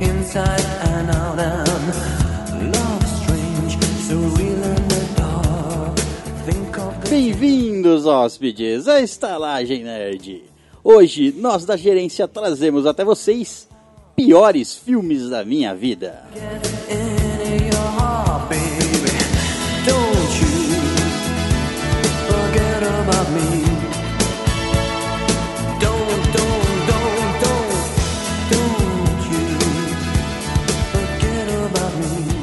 inside and out and love is strange, so real in the dark. Think of the Bem-vindos, hóspedes, à Estalagem Nerd. Hoje, nós da gerência trazemos até vocês piores filmes da minha vida. in your heart, baby. Don't you forget about me. Don't, don't, don't, don't, don't you forget about me.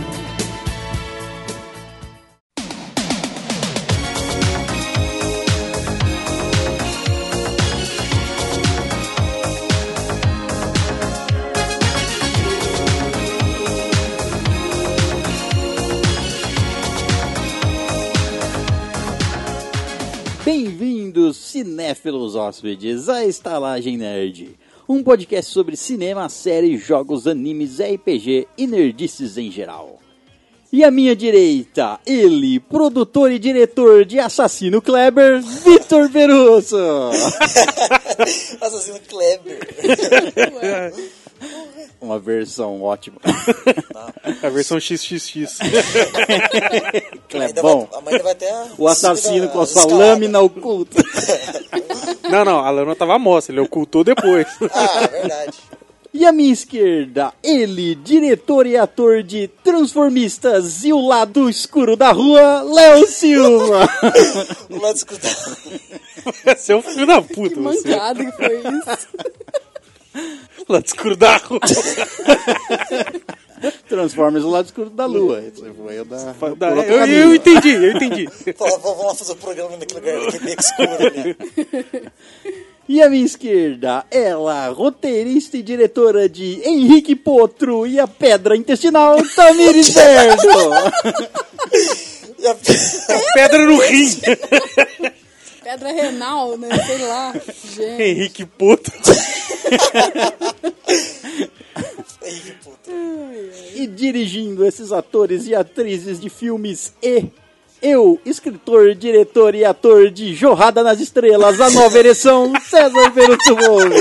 Bem-vindos, cinéfilos hóspedes, à Estalagem Nerd. Um podcast sobre cinema, séries, jogos, animes, RPG e nerdices em geral. E à minha direita, ele, produtor e diretor de Assassino Kleber, Vitor Perusso. Assassino Kleber. Uma versão ótima. A versão XXX. Ainda Clebão, vai, a mãe ainda vai até a- o assassino a- com a sua escalada. lâmina oculta. Não, não, a lâmina tava à mostra, ele ocultou depois. Ah, verdade. E à minha esquerda, ele, diretor e ator de Transformistas e o lado escuro da rua, Léo Silva. O lado escutar. Você é um filho da puta, você. Mancado que foi isso. Lá escuro da rua. Transformers o lado escuro da lua. Esse foi o da- Da- por outro eu, caminho. eu entendi, eu entendi. Fala, vamos lá fazer o programa naquele lugar, naquele beco é escuro ali. E à minha esquerda, ela, roteirista e diretora de Henrique Potro e a Pedra Intestinal, Tamires Berto. E a- Pedra no rim. Pedra renal, né? Sei lá. Gente. Henrique Puto. Ih, que puta. e dirigindo esses atores e atrizes de filmes e eu, escritor, diretor e ator de Jorrada nas Estrelas, a nova ereção, César Peruto Volpe.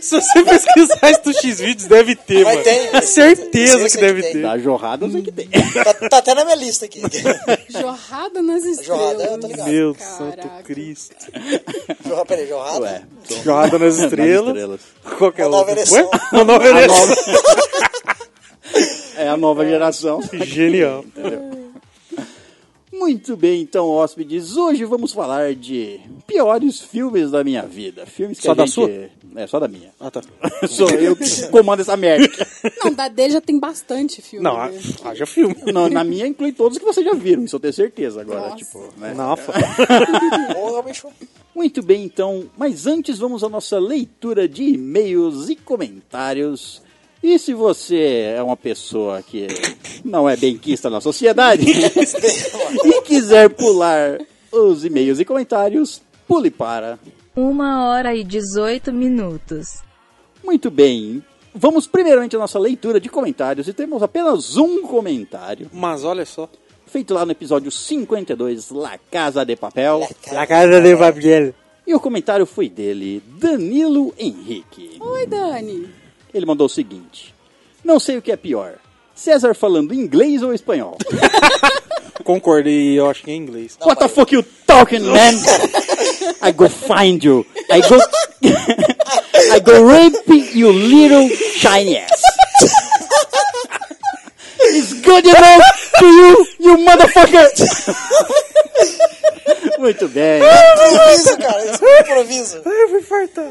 Se você pesquisar isso no X-Vídeos, deve ter, Vai mano. ter. Certeza Esse que eu sei deve que tem. ter. Da Jorrada eu sei que tem. Tá, tá até na minha lista aqui. Jorrada nas estrelas. Jorrada, eu tô ligado. Meu Caraca. santo Cristo. Jorra, peraí, jorrada? Ué, Jorrada Tá nas estrelas. Qual que é Uma nova outra? ereção. Ué? Uma nova A ereção. nova... É a nova geração. Genial. Muito bem, então, hóspedes, hoje vamos falar de piores filmes da minha vida. Filmes que Só a da gente... sua? É, só da minha. Ah, tá. Sou eu que comando essa merda. Não, da D já tem bastante filme. Não, né? ha- haja filme. Na, na minha inclui todos que vocês já viram, isso eu tenho certeza agora, Nossa. tipo, né? Não, fa- Porra, bicho. Muito bem, então, mas antes vamos à nossa leitura de e-mails e comentários. E se você é uma pessoa que não é benquista na sociedade e quiser pular os e-mails e comentários, pule para. Uma hora e 18 minutos. Muito bem, vamos primeiramente à nossa leitura de comentários e temos apenas um comentário Mas olha só. feito lá no episódio 52, La Casa de Papel. La casa é. de Babel. E o comentário foi dele, Danilo Henrique. Oi, Dani. Ele mandou o seguinte: Não sei o que é pior, César falando inglês ou espanhol? Concordo, e eu acho que é em inglês. What the fuck you talking, man? I go find you. I go. I go rape you little shiny ass. It's good enough to you, you motherfucker! Muito bem. Improviso, cara. isso é Improviso.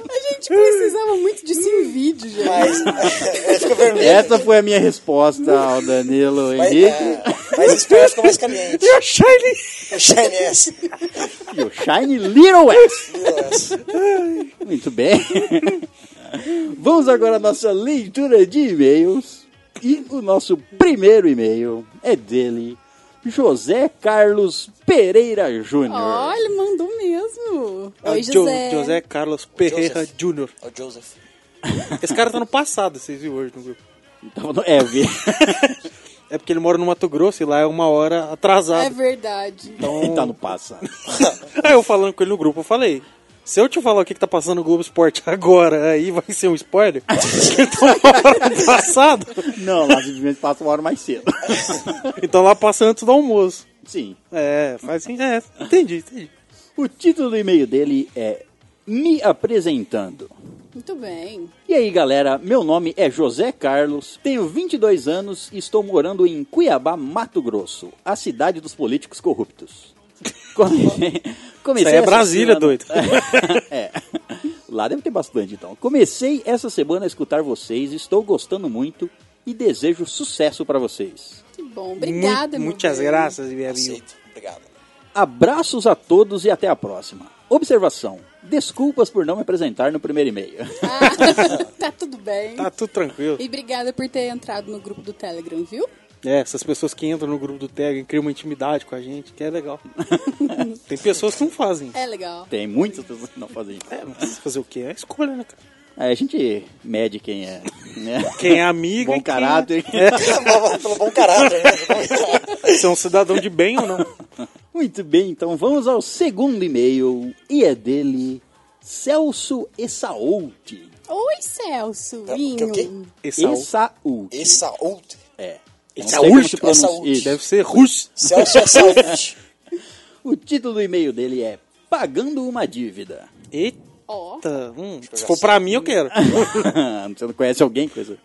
A gente precisava muito disso em vídeo, gente. Mas. Ele fica vermelho. Essa foi a minha resposta ao Danilo Mas, Henrique. é, mas esse pé ficou mais caliente. Eu achei ele. O Chinese. E o Shiny Little Ass. Nossa. Muito bem. Vamos agora à nossa leitura de e-mails. E o nosso primeiro e-mail é dele, José Carlos Pereira Júnior. Olha, mandou mesmo. Ah, Oi, Jo- José. É José Carlos Pereira Joseph. Jr. O Joseph. Esse cara tá no passado, vocês viram hoje no grupo. Então, É, eu vi. É porque ele mora no Mato Grosso e lá é uma hora É atrasada. verdade. Ele tá no passado. É. Aí eu falando com ele no grupo, eu falei. Se eu te falar o que, que tá passando no Globo Esporte agora, aí vai ser um spoiler? então, uma hora no passado. Não, lá simplesmente passa uma hora mais cedo. Então lá passa antes do almoço. Sim. É, faz assim. É, entendi, entendi. O título do e-mail dele é Me Apresentando. Muito bem. E aí, galera, meu nome é José Carlos, tenho 22 anos e estou morando em Cuiabá, Mato Grosso, a cidade dos políticos corruptos. Come- Comecei Isso aí é essa Brasília, doido. é. Lá deve ter bastante, então. Comecei essa semana a escutar vocês, estou gostando muito e desejo sucesso para vocês. Que bom. Obrigada, Mu- meu Muitas bem. graças, meu amigo. Aceito. Obrigado. Abraços a todos e até a próxima. Observação: desculpas por não me apresentar no primeiro e-mail. Ah, tá tudo bem. Tá tudo tranquilo. E obrigada por ter entrado no grupo do Telegram, viu? É, essas pessoas que entram no grupo do Tag criam uma intimidade com a gente, que é legal. Tem pessoas que não fazem. É legal. Tem muitas pessoas que não fazem isso. É, mas fazer o quê? É escolha, né, cara? Aí a gente mede quem é. Né? Quem é amigo. e Bom quem é- caráter. Pelo bom caráter, né? Se é um cidadão de bem ou não. Muito bem, então vamos ao segundo e-mail. E é dele, Celso Essaouti. Oi, Celso. Tá, Vinho. que- que- Esse é o- Essaouti. Esse saúde. É. Não sei Essaouti? como se pronuncia. Essaouti. Isso. Deve ser russo. Celso é saúde. O título do e-mail dele é Pagando uma Dívida. Eita, Ó, hum, se for pra mim, eu quero. Você não conhece alguém com isso?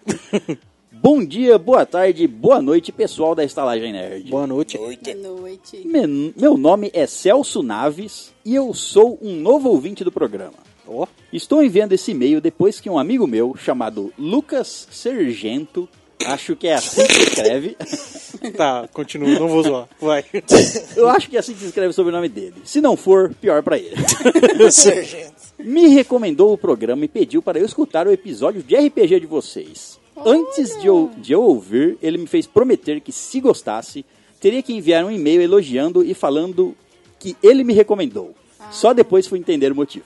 Bom dia, boa tarde, boa noite, pessoal da Estalagem Nerd. Boa noite. boa Noite. noite. Men- Meu nome é Celso Naves e eu sou um novo ouvinte do programa. Ó, Estou enviando esse e-mail depois que um amigo meu chamado Lucas Sergento, acho que é assim que escreve, tá, continua, não vou zoar. Vai. eu acho que é assim que se escreve o sobrenome dele. Se não for, pior pra ele. Sargento. Me recomendou o programa e pediu para eu escutar o episódio de RPG de vocês. Antes de eu, de eu ouvir, ele me fez prometer que, se gostasse, teria que enviar um e-mail elogiando e falando que ele me recomendou. Só depois fui entender o motivo.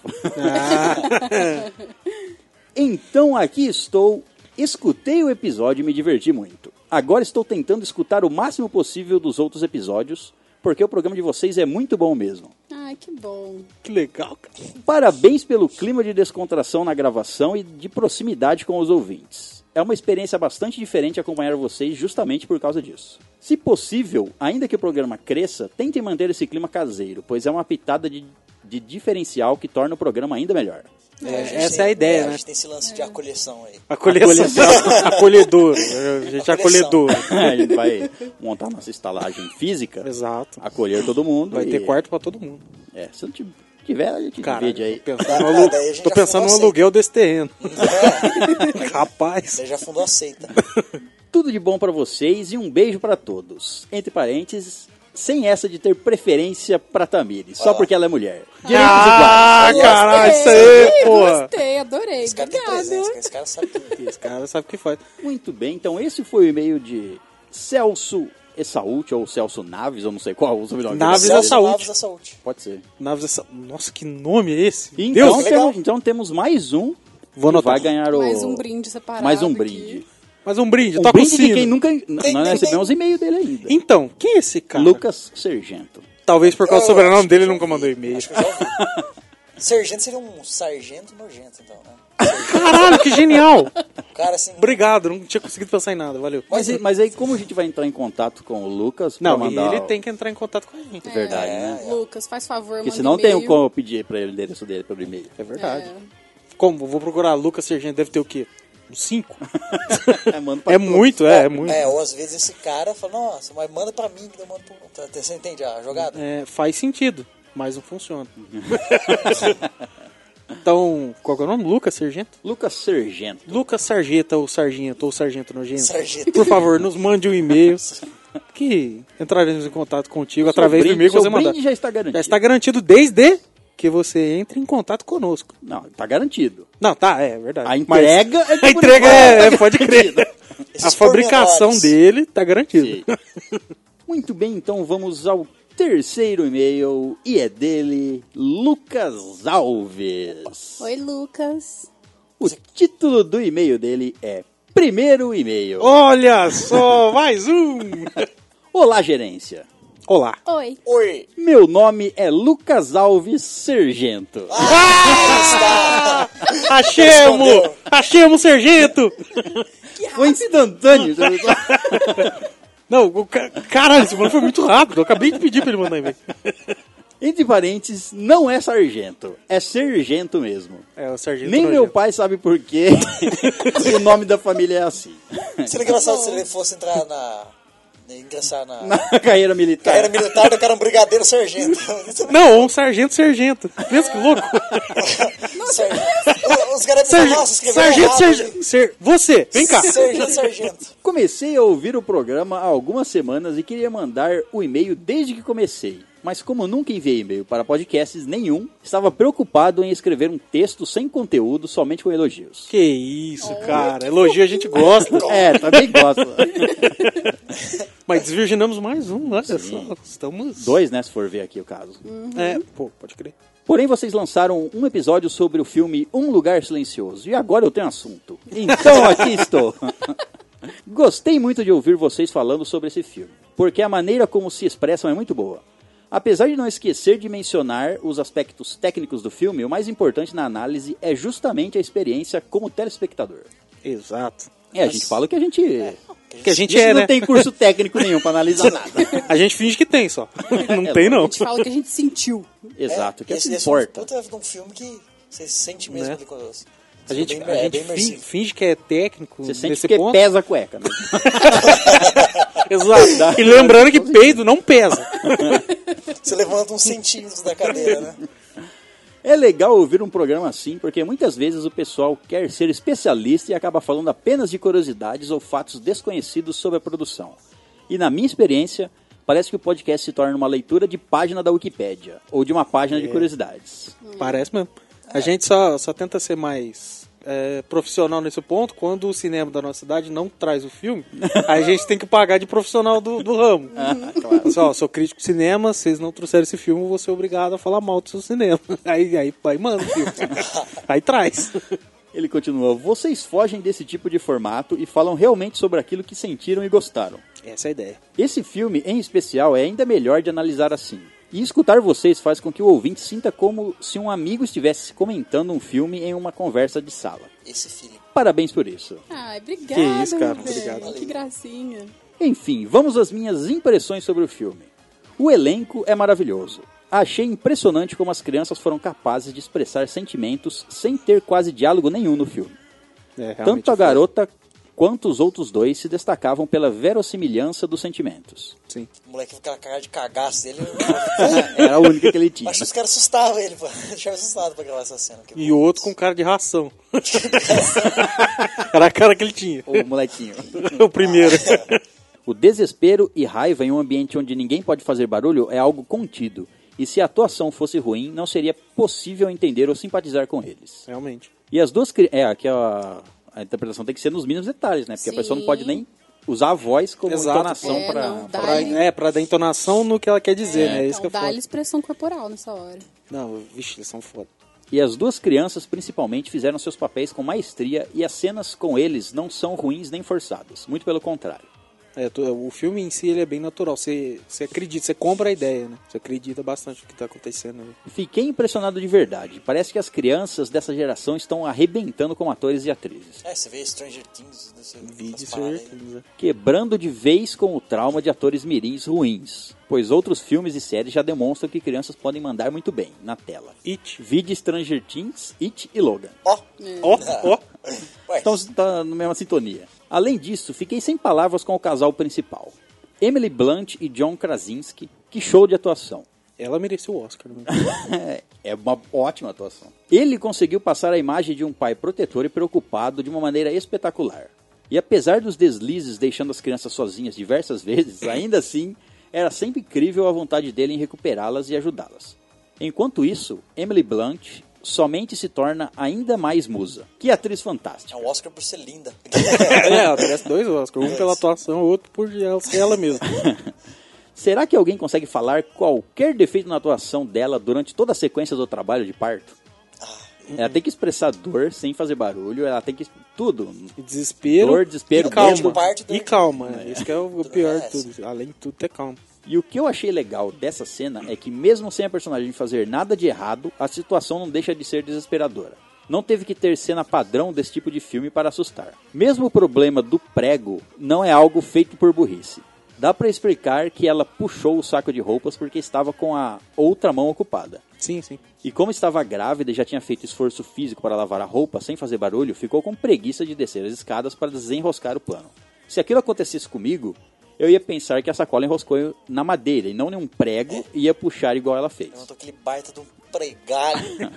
então aqui estou. Escutei o episódio e me diverti muito. Agora estou tentando escutar o máximo possível dos outros episódios, porque o programa de vocês é muito bom mesmo. Ai, que bom. Que legal, cara. Parabéns pelo clima de descontração na gravação e de proximidade com os ouvintes. É uma experiência bastante diferente acompanhar vocês justamente por causa disso. Se possível, ainda que o programa cresça, tentem manter esse clima caseiro, pois é uma pitada de, de diferencial que torna o programa ainda melhor. É, gente essa tem- é a ideia, A né? gente tem esse lance de acolheção aí. Acolher acolhedor. A gente é acolhedor. A gente vai montar nossa estalagem física, Exato. acolher todo mundo. Vai e- ter quarto pra todo mundo. É, se não ti- tiver, a gente Cara, divide aí. tô pensando no, alu- Daí a gente tô já pensando no fala assim. aluguel desse terreno. É, Rapaz. Você já fundou a seita. Tudo de bom pra vocês e um beijo pra todos. Entre parênteses, sem essa de ter preferência pra Tamires, só porque ela é mulher. Direitos iguais. Ah, caralho, isso aí, porra. Gostei, adorei. Esse cara tem presença, cara. Obrigada. esse cara sabe tudo. Esse cara sabe o que faz. Muito bem, então esse foi o e-mail de Celso Essaúti, ou Celso Naves, eu não sei qual o sobrenome dele. Naves Celso é saúde. Naves é saúde. Pode ser. Naves essa... Nossa, que nome é esse? E Deus. Então, que temos, legal. então temos mais um Vou que anotar. vai ganhar o... Mais um brinde separado Mais um aqui. brinde. Mais um brinde, Um toca brinde o sino. de quem nunca... Nós não recebemos e-mail dele ainda. Então, quem é esse cara? Lucas Sergento. Talvez por causa do Eu sobrenome acho dele que nunca eu mandou vi. e-mail. Acho que eu já vi. Sargento seria um sargento nojento, então, né? Caralho, que genial! Um cara assim. Obrigado, não tinha conseguido pensar em nada, valeu. Mas, e- mas aí como a gente vai entrar em contato com o Lucas pra Não, mandar... ele o- tem que entrar em contato com a gente. É Verdade, né? Lucas, faz favor, Porque manda um senão tem um e-mail. como eu pedir pra ele o endereço dele pelo e-mail. É verdade. Como? Vou procurar Lucas Sergento, deve ter o quê? Uns 5? Manda pra É muito, é, é muito. É, ou às vezes esse cara fala, nossa, mas manda pra mim que eu mando pro. Tá- Você entende a jogada? É, faz sentido, mas não funciona. então, qual que é o nome? Lucas Sargento? Lucas Sergento. Lucas Sarjeta ou Sargento ou Sargento Nojento. Sargento. Por favor, nos mande um e-mail que entraremos em contato contigo através do brinde- e-mail que seu você mandar. brinde já está garantido. Já está garantido desde que você entre em contato conosco. Não, tá garantido. Não, tá, é verdade. A Mas entrega é a entrega é, é, pode crer. A Esses fabricação pormenores. dele tá garantida. Muito bem, então vamos ao terceiro e-mail e é dele Lucas Alves. Oi, Lucas. O título do e-mail dele é Primeiro e-mail. Olha só, mais um! Olá, gerência. Olá. Oi. Oi! Meu nome é Lucas Alves Sergento. Ah, está! Achemos! Achemos, sargento! Foi instantâneo. sabe? Não, o ca- caralho, esse mano foi muito rápido. Eu acabei de pedir pra ele mandar e-mail. Entre parênteses, não é sargento. É sergento mesmo. É, o sargento. Nem meu nojento. pai sabe por que o nome da família é assim. Seria engraçado se ele fosse entrar na. ingressar na. Na carreira militar. Carreira militar, o cara é um brigadeiro sargento. é Não, um sargento, sargento. Pensa que louco. sargento. Os caras Sarge- nossa, escreveu um sargento, errado. sargento. Ser... Você, vem cá. Sargento, sargento. Comecei a ouvir o programa há algumas semanas e queria mandar o e-mail desde que comecei. Mas como nunca enviei e-mail para podcasts nenhum, estava preocupado em escrever um texto sem conteúdo, somente com elogios. Que isso, cara. Elogio a gente gosta. É, também gosto. Mas desvirginamos mais um, olha só. Estamos. Dois, né, se for ver aqui o caso. É, pô, pode crer. Porém, vocês lançaram um episódio sobre o filme Um Lugar Silencioso, e agora eu tenho assunto. Então aqui estou. Gostei muito de ouvir vocês falando sobre esse filme, porque a maneira como se expressam é muito boa. Apesar de não esquecer de mencionar os aspectos técnicos do filme, o mais importante na análise é justamente a experiência como telespectador. Exato. É, a gente fala o que a gente. Que a A gente gente é, não né? É. tem curso técnico nenhum pra analisar nada. A gente finge que tem só. Não É, tem, não. A gente fala o que a gente sentiu. Exato, o que é esse- que esse importa. Puta, é um filme que você sente mesmo Né? ali quando. A gente, é bem, a é gente bem fin- imersivo. finge que é técnico Você sente nesse que ponto. pesa a cueca, né? Exato. E lembrando que peido não pesa. Você levanta uns centímetros da cadeira, né? É legal ouvir um programa assim, porque muitas vezes o pessoal quer ser especialista e acaba falando apenas de curiosidades ou fatos desconhecidos sobre a produção. E na minha experiência, parece que o podcast se torna uma leitura de página da Wikipédia, ou de uma página de curiosidades. Parece mesmo. A gente só, só tenta ser mais é, profissional nesse ponto quando o cinema da nossa cidade não traz o filme. a gente tem que pagar de profissional do, do ramo. Só, sou crítico de cinema, vocês não trouxeram esse filme, eu vou ser obrigado a falar mal do seu cinema. Aí, aí, aí manda o filme. aí traz. Ele continua: vocês fogem desse tipo de formato e falam realmente sobre aquilo que sentiram e gostaram. Essa é a ideia. Esse filme, em especial, é ainda melhor de analisar assim. E escutar vocês faz com que o ouvinte sinta como se um amigo estivesse comentando um filme em uma conversa de sala. Esse filme. Parabéns por isso. Ai, obrigada. Que isso, cara, Obrigado. Que gracinha. Enfim, vamos às minhas impressões sobre o filme. O elenco é maravilhoso. Achei impressionante como as crianças foram capazes de expressar sentimentos sem ter quase diálogo nenhum no filme. É, realmente Tanto a foi. garota quanto os outros dois se destacavam pela verossimilhança dos sentimentos. Sim. O moleque com aquela cara de cagaço dele. É, Era a única que ele tinha. Acho que os caras assustavam ele, pô. Deixava assustado pra gravar essa cena. E o outro com cara de ração. Era a cara que ele tinha. É, O molequinho. O primeiro. O desespero e raiva em um ambiente onde ninguém pode fazer barulho é algo contido. E se a atuação fosse ruim, não seria possível entender ou simpatizar com eles. Realmente. E as duas crianças. É, aqui a, a interpretação tem que ser nos mínimos detalhes, né? Porque a Sim. pessoa não pode nem usar a voz como Exato. entonação É, pra. não, pra- dá- Pra, Dá-lhe- é, pra dar entonação no que ela quer dizer, né? É isso que então, eu falo. dá-lhe expressão corporal nessa hora. Não, vixe, eles são foda. E as duas crianças, principalmente, fizeram seus papéis com maestria e as cenas com eles não são ruins nem forçadas. Muito pelo contrário. É, tu- o filme em si ele é bem natural. Você, você acredita, você compra a ideia, né? Você acredita bastante no que tá acontecendo ali. Fiquei impressionado de verdade. Parece que as crianças dessa geração estão arrebentando como atores e atrizes, É, você vê Stranger Things, não sei, Vídeo essas paradas aí. certeza. quebrando de vez com o trauma de atores mirins ruins, pois outros filmes e séries já demonstram que crianças podem mandar muito bem na tela. It. Vide Stranger Things, It e Logan. Ó, Ó, ó. Então- ué, Estamos tá na mesma sintonia. Além disso, fiquei sem palavras com o casal principal. Emily Blunt e John Krasinski, que show de atuação. Ela mereceu o Oscar. Né? é uma ótima atuação. Ele conseguiu passar a imagem de um pai protetor e preocupado de uma maneira espetacular. E apesar dos deslizes deixando as crianças sozinhas diversas vezes, ainda assim, era sempre incrível a vontade dele em recuperá-las e ajudá-las. Enquanto isso, Emily Blunt somente se torna ainda mais musa. Que atriz fantástica. é um Oscar por ser linda. é, ela merece dois Oscars. Um pela atuação, outro por ela ser ela mesma. Será que alguém consegue falar qualquer defeito na atuação dela durante toda a sequência do trabalho de parto? Ela tem que expressar dor sem fazer barulho, ela tem que. tudo. E desespero. Dor, desespero, e calma. medo. E calma. é. Isso que é o, o pior É, de tudo. Além de tudo, ter calma. E o que eu achei legal dessa cena é que, mesmo sem a personagem fazer nada de errado, a situação não deixa de ser desesperadora. Não teve que ter cena padrão desse tipo de filme para assustar. Mesmo o problema do prego não é algo feito por burrice. Dá pra explicar que ela puxou o saco de roupas porque estava com a outra mão ocupada. Sim, sim. E como estava grávida e já tinha feito esforço físico para lavar a roupa sem fazer barulho, ficou com preguiça de descer as escadas para desenroscar o pano. Se aquilo acontecesse comigo, eu ia pensar que a sacola enroscou na madeira e não em um prego e ia puxar igual ela fez. Levantou aquele baita de um pregalho.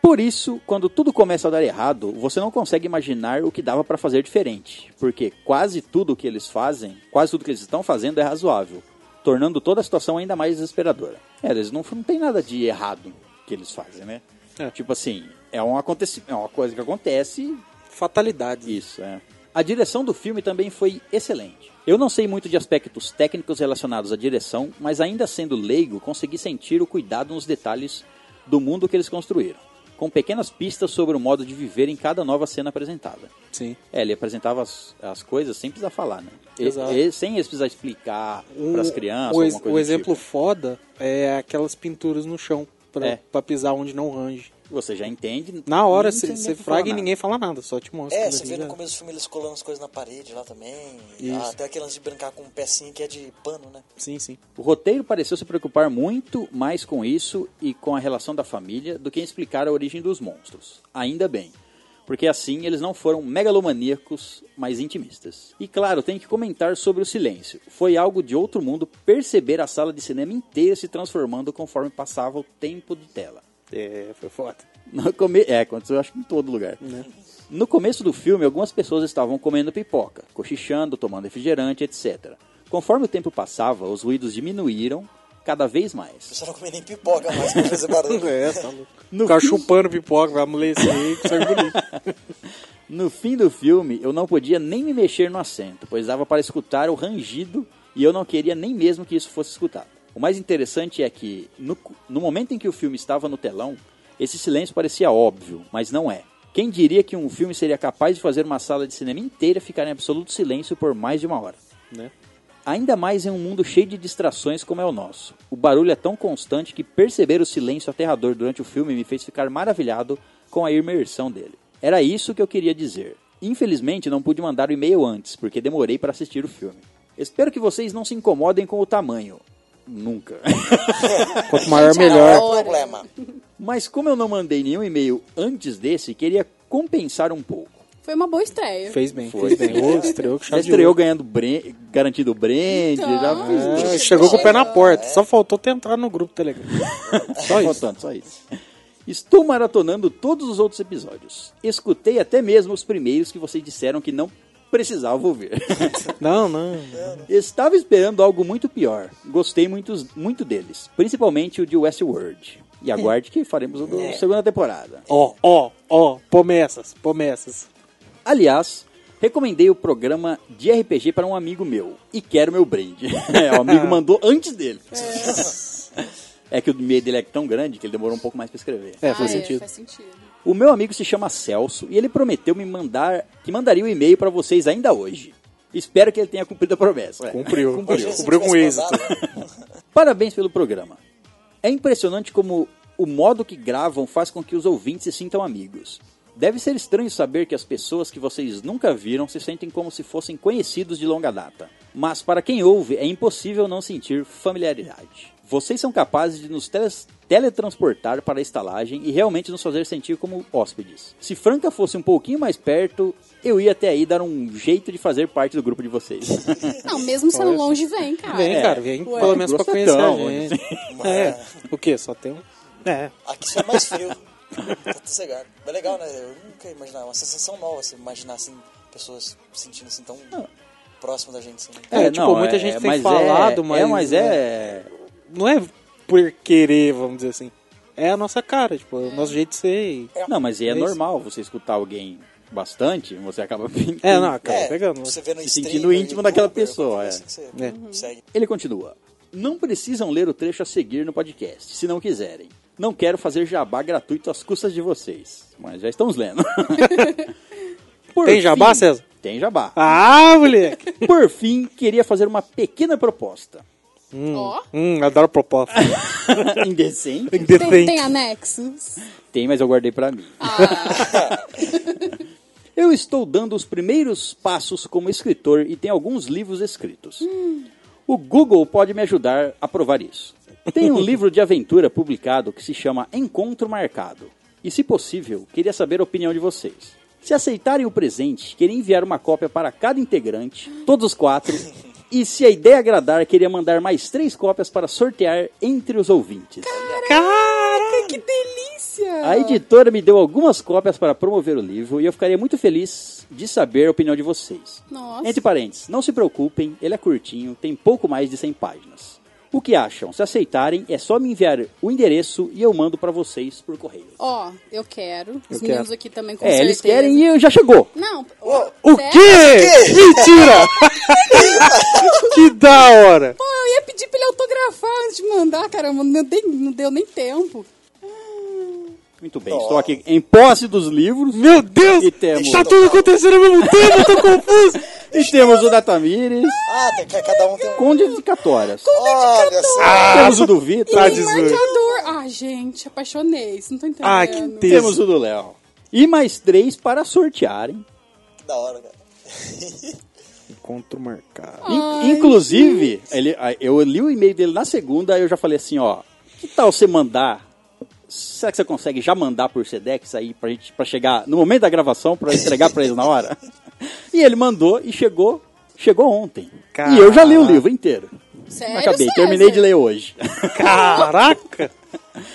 Por isso, quando tudo começa a dar errado, você não consegue imaginar o que dava pra fazer diferente, porque quase tudo que eles fazem, quase tudo que eles estão fazendo é razoável, tornando toda a situação ainda mais desesperadora. É, eles não, não tem nada de errado que eles fazem, né? É. Tipo assim, é um acontecimento, é uma coisa que acontece, Fatalidade. isso, é. A direção do filme também foi excelente. Eu não sei muito de aspectos técnicos relacionados à direção, mas ainda sendo leigo, consegui sentir o cuidado nos detalhes do mundo que eles construíram, com pequenas pistas sobre o modo de viver em cada nova cena apresentada. Sim. É, ele apresentava as, as coisas sem precisar falar, né? E- Exato. Um e- sem eles precisar explicar para as crianças. o, ex- alguma coisa o do exemplo tipo. foda é aquelas pinturas no chão pra, É. pra pisar onde não range. Você já entende. Na não hora tem você nem você o que falar fraga e nada. ninguém fala nada, só te mostra. é, ali, você vê né? no começo do filme eles colando as coisas na parede lá também. Isso. Ah, até aquele lance de brincar com um pecinho que é de pano, né? Sim, sim. O roteiro pareceu se preocupar muito mais com isso e com a relação da família do que em explicar a origem dos monstros. Ainda bem, porque assim eles não foram megalomaníacos, mas intimistas. E claro, tem que comentar sobre o silêncio. Foi algo de outro mundo perceber a sala de cinema inteira se transformando conforme passava o tempo de tela. É, foi foda. No come... É, aconteceu acho que em todo lugar. No começo do filme, algumas pessoas estavam comendo pipoca, cochichando, tomando refrigerante, etc. Conforme o tempo passava, os ruídos diminuíram cada vez O mais. pessoal não comia nem pipoca mais pra fazer barulho. É, tá louco. No O cara fim- chupando pipoca, vai amolecer aí, que sai bonito. No fim do filme, eu não podia nem me mexer no assento, pois dava para escutar o rangido e eu não queria nem mesmo que isso fosse escutado. O mais interessante é que, no, cu- no momento em que o filme estava no telão, esse silêncio parecia óbvio, mas não é. Quem diria que um filme seria capaz de fazer uma sala de cinema inteira ficar em absoluto silêncio por mais de uma hora? Né? Ainda mais em um mundo cheio de distrações como é o nosso. O barulho é tão constante que perceber o silêncio aterrador durante o filme me fez ficar maravilhado com a imersão dele. Era isso que eu queria dizer. Infelizmente não pude mandar o e-mail antes, porque demorei para assistir o filme. Espero que vocês não se incomodem com o tamanho. Nunca. Quanto maior, Gente, a melhor. hora. Não é problema. Mas como eu não mandei nenhum e-mail antes desse, queria compensar um pouco. Foi uma boa estreia. Fez bem, Foi. fez bem. Ô, estreou com Já chave de estreou ouro. ganhando bre- garantido o brand, já Então, É, Chegou chegou com o pé na chegando, porta. Só faltou tentar no grupo tá do Telegram. Só isso. Faltando, só isso. Estou maratonando todos os outros episódios. Escutei até mesmo os primeiros que vocês disseram que não precisavam ouvir. Não, não. Estava esperando algo muito pior. Gostei muitos, muito deles, principalmente o de Westworld. E aguarde que faremos o da segunda temporada. Ó, ó, ó. Promessas, promessas. Aliás, recomendei o programa de RPG para um amigo meu e quero meu brinde. É, o amigo mandou antes dele. É que o medo dele é tão grande que ele demorou um pouco mais para escrever. É, faz Ah, sentido. faz sentido. O meu amigo se chama Celso e ele prometeu me mandar que mandaria o e-mail pra vocês ainda hoje. Espero que ele tenha cumprido a promessa. É. Cumpriu. Se eu Cumpriu, com tivesse né? êxito. mandado, Parabéns pelo programa. É impressionante como o modo que gravam faz com que os ouvintes se sintam amigos. Deve ser estranho saber que as pessoas que vocês nunca viram se sentem como se fossem conhecidos de longa data. Mas para quem ouve, é impossível não sentir familiaridade. Vocês são capazes de nos teles- teletransportar para a estalagem e realmente nos fazer sentir como hóspedes. Se Franca fosse um pouquinho mais perto, eu ia até aí dar um jeito de fazer parte do grupo de vocês. Não, mesmo sendo longe, vem, cara. Vem, É. cara, vem Ué. pelo menos pra conhecer a Grossetão, gente. né? É. O quê? Só tem um. É. Aqui só é mais frio. Tá sossegado. Mas legal, né? Eu nunca ia imaginar. É uma sensação nova você imaginar assim, pessoas se sentindo assim tão próximo da gente. Assim. né? É, tipo, muita gente tem mas falado, é, mas, É, mas é... Não é por querer, vamos dizer assim. É a nossa cara, tipo, é o nosso jeito de ser. e- Não, mas é, É isso. normal você escutar alguém bastante, você acaba É, não, cara, É, pegando. Você vê no Se stream, sentindo no íntimo daquela youtuber, pessoa, qualquer é. coisa assim que É. você Segue. Ele continua. Não precisam ler o trecho a seguir no podcast, se não quiserem. Não quero fazer jabá gratuito às custas de vocês, mas já estamos lendo. Por Tem jabá, César? Tem jabá. Ah, moleque! Por fim, queria fazer uma pequena proposta. Ó. Hum, adoro proposta. Indecente. Tem, tem Indecente. anexos. Tem, mas eu guardei pra mim. Ah. eu estou dando os primeiros passos como escritor e tenho alguns livros escritos. O Google pode me ajudar a provar isso. Tem um livro de aventura publicado que se chama Encontro Marcado. E, se possível, queria saber a opinião de vocês. Se aceitarem o presente, queria enviar uma cópia para cada integrante, todos os quatro. E se a ideia agradar, queria mandar mais três cópias para sortear entre os ouvintes. Ai, que delícia! A editora me deu algumas cópias para promover o livro e eu ficaria muito feliz de saber a opinião de vocês. Nossa. Entre parênteses, não se preocupem, ele é curtinho, tem pouco mais de 100 páginas. O que acham? Se aceitarem, é só me enviar o endereço e eu mando para vocês por correio. Ó, eu quero. Os Eu meninos quero. aqui também com é, certeza. eles querem e eu- já chegou. Não, O sério? quê? Mentira! que da hora! Pô, eu ia pedir pra ele autografar antes de mandar, caramba. Não deu, não deu nem tempo. Muito bem, estou aqui em posse dos livros. Meu Deus! E temos- Tá tudo acontecendo ao mesmo tempo, eu tô confuso! E temos o da Tamires Ah, tem, cada um tem um. com dedicatórias. Olha só. temos o do Vitor. Tá Tem 18. marcador. Ah, gente, apaixonei. Você não tá entendendo. Ah, que texto. Temos o do Léo. E mais três para sortearem. Da hora, cara. Encontro marcado. In- inclusive, ele, a- eu li o e-mail dele na segunda, aí eu já falei assim, ó, que tal você mandar? Será que você consegue já mandar por Sedex aí pra gente pra chegar no momento da gravação pra entregar pra eles na hora? E ele mandou e chegou, chegou ontem. E eu já li o livro inteiro. Sério, Acabei, César? terminei de ler hoje. Caraca!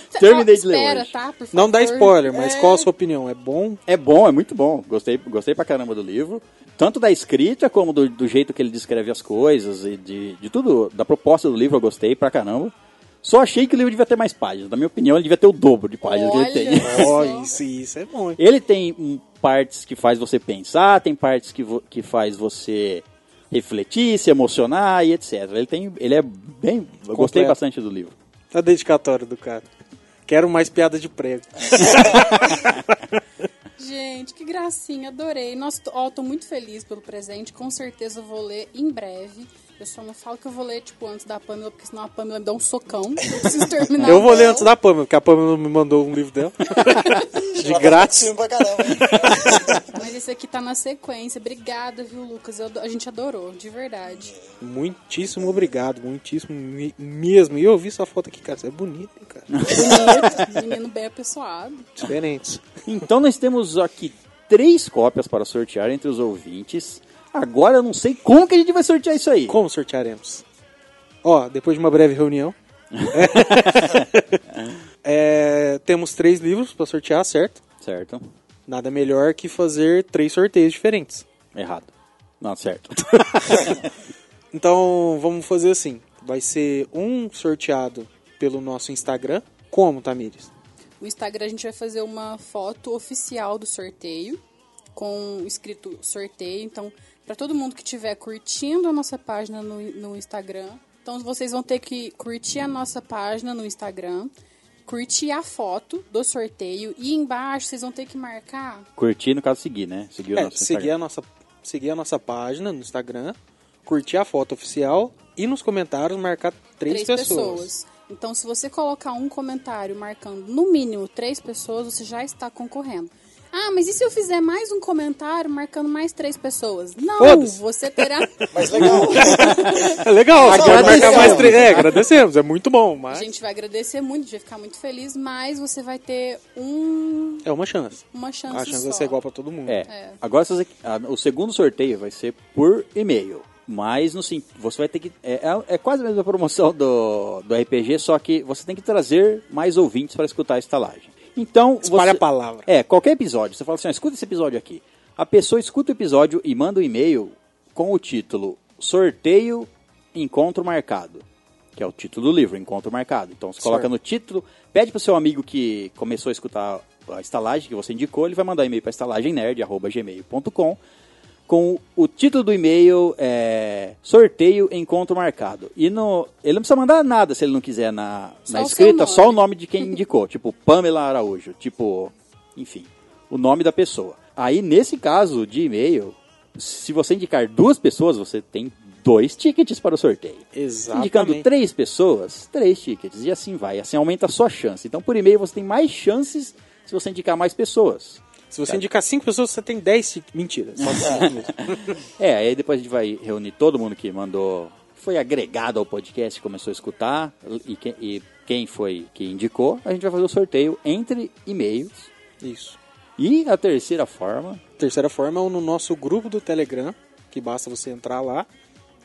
Cê- terminei ó, de ler espera, hoje. tá? Por favor. Não dá spoiler, mas É. qual a sua opinião? É bom? É bom, é muito bom. Gostei, gostei pra caramba do livro. Tanto da escrita, como do, do jeito que ele descreve as coisas e de, de tudo. Da proposta do livro eu gostei pra caramba. Só achei que o livro devia ter mais páginas. Na minha opinião, ele devia ter o dobro de páginas Olha. que ele tem. Ó, Só. isso, isso é bom, hein? Ele tem hum, partes que faz você pensar, tem partes que, vo- que faz você refletir, se emocionar e etc. Ele tem. Ele é bem. Eu gostei Completo. bastante do livro. A dedicatória do Tá cara. Quero mais piada de prego. Gente, que gracinha, adorei. Nossa, tô- ó, tô muito feliz pelo presente. Com certeza eu vou ler em breve. Eu só não falo que eu vou ler, tipo, antes da Pamela, porque senão a Pamela me dá um socão. Eu preciso terminar. Eu vou o ler meu. antes da Pamela, porque a Pamela me mandou um livro dela. De Ela tá graça. curtindo pra caramba. Mas esse aqui tá na sequência. Obrigada, viu, Lucas? Eu ado- a gente adorou, de verdade. Muitíssimo obrigado, muitíssimo me- mesmo. E eu vi sua foto aqui, cara. Você é bonito, hein, cara. Bonito, menino bem apessoado. Diferentes. Então nós temos aqui três cópias para sortear entre os ouvintes. Agora eu não sei como que a gente vai sortear isso aí. Como sortearemos? Ó, depois de uma breve reunião. É, temos três livros pra sortear, certo? Certo? Nada melhor que fazer três sorteios diferentes. Errado. Não, certo. Então vamos fazer assim: vai ser um sorteado pelo nosso Instagram. Como, Tamires? O Instagram a gente vai fazer uma foto oficial do sorteio com escrito sorteio. Então, para todo mundo que estiver curtindo a nossa página no, no Instagram, então vocês vão ter que curtir a nossa página no Instagram, curtir a foto do sorteio e embaixo vocês vão ter que marcar Curtir, no caso, seguir, né? Seguir o É, nosso seguir a, Instagram. nossa, seguir a nossa página no Instagram, curtir a foto oficial e nos comentários marcar três, três, pessoas. Então, se você colocar um comentário marcando no mínimo três pessoas, você já está concorrendo. Ah, mas e se eu fizer mais um comentário marcando mais três pessoas? Não, Foda-se. você terá. Mas legal. É legal, você pode marcar Agradecemos. mais três. É, agradecemos, é muito bom, A mas gente vai agradecer muito, a gente vai ficar muito feliz, mas você vai ter um, é uma chance. uma chance. A chance só. vai ser igual pra todo mundo. É. Agora, essas aqui- ah, o segundo sorteio vai ser por e-mail. Mas, no sim, você vai ter que... É, é- é quase a mesma promoção do, do RPG, só que você tem que trazer mais ouvintes para escutar a estalagem. Então, Espalha você- a palavra. É, qualquer episódio. Você fala assim, ó, escuta esse episódio aqui. A pessoa escuta o episódio e manda um e-mail com o título Sorteio Encontro Marcado. Que é o título do livro, Encontro Marcado. Então você coloca Certo. no título, pede pro seu amigo que começou a escutar a estalagem que você indicou, ele vai mandar um e-mail pra estalagemnerd.gmail.com com o título do e-mail é, Sorteio Encontro Marcado. E no, ele não precisa mandar nada se ele não quiser na, Só na o seu escrita, só nome. o nome de quem indicou, tipo Pamela Araújo, tipo, enfim, o nome da pessoa. Aí, nesse caso de e-mail, se você indicar duas pessoas, você tem dois tickets para o sorteio. Indicando Exatamente. três pessoas, três tickets. E assim vai. Assim aumenta a sua chance. Então, por e-mail, você tem mais chances se você indicar mais pessoas. Se você indicar cinco pessoas, você tem 10 tickets. Mentira, só 5 mesmo. É, aí depois a gente vai reunir todo mundo que mandou, que foi agregado ao podcast, começou a escutar, e, que- e quem foi que indicou, a gente vai fazer o sorteio entre e-mails. Isso. E a terceira forma, Terceira forma é no nosso grupo do Telegram, que basta você entrar lá.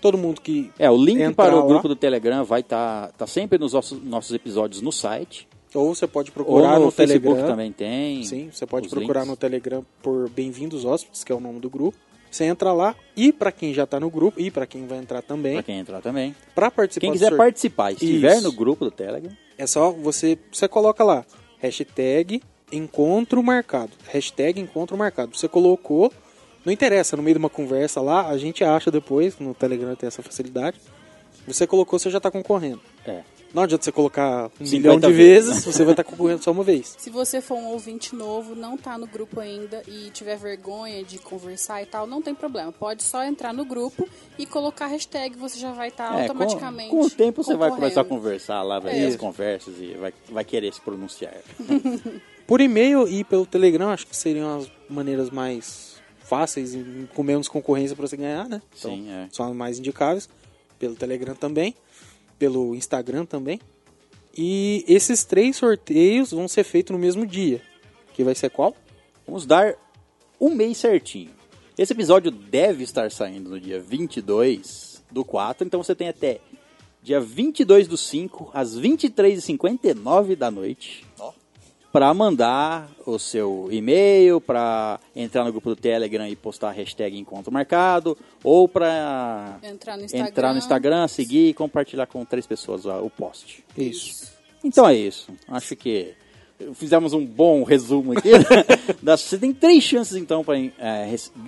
Todo mundo que. é o link entrar para o lá, grupo do Telegram vai estar tá, sempre nos nossos, nossos episódios no site. Ou você pode Ou procurar no, no Facebook Telegram. também tem. Sim, você pode os procurar no links. Telegram por Bem-vindos Hóspedes, que é o nome do grupo. Você entra lá e para quem já tá no grupo e para quem vai entrar Pra também, quem entrar também. para participar Quem do quiser sorteio, participar, estiver Isso. no grupo do Telegram, é só você, você coloca lá hashtag encontro marcado, hashtag encontro marcado. Você colocou, não interessa, no meio de uma conversa lá, a gente acha depois, no Telegram tem essa facilidade. Você colocou, você já tá concorrendo. é. Não adianta você colocar um 50 milhão de vezes. vezes, você vai estar concorrendo só uma vez. Se você for um ouvinte novo, não tá no grupo ainda e tiver vergonha de conversar e tal, não tem problema. Pode só entrar no grupo e colocar a hashtag, você já vai estar É, com- Ah, automaticamente. Com, o tempo você vai concorrendo. começar a conversar lá, vai É. ter as conversas e vai, vai querer se pronunciar. Por e-mail e pelo Telegram, acho que seriam as maneiras mais fáceis e com menos concorrência para você ganhar, né? Sim, é. São as mais indicáveis. Pelo Telegram também. Pelo Instagram também. E esses três sorteios vão ser feitos no mesmo dia. Que vai ser qual? Vamos dar um mês certinho. Esse episódio deve estar saindo no dia 22 do 4, então você tem até dia 22 do 5, às 23h59 da noite, Ó, para mandar o seu e-mail, para entrar no grupo do Telegram e postar a hashtag Encontro Marcado, ou para Entrar no Instagram. entrar no Instagram, seguir e compartilhar com três pessoas ó, o post. Isso. Então é isso. Acho que fizemos um bom resumo aqui. Das- Você tem três chances, então, para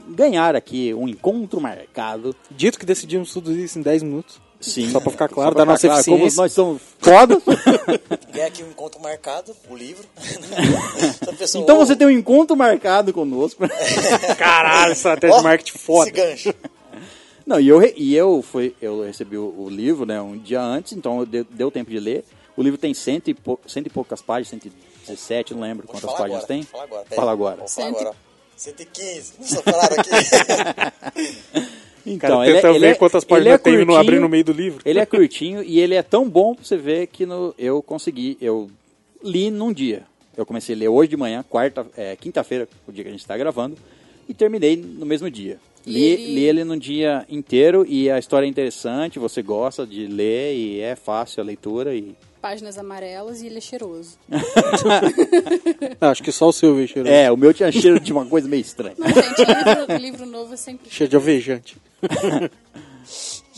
ganhar aqui um encontro marcado. Dito que decidimos tudo isso em 10 minutos. Sim. Só pra ficar claro Só pra da ficar claro, nossa Como eficiência. nós somos fodas. ganha aqui um encontro marcado, o livro. Essa pessoa, então ô, você tem um encontro marcado conosco. Caralho, ó, estratégia um de marketing foda. Esse gancho. Não, e eu, re- e eu, fui, eu recebi o, o livro né, um dia antes, então deu, deu tempo de ler. O livro tem cento e, pou- cento e poucas páginas, 117, não lembro Vou te quantas falar páginas agora, tem. Fala agora. peraí. Fala agora. Vou falar Cento- agora. ó. 115. Não só falaram aqui. Então, é- Cara, tenta ver quantas páginas tem e não abrir curtinho, no meio do livro. Ele é curtinho e ele é tão bom pra você ver que no- eu consegui, eu li num dia. Eu comecei a ler hoje de manhã, quarta, é, quinta-feira, o dia que a gente está gravando, e terminei no mesmo dia. E Li ele- ele... li ele num dia inteiro e a história é interessante, você gosta de ler e é fácil a leitura e Páginas amarelas e ele é cheiroso. Não, acho que só o seu, viu, cheiro. é, o meu tinha cheiro de uma coisa meio estranha. Não, gente, livro, livro novo é sempre. Cheiro de alvejante.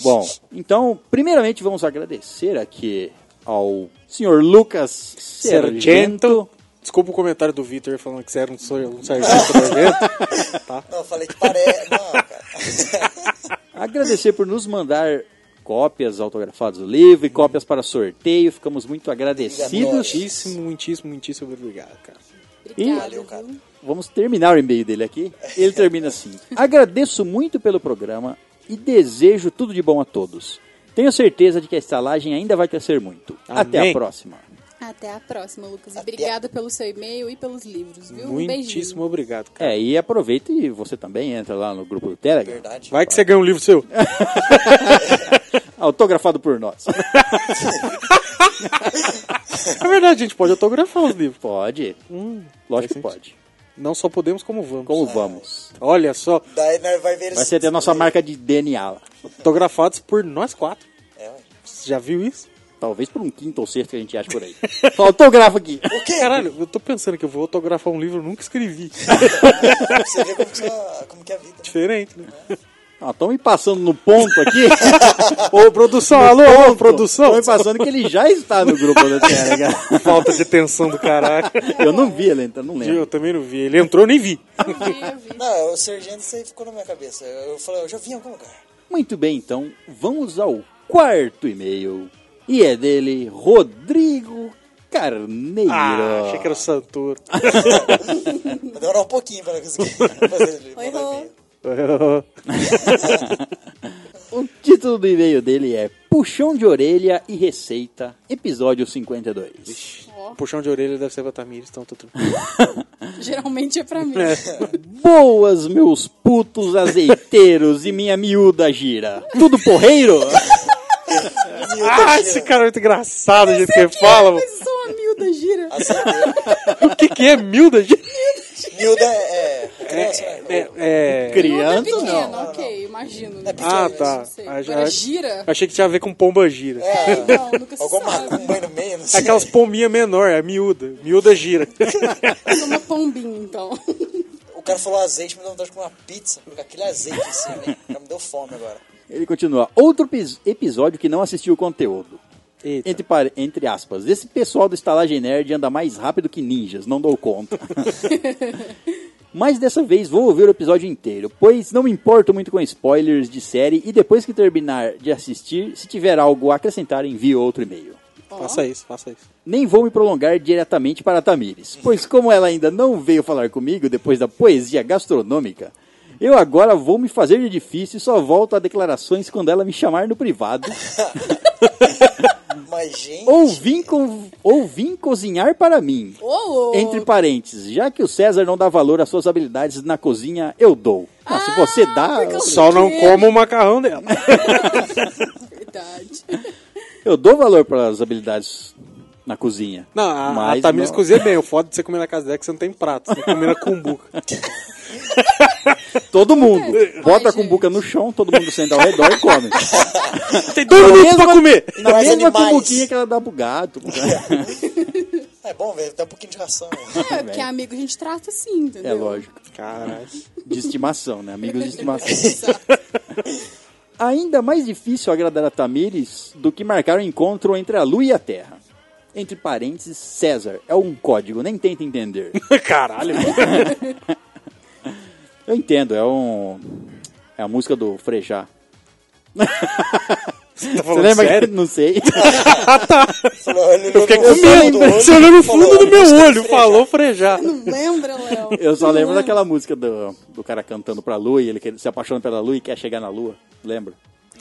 Bom, então, primeiramente vamos agradecer aqui ao senhor Lucas Sergento. Desculpa o comentário do Vitor falando que você era um, sor- um sargento do evento. Tá? Não, eu falei que parece. Não, cara. É Agradecer por nos mandar cópias autografadas do livro e cópias para sorteio. Ficamos muito agradecidos. Muitíssimo, muitíssimo, muitíssimo obrigado, cara. Obrigada, Valeu, cara. viu? Vamos terminar o e-mail dele aqui. Ele termina assim: Agradeço muito pelo programa e desejo tudo de bom a todos. Tenho certeza de que a estalagem ainda vai crescer muito. Até a Amém. próxima. Até a próxima, Lucas. E obrigada pelo seu e-mail e pelos livros, viu? Um Muitíssimo beijinho. obrigado, cara. É, e aproveita e você também entra lá no grupo do Telegram. Verdade. Vai que você ganha um livro seu. Autografado por nós. É verdade, a gente pode autografar os livros. Pode. Hum, Lógico que faz pode. Não só podemos, como vamos. Como vamos? Olha só, Daí nós vai ver Vai ser até a nossa marca de DNA lá. autografados por nós quatro. É, ué. Você já viu isso? Talvez por um quinto ou sexto que a gente acha por aí. Só Autografa aqui. O quê? Caralho, eu tô pensando que eu vou autografar um livro que eu nunca escrevi. Você vê como que, é- como que é a vida. né? Diferente, né? Ó, Estão me passando no ponto aqui. Ô, produção, alô, alô, produção. Estão me passando que ele já está no grupo do Telegram. Falta de tensão do caralho. Eu não vi ele então não Eu lembro. também não vi. Ele entrou, eu nem vi. Eu vi, eu vi. Não, é o Sergento, isso aí ficou na minha cabeça. Eu, eu falei, eu já vi em algum lugar. Muito bem, então, vamos ao quarto e-mail. E é dele, Rodrigo Carneiro. Ah, achei que era o Santoro. Vai demorar um pouquinho pra conseguir fazer ele. Oi, mandar Rô. e-mail. O título do e-mail dele é Puxão de Orelha e Receita, episódio 52. Ó, Um Puxão de orelha deve ser pra Tamires, então tô tranquilo. geralmente é pra mim. Boas, meus putos azeiteiros e minha miúda gira. Tudo porreiro? ah, esse cara é muito engraçado o jeito que ele fala. mano. Mas sou a miúda gira. O que que é milda? gente? Miúda é. é Criança, né? É... é... Miúda é Criança, pequena, não. ok, imagino. Ah, tá. Não sei. Ah, já- Agora é gira? Achei que tinha a ver com pomba gira. É, Não, nunca se alguma sabe. macumba aí no meio, não É sei. Aquelas pombinhas menor, é miúda. Miúda gira. Eu sou uma pombinha, então. O cara falou azeite, me deu vontade de comer uma pizza com aquele azeite assim, né? Já me deu fome agora. Ele continua. Outro pis- episódio que não assistiu o conteúdo. Eita. Entre, par- entre aspas, esse pessoal do Estalagem Nerd anda mais rápido que ninjas, não dou conta. Mas dessa vez vou ouvir o episódio inteiro, pois não me importo muito com spoilers de série e depois que terminar de assistir, se tiver algo a acrescentar, envio outro e-mail. Faça isso, faça isso. Nem vou me prolongar diretamente para a Tamires, pois como ela ainda não veio falar comigo depois da poesia gastronômica, eu agora vou me fazer de difícil e só volto a declarações quando ela me chamar no privado Mas, gente. ou vim, co- ou vim cozinhar para mim. Ô, ô. Entre parênteses, já que o César não dá valor às suas habilidades na cozinha, eu dou. Ah, se você dá, porque eu eu- Só não Que? coma o macarrão dela. Verdade. Tá eu dou valor para as habilidades na cozinha. Não, a, a Mas Tamires não. cozinha bem. O foda de você comer na casa dela é que você não tem prato. Você tem que comer na cumbuca. Todo mundo. É, Ai, Bota a gente. cumbuca no chão, todo mundo senta ao redor e come. tem dois né? minutos pra comer. Na Mais mesma é animais. um cumbuquinha que ela dá pro gato. pro gato. É bom, velho, dá um pouquinho de ração. né? É, porque amigo a gente trata assim, entendeu? É lógico. Caralho. De estimação, né? Amigos de estimação. Ainda mais difícil agradar a Tamires do que marcar o encontro entre a Lua e a Terra. Entre parênteses, César. É um código, nem tenta entender. Caralho. Eu entendo, é um. É a música do Frejá. Você tá Você falando lembra sério? que. Não sei. Falou, ele Eu fiquei com olhou no fundo medo. do olho Você olhou no fundo falou, do meu "Gostei de olho. frejar." Falou frejar. Não lembra, Léo? Eu só Não lembro lembra. daquela música do, do cara cantando pra Lua e ele quer- se apaixona pela Lua e quer chegar na Lua. Lembra?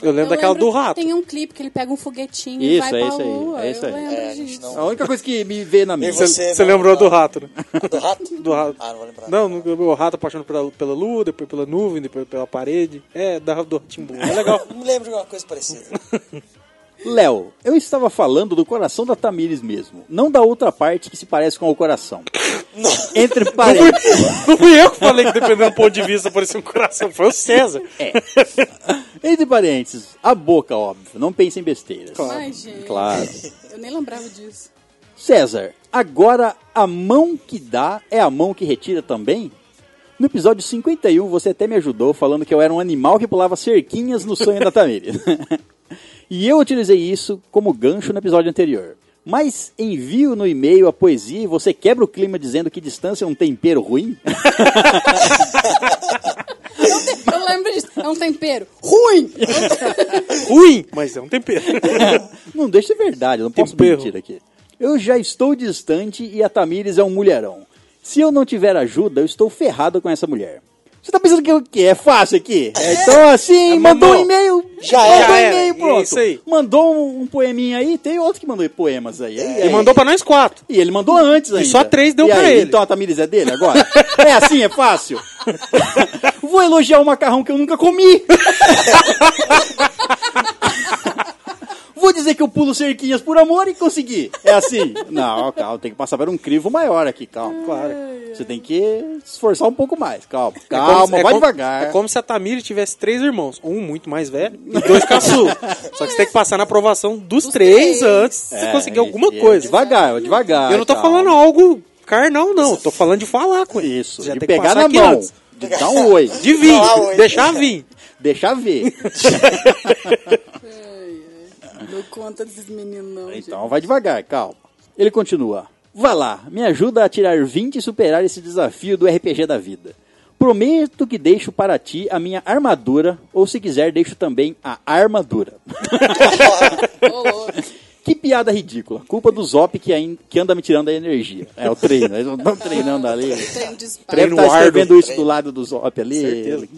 Eu lembro daquela do rato. Tem um clipe que ele pega um foguetinho Isso, e vai é pra isso aí, lua. é isso aí. Eu lembro É, a gente disso. não- A única coisa que me vê na E mente. você, Você não- lembrou não- do rato, né? Do rato? Do rato. Ah, não vou lembrar. Não, no- o rato apaixonado pela, pela lua, depois pela nuvem, depois pela parede. É, da do Timbu. É legal. Não me lembro de alguma coisa parecida. Léo, eu estava falando do coração da Tamires mesmo, não da outra parte que se parece com o coração. Entre parênteses, Não fui eu que falei que dependendo do ponto de vista parecia um coração, foi o César. entre parênteses, a boca, óbvio, não pense em besteiras. Ai, gente. Claro. Eu nem lembrava disso. César, agora a mão que dá é a mão que retira também? No episódio 51 você até me ajudou falando que eu era um animal que pulava cerquinhas no sonho da Tamires. e eu utilizei isso como gancho no episódio anterior. Mas envio no e-mail a poesia e você quebra o clima dizendo que distância é um tempero ruim? Eu lembro disso. É um tempero ruim. Ruim, mas é um tempero. Não deixa ser verdade, eu não posso Tempero. mentir aqui. Eu já estou distante e a Tamires é um mulherão. Se eu não tiver ajuda, eu estou ferrado com essa mulher. Você tá pensando que o quê? É fácil aqui? Então assim, É, mandou um mandou. e-mail, Já mandou era, um já era, e-mail, é pronto. isso aí. Mandou um, um poeminha aí, tem outro que mandou poemas aí. aí- É, E mandou pra nós quatro. E ele mandou antes ainda. só três deu E pra aí, ele. Então a Tamires é dele agora? é assim, é fácil? Vou elogiar o macarrão que eu nunca comi. Vou dizer que eu pulo cerquinhas por amor e consegui. É assim? Não, calma, tem que passar por um crivo maior aqui, calma. Claro. Você tem que esforçar um pouco mais, calma. É como Calma, se- é vai como- devagar. É como se a Tamiri tivesse três irmãos. Um muito mais velho e dois caçulos. Só que você tem que passar na aprovação dos, três, três. antes de você É, conseguir alguma é coisa. Devagar, é devagar. eu não tô calma. falando algo carnal, não. Eu tô falando de falar com ele. Isso, Você já de tem que pegar passar na aqui mão, antes. de dar um oi, De vir, Falar oi. deixar vir. deixar ver. Não conta desses meninos, não. gente. Então vai devagar, calma. Ele continua. Vá lá, me ajuda a tirar 20 e superar esse desafio do RPG da vida. Prometo que deixo para ti a minha armadura, ou se quiser, deixo também a armadura. Ô, louco. que piada ridícula. Culpa do Zop que, ain- que anda me tirando a energia. É o treino, eles não estão treinando ali. um Treino de espada. Deve Treino estar árduo. escrevendo isso do lado do Zop ali. Certeza.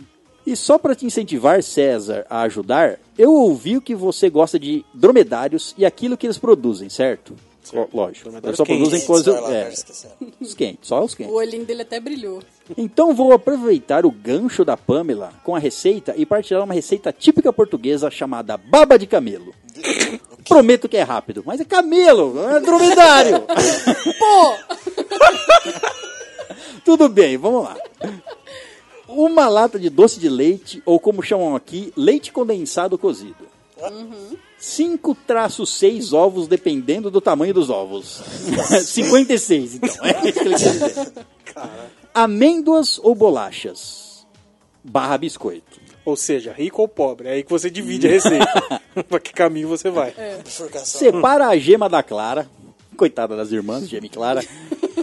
E só pra te incentivar, César, a ajudar, eu ouvi que você gosta de dromedários e aquilo que eles produzem, certo? Ó, Lógico. Eles Dromedários só produzem quentes. coisas. Vai lá, É, cara, esqueceu. os quentes, só os quentes. O olhinho dele até brilhou. Então vou aproveitar o gancho da Pamela com a receita e partilhar uma receita típica portuguesa chamada baba de camelo. Prometo que é rápido, mas é camelo, não é dromedário. Pô! Tudo bem, vamos lá. Uma lata de doce de leite, ou como chamam aqui, leite condensado cozido. 5 traço 6 ovos, dependendo do tamanho dos ovos. 56, então. É isso que ele quer dizer. Amêndoas ou bolachas? Barra biscoito. Ou seja, rico ou pobre. É aí que você divide a receita. pra que caminho você vai. Bifurcação. Separa a gema da clara. Coitada das irmãs, gema e clara.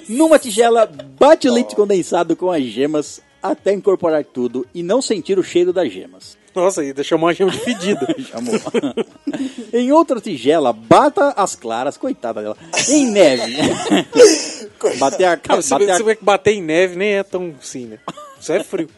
Numa tigela, bate o leite condensado com as gemas até incorporar tudo e não sentir o cheiro das gemas. Nossa, e chamou a gema de fedida. Amor. em outra tigela, bata as claras, coitada dela, em neve. bater a, Cara, se, bem, bater a- se bem que bater em neve nem é tão assim, né? Isso é frio.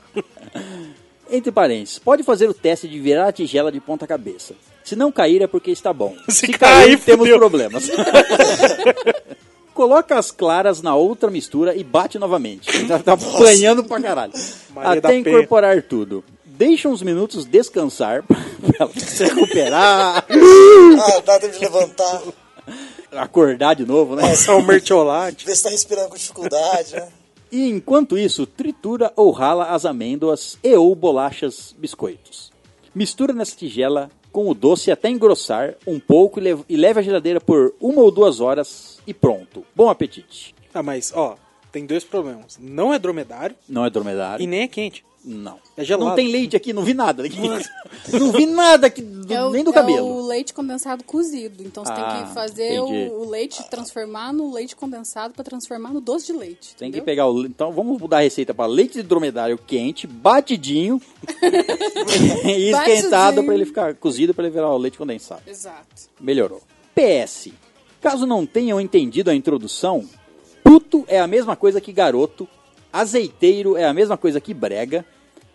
Entre parênteses, pode fazer o teste de virar a tigela de ponta cabeça. Se não cair é porque está bom. Se cair, temos fudeu. problemas. Coloca as claras na outra mistura e bate novamente. Já tá apanhando pra caralho. Maria da Até Penha. incorporar tudo. Deixa uns minutos descansar pra ela se recuperar, Ah, dá tempo de levantar. acordar de novo, né? Passar o um mertiolate. Vê se tá respirando com dificuldade, né? E enquanto isso, tritura ou rala as amêndoas e ou bolachas biscoitos. Mistura nessa tigela com o doce até engrossar um pouco e lev- e leve à geladeira por uma ou duas horas e pronto. Bom apetite. Ah, mas, ó, tem dois problemas. Não é dromedário Não é dromedário? e nem é quente. Não. É gelado. é. Não tem leite aqui, não vi nada. Aqui. não vi nada aqui, do- É o- nem do é cabelo. o leite condensado cozido. Então você tem Ah, que fazer o, entendi. o leite, transformar no leite condensado pra transformar no doce de leite. Tem que entendeu? pegar o. le- Então vamos mudar a receita para leite de dromedário quente, batidinho e esquentado Batidinho. para ele ficar cozido para ele virar o leite condensado. Exato. Melhorou. PS. Caso não tenham entendido a introdução, puto é a mesma coisa que garoto, azeiteiro é a mesma coisa que brega.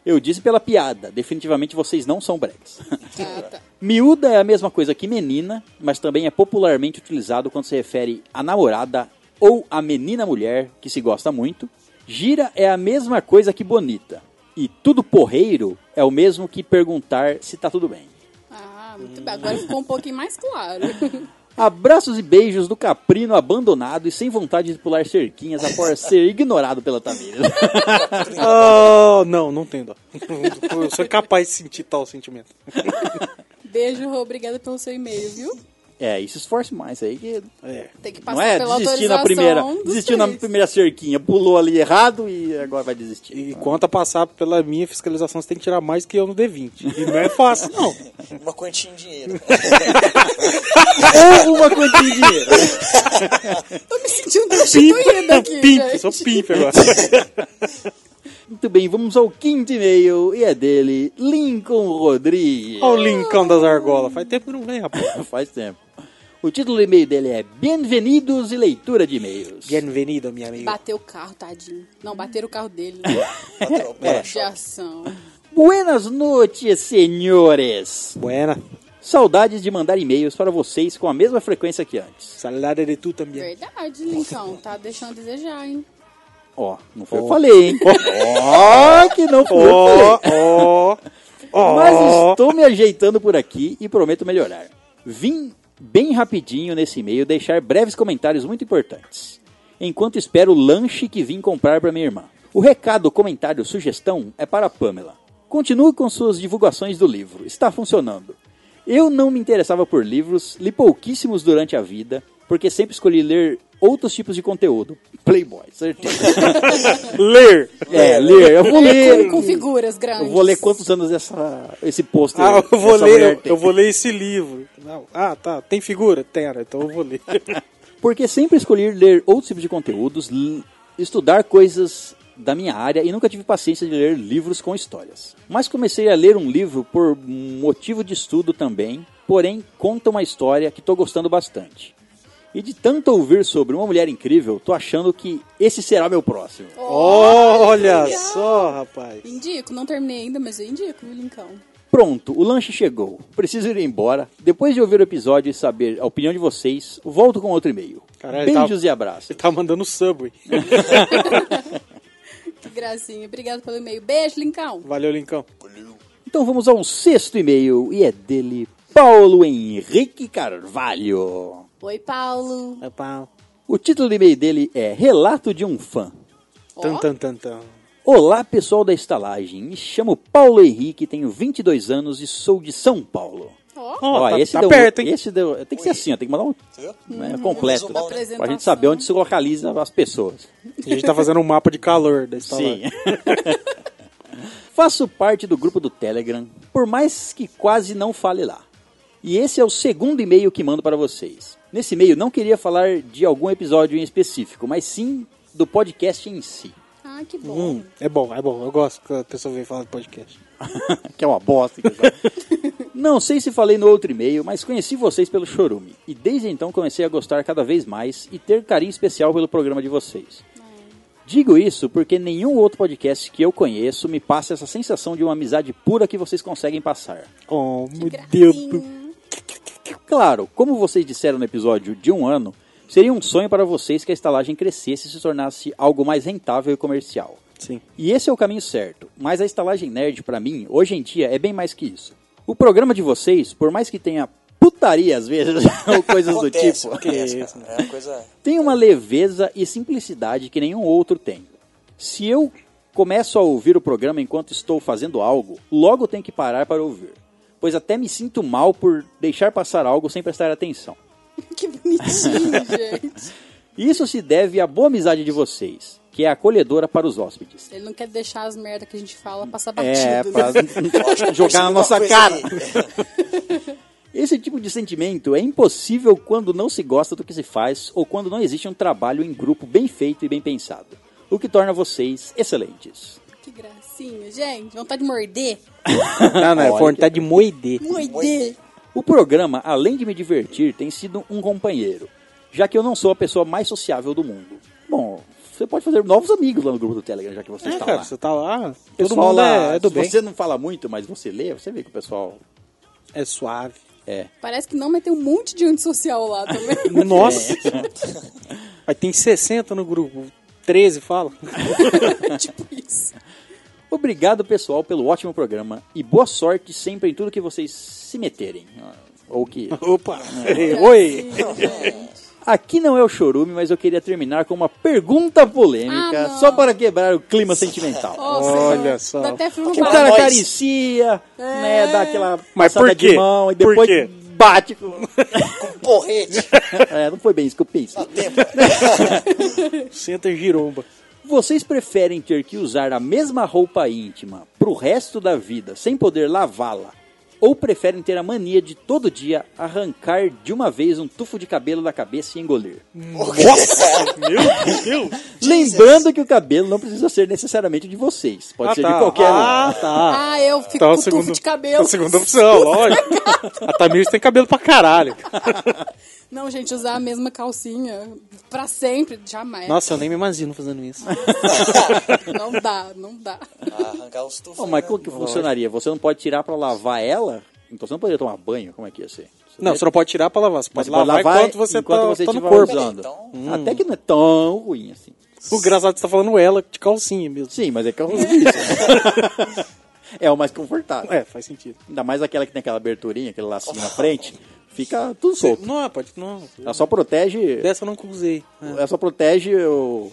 Eu disse pela piada, definitivamente vocês não são bregas. Ah, tá. Miúda é a mesma coisa que menina, mas também é popularmente utilizado quando se refere à namorada ou à menina mulher que se gosta muito. Gira é a mesma coisa que bonita. E tudo porreiro é o mesmo que perguntar se tá tudo bem. Ah, Hum. muito bem. Agora ficou um pouquinho mais claro. Abraços e beijos do caprino abandonado e sem vontade de pular cerquinhas após ser ignorado pela Tamires. Oh, não, não tem dó. Eu sou capaz de sentir tal sentimento. Beijo, Rô. Obrigada pelo seu e-mail, viu? é, e se esforce mais aí que. É. Tem que passar Não é pela desistir na autorização primeira. dos Desistiu na três. primeira cerquinha, pulou ali errado e agora vai desistir. E quanto a passar pela minha fiscalização, você tem que tirar mais que eu no D20. E não é fácil, não. Uma quantia em dinheiro. Ou uma quantia de dinheiro. Tô me sentindo destituída aqui, Pimp, gente. sou pimp agora. Muito bem, vamos ao quinto e-mail e é dele, Lincoln Rodrigues. Olha o Lincão das Argolas. Faz tempo que não vem, rapaz. Oh. Faz tempo. O título do e-mail dele é Bem-vindos e leitura de e-mails. Bienvenido, minha amiga. Bateu o carro, tadinho. Não, bateram o carro dele. né? Patrão, É. para, De ação. Buenas noites, senhores. Buena. Saudades de mandar e-mails para vocês com a mesma frequência que antes. Salada de tu também. Verdade, Lincoln. Tá deixando a desejar, hein? Ó, não foi eu que falei, hein? Oh, Ó, que não foi eu que falei. Ó, ó, ó. oh. Mas estou me ajeitando por aqui e prometo melhorar. Vim bem rapidinho nesse e-mail deixar breves comentários muito importantes. Enquanto espero o lanche que vim comprar para minha irmã. O recado, comentário, sugestão é para a Pamela. Continue com suas divulgações do livro. Está funcionando. Eu não me interessava por livros, li pouquíssimos durante a vida, porque sempre escolhi ler outros tipos de conteúdo. Playboy, certeza. Ler. é, ler. Eu vou ler. Com, com figuras grandes. Eu vou ler quantos anos essa, esse pôster. Ah, eu vou essa ler, mulher eu, tem. eu vou ler esse livro. Não. Ah, tá. Tem figura? Tem, ah, então eu vou ler. Porque sempre escolhi ler outros tipos de conteúdos, l- estudar coisas da minha área e nunca tive paciência de ler livros com histórias. Mas comecei a ler um livro por motivo de estudo também, porém conta uma história que estou gostando bastante. E de tanto ouvir sobre uma mulher incrível, tô achando que esse será meu próximo. Olha só, rapaz. Indico, não terminei ainda, mas eu indico, viu, Lincão? Pronto, o lanche chegou. Preciso ir embora. Depois de ouvir o episódio e saber a opinião de vocês, volto com outro e-mail. Caralho, Beijos tá- e abraços. Ele tá mandando Subway. Que gracinha. Obrigado pelo e-mail. Beijo, Lincão. Valeu, Lincão. Então vamos ao sexto e-mail e é dele, Paulo Henrique Carvalho. Oi, Paulo. É pau. O título do e-mail dele é Relato de um fã. Ó, Tan, tan, tan, tan. Olá pessoal da estalagem, me chamo Paulo Henrique, tenho 22 anos e sou de São Paulo. ó. Ó, Ó, tá, esse tá deu, perto, hein? Esse deu, tem que ser assim, ó, tem que mandar um Entendeu? né, completo, resumão, né? pra gente saber onde se localiza as pessoas. A gente tá fazendo um mapa de calor da estalagem. Faço parte do grupo do Telegram, por mais que quase não fale lá. E esse é o segundo e-mail que mando para vocês. Nesse e-mail não queria falar de algum episódio em específico, mas sim do podcast em si. Ah, que bom. Hum, é bom, é bom. Eu gosto que a pessoa vem falar do podcast. que é uma bosta. que eu falo. Não sei se falei no outro e-mail, mas conheci vocês pelo Chorume. E desde então comecei a gostar cada vez mais e ter carinho especial pelo programa de vocês. Digo isso porque nenhum outro podcast que eu conheço me passa essa sensação de uma amizade pura que vocês conseguem passar. Oh, meu Deus. Gracinha. Claro, como vocês disseram no episódio de um ano, seria um sonho para vocês que a estalagem crescesse e se tornasse algo mais rentável e comercial. Sim. E esse é o caminho certo, mas a estalagem nerd, pra mim, hoje em dia, é bem mais que isso. O programa de vocês, por mais que tenha putaria às vezes, ou coisas do Acontece, tipo, acontece, que isso, cara. É uma coisa... tem uma leveza e simplicidade que nenhum outro tem. Se eu começo a ouvir o programa enquanto estou fazendo algo, logo tenho que parar para ouvir, pois até me sinto mal por deixar passar algo sem prestar atenção. Que bonitinho, gente. Isso se deve à boa amizade de vocês, que é acolhedora para os hóspedes. Ele não quer deixar as merdas que a gente fala passar batido. É, né? pra jogar na é Uma nossa coisa cara. aí. Esse tipo de sentimento é impossível quando não se gosta do que se faz ou quando não existe um trabalho em grupo bem feito e bem pensado, o que torna vocês excelentes. Que gracinha, gente. Vontade de morder. Não, não, é Olha. vontade de moeder. Morder. O programa, além de me divertir, tem sido um companheiro, já que eu não sou a pessoa mais sociável do mundo. Bom, você pode fazer novos amigos lá no grupo do Telegram, já que você É, está cara, lá. você tá lá. O Todo pessoal mundo lá, é, é do se bem. Você não fala muito, mas você lê, você vê que o pessoal É suave. é. Parece que não, mas tem um monte de antissocial lá também. Nossa. Aí É. tem 60 no grupo. 13 fala. tipo isso. Obrigado, pessoal, pelo ótimo programa e boa sorte sempre em tudo que vocês se meterem. ah, Ou que. Opa. Oi. Gracinha, gente. Aqui não é o chorume, mas eu queria terminar com uma pergunta polêmica, Ah, não. só para quebrar o clima sentimental. Ó, senhor, Olha só. Dá até frio no O barro. cara nós. acaricia, É. né, dá aquela Mas passada por quê? de mão e Por depois quê? bate. com- Porrete. é, não foi bem isso que eu pensei. Senta é giromba. Vocês preferem ter que usar a mesma roupa íntima pro resto da vida sem poder lavá-la? Ou preferem ter a mania de todo dia arrancar de uma vez um tufo de cabelo da cabeça e engolir? Nossa, meu Deus. Lembrando que o cabelo não precisa ser necessariamente de vocês, pode Ah, ser tá. de qualquer Ah, um. tá. Ah, eu fico Então, com a tufo segunda, de cabelo. A segunda opção, lógico. A Tamires tem cabelo pra caralho. É. Não, gente, usar a mesma calcinha pra sempre, jamais. Nossa, eu nem me imagino fazendo isso. Não dá, não dá. Ah, arrancar os tufos. Bom, Oh, mas né? como que funcionaria? Você não pode tirar pra lavar ela? Então você não poderia tomar banho? Como é que ia ser? Você Não, você não pode tirar pra lavar. Você Mas pode lavar, enquanto você tá, tá no corpo. Hum. usando. Então- Até que não é tão ruim assim. O engraçado que você tá falando ela de calcinha mesmo. Sim, mas é que é um risco. É o mais confortável. É, faz sentido. Ainda mais aquela que tem aquela aberturinha, aquele lacinho na frente. Fica tudo solto. Não, é, pode. Não. Ela só protege. Dessa eu nunca usei. É. Ela só protege o.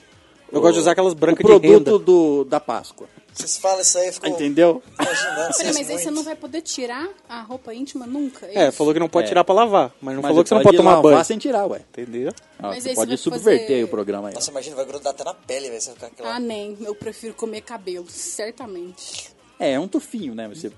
Eu o- gosto de usar aquelas brancas o de produto renda. Do, da Páscoa. Vocês falam isso aí, eu Ah, fico Entendeu? imaginando. Peraí, vocês mas aí você muito. não vai poder tirar a roupa íntima nunca? É, isso? falou que não pode É. tirar pra lavar, mas não Mas falou que você não pode tomar lavar banho. sem tirar, ué. Entendeu? Ah, Mas você aí você pode vai subverter fazer- aí o programa aí. ó. Nossa, imagina, vai grudar até na pele, velho. Você ficar aquela... Ah, nem. Eu prefiro comer cabelo, certamente. É, é um tufinho, né? Você,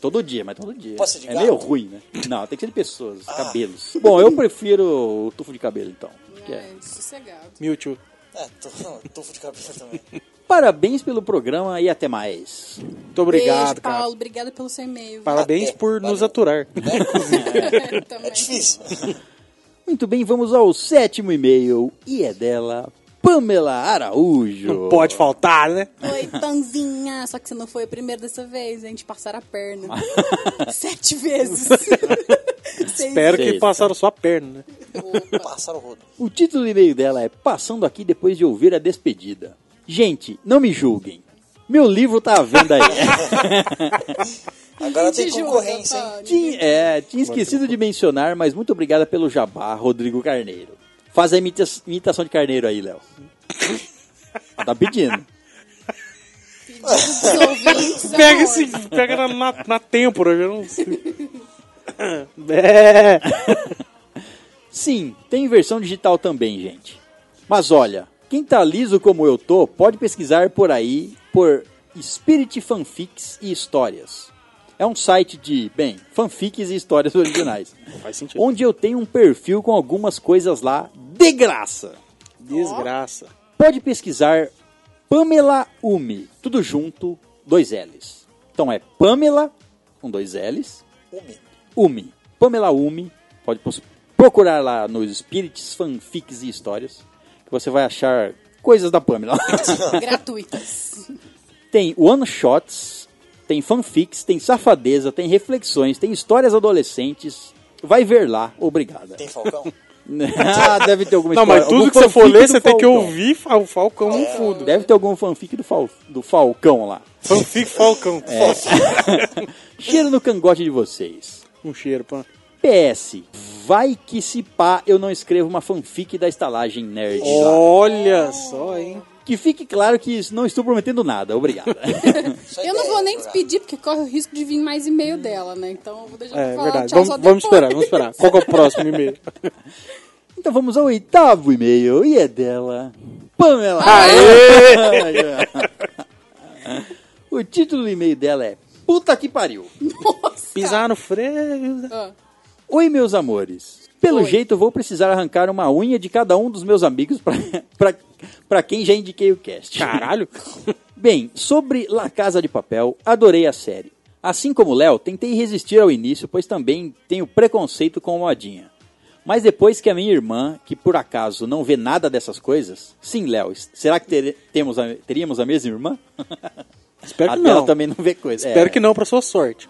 todo dia, mas todo dia. Posso de é gato? meio ruim, né? Não, tem que ser de Ah. pessoas, cabelos. Bom, eu prefiro o tufo de cabelo, então. que é- É, sossegado. Mewtwo. É, tu- não, tufo de cabelo também. Parabéns pelo programa e até mais. Muito obrigado, Beijo, cara. Paulo. Obrigada pelo seu e-mail. Parabéns por nos Valeu. aturar. É, É também. difícil. Muito bem, vamos ao sétimo e-mail e é dela Pamela Araújo. Não pode faltar, né? Oi, Panzinha! Só que você não foi a primeira dessa vez, hein? Te passaram a perna. Sete vezes. Seis Espero Sexta. que passaram só a perna, né? Opa. Passaram o rodo. O título do e-mail dela é Passando aqui depois de ouvir a despedida. Gente, não me julguem. Meu livro tá à venda aí. Agora Ninguém tem te julga, concorrência, hein? Paulo. tinha, é, tinha esquecido de mencionar, mas muito obrigada pelo jabá, Rodrigo Carneiro. Faz a imita- imitação de Carneiro aí, Léo. Tá pedindo. Pega, esse, pega na, na, na têmpora, eu não sei. É. Sim, tem versão digital também, gente. Mas olha, quem tá liso como eu tô, pode pesquisar por aí por Spirit Fanfics e Histórias. É um site de, bem, fanfics e histórias originais. Faz sentido. onde eu tenho um perfil com algumas coisas lá de graça. Desgraça. Pode pesquisar Pamela Umi, tudo junto, dois L's. Então é Pamela com dois L's, Umi. Umi, Pamela Umi, pode pos- procurar lá nos Spirits, Fanfics e Histórias, que você vai achar coisas da Pamela. Gratuitas. tem one shots, tem fanfics, tem safadeza, tem reflexões, tem histórias adolescentes. Vai ver lá, obrigada. Tem Falcão? ah, deve ter alguma Não, história, mas tudo algum que você for fanfic ler, do você tem que Falcão. ouvir Fa- o Falcão no É. fundo. Deve ter algum fanfic do, Fal- do Falcão lá. Fanfic Falcão. Cheiro no cangote de vocês. Um cheiro, pã. PS, vai que se pá eu não escrevo uma fanfic da estalagem nerd. Oh. lá. Olha só, hein? Que fique claro que isso- não estou prometendo nada, obrigada. Só Eu não ideia, vou nem jogada. despedir, porque corre o risco de vir mais e-mail dela, né? Então eu vou deixar pra É falar verdade. tchau Vamos, só vamos depois. esperar, vamos esperar. Qual que é o próximo e-mail? então vamos ao oitavo e-mail e é dela. Pamela! o título do e-mail dela é Puta que pariu. Nossa. Pisar no freio. Ah, Oi, meus amores. Pelo Oi. jeito, vou precisar arrancar uma unha de cada um dos meus amigos pra- pra pra quem já indiquei o cast. Caralho. Bem, sobre La Casa de Papel, adorei a série. Assim como o Léo, tentei resistir ao início, pois também tenho preconceito com o modinha. Mas depois que a minha irmã, que por acaso não vê nada dessas coisas, sim, Léo, será que tere- temos a- teríamos a mesma irmã? Espero a que dela não. também não vê coisa. Espero É. que não, pra sua sorte.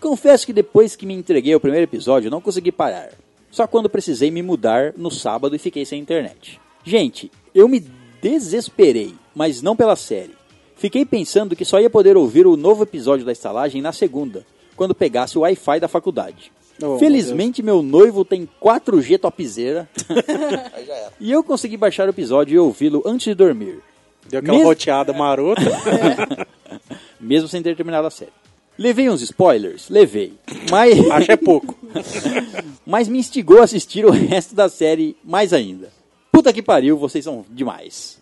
Confesso que depois que me entreguei ao primeiro episódio, não consegui parar. Só quando precisei me mudar no sábado e fiquei sem internet. Gente, eu me desesperei, mas não pela série. Fiquei pensando que só ia poder ouvir o novo episódio da estalagem na segunda, quando pegasse o Wi-Fi da faculdade. Oh, meu Felizmente, meu noivo tem 4G topzera Aí já era. e eu consegui baixar o episódio e ouvi-lo antes de dormir. Deu aquela Mesmo- roteada marota. mesmo sem ter terminado a série. Levei uns spoilers? Levei. Mas, Acho é pouco. mas me instigou a assistir o resto da série mais ainda. Puta que pariu, vocês são demais.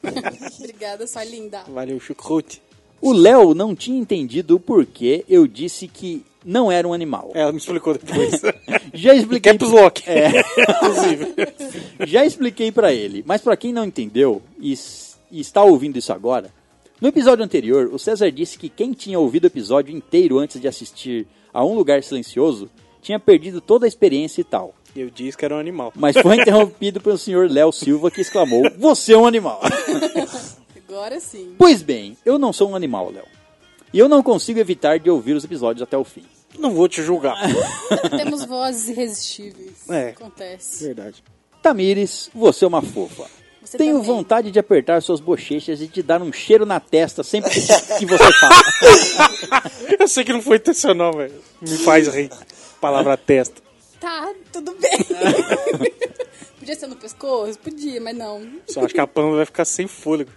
obrigada, sua linda. Valeu, chucrute. O Léo não tinha entendido o porquê eu disse que não era um animal. Ela me explicou depois. Já expliquei. É, Caps Lock. Inclusive. Já expliquei pra ele, mas pra quem não entendeu e, s- e está ouvindo isso agora, no episódio anterior, o César disse que quem tinha ouvido o episódio inteiro antes de assistir a Um Lugar Silencioso tinha perdido toda a experiência e tal. Eu disse que era um animal. Mas foi interrompido pelo senhor Léo Silva que exclamou: Você é um animal. Agora sim. pois bem, eu não sou um animal, Léo. E eu não consigo evitar de ouvir os episódios até o fim. Não vou te julgar. Temos vozes irresistíveis. É. Acontece. Verdade. Tamires, você é uma fofa. Você Tenho também. vontade de apertar suas bochechas e te dar um cheiro na testa sempre que, que você fala. Eu sei que não foi intencional, velho. Me faz rir. Palavra testa. Tá, tudo bem. Podia ser no pescoço? Podia, mas não. Só acho que a Pamela vai ficar sem fôlego.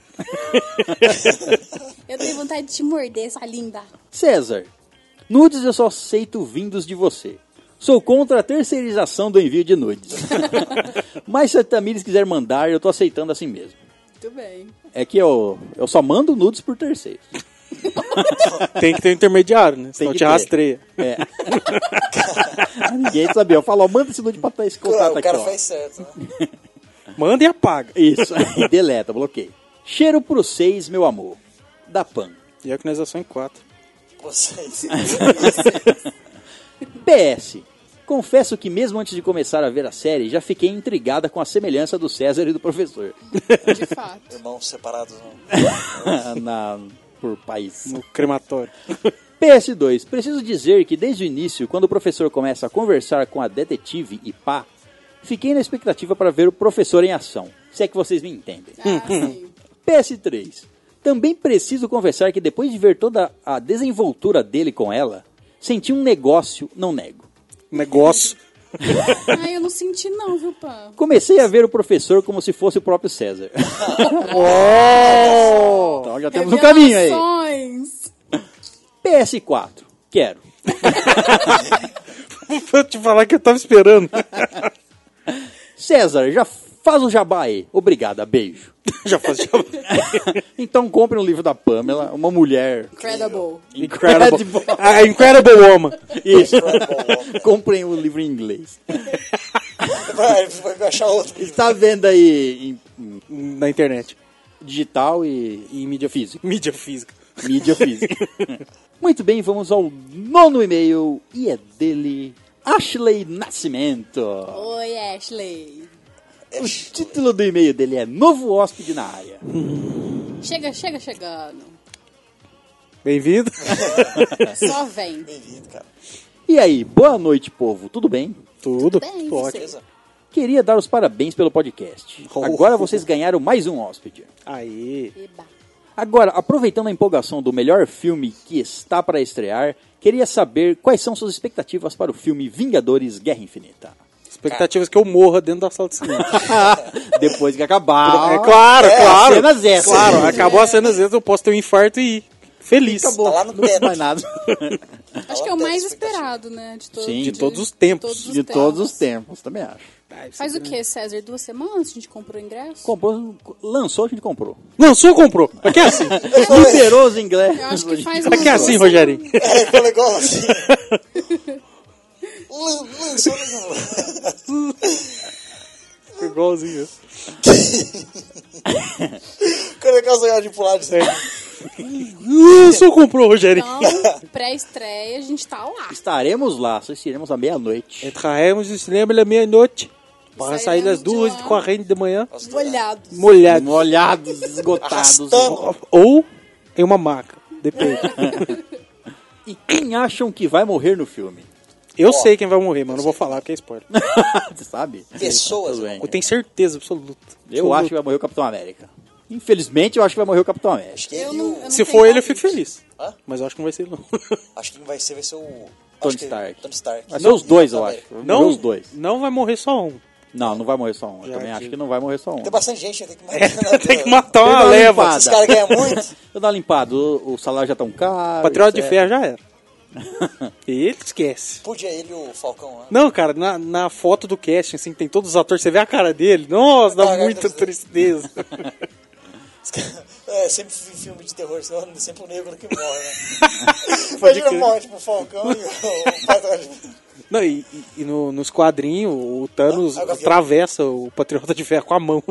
Eu tenho vontade de te morder, sua linda. César, nudes eu só aceito vindos de você. Sou contra a terceirização do envio de nudes. Mas se a Tamires quiser mandar, eu tô aceitando assim mesmo. Muito bem. É que eu, eu só mando nudes por terceiros. Tem que ter um intermediário, né? Senão que te ter. rastreia. É. Ninguém sabia. Eu falo, ó, manda esse nude pra tá esse Claro, contato Ah, o aqui, cara ó. fez certo, né? Manda e apaga. Isso, aí deleta, bloqueia. Cheiro pro seis, meu amor. Da Pan. E a organização em quatro. Vocês. PS. Confesso que mesmo antes de começar a ver a série, já fiquei intrigada com a semelhança do César e do professor. de fato. Irmãos separados. Não. Na, por país. No crematório. PS2, preciso dizer que desde o início, quando o professor começa a conversar com a detetive e pá, fiquei na expectativa para ver o professor em ação, se é que vocês me entendem. Ah, sim. PS3, também preciso confessar que depois de ver toda a desenvoltura dele com ela, senti um negócio, não nego. Negócio. Ah, eu não senti não, viu, pá? Comecei a ver o professor como se fosse o próprio César. Então É já temos um caminho aí. Revelações. PS4, quero. Vou te falar que eu tava esperando. César, já faz o jabá aí. Obrigada, beijo. Já faz já. Então compre um livro da Pamela, uma mulher Incredible. Incredible. A Incredible Woman. Isso. Incredible. Comprem o livro em inglês. Vai, vai achar outro. Está à venda aí em Na internet. digital e, e mídia física. Mídia física. Mídia física. Muito bem, vamos ao nono e-mail e é dele Ashley Nascimento. Oi, Ashley. O título do e-mail dele é Novo Hóspede na Área. Chega, chega, chegando. Bem-vindo. É. Só vem. Bem-vindo, cara. E aí, boa noite, povo. Tudo bem? Tudo. Bem, Tô você. ótimo. Queria dar os parabéns pelo podcast. Oh. Agora vocês ganharam mais um hóspede. Aí. Eba. Agora, aproveitando a empolgação do melhor filme que está para estrear, queria saber quais são suas expectativas para o filme Vingadores Guerra Infinita. Expectativas que eu morra dentro da sala de cinema. Depois que acabar. é claro, Ah, claro. cenas extras. Claro, acabou as cenas extras, eu posso ter um infarto e ir. Feliz. Tá lá no Não teto. mais nada. Acho que é o mais esperado, né? De, todo, Sim, de todos os tempos. todos os De tempos. todos os tempos, também acho. Faz o que, César? Duas semanas a gente comprou o ingresso? Comprou, lançou, a gente comprou. Não, só comprou. Aqui é assim. Liberou os ingleses. Eu acho que faz Aqui é umas assim, duas Rogério. É, ficou legal assim. Lan- um Lançou, mas não. Igualzinho. Ficou legal essa de pular de Uh, só comprou, Rogério. Então, pré-estreia, a gente tá lá. Estaremos lá, assistiremos à meia-noite. Entraremos no cinema à meia-noite. Para sair é Sairemos das de duas lá. e quarenta da manhã. Molhados. Molhado. Molhados, esgotados. Arrastando. Ou em uma maca. Depende. E quem acham que vai morrer no filme? Eu sei quem vai morrer, mas não vou falar porque é spoiler. Você sabe? Tá Pessoas, Tudo bem. Eu tenho certeza absoluta. Eu acho que vai morrer o Capitão América. Infelizmente, eu acho que vai morrer o Capitão América. Acho que ele Eu e não- eu o. não Se tenho for um. ele, eu palpite. fico feliz. Hã? Mas eu acho que não vai ser, ele, não. Acho que quem vai ser vai ser o. Tony acho que- Stark. Tony Stark. Vai ser os dois, eu acho. Vai morrer Não, Os dois. não vai morrer só um. Não, não vai morrer só um. Eu Já também que- acho que não vai morrer só um. Tem bastante gente, tem que matar. né? Tem que matar É, Tem uma uma leva. limpada. Os caras ganham muito. Eu dar limpado, o, o salário já tá um caro. Patriota de etc. Ferro já era. ele esquece. Podia é ele e o Falcão, né? Não, cara, na, na foto do casting, assim, que tem todos os atores, você vê a cara dele. Nossa, Ah, dá cara, muita tá- tristeza. Os caras- É, sempre fi- filme de terror, senão é sempre o negro que morre, né? Pode Imagina crer. a morte pro tipo, Falcão e o Patrick. Não, e, e- e no- nos quadrinhos, o Thanos Ah, agora- atravessa o Patriota de Ferro com a mão.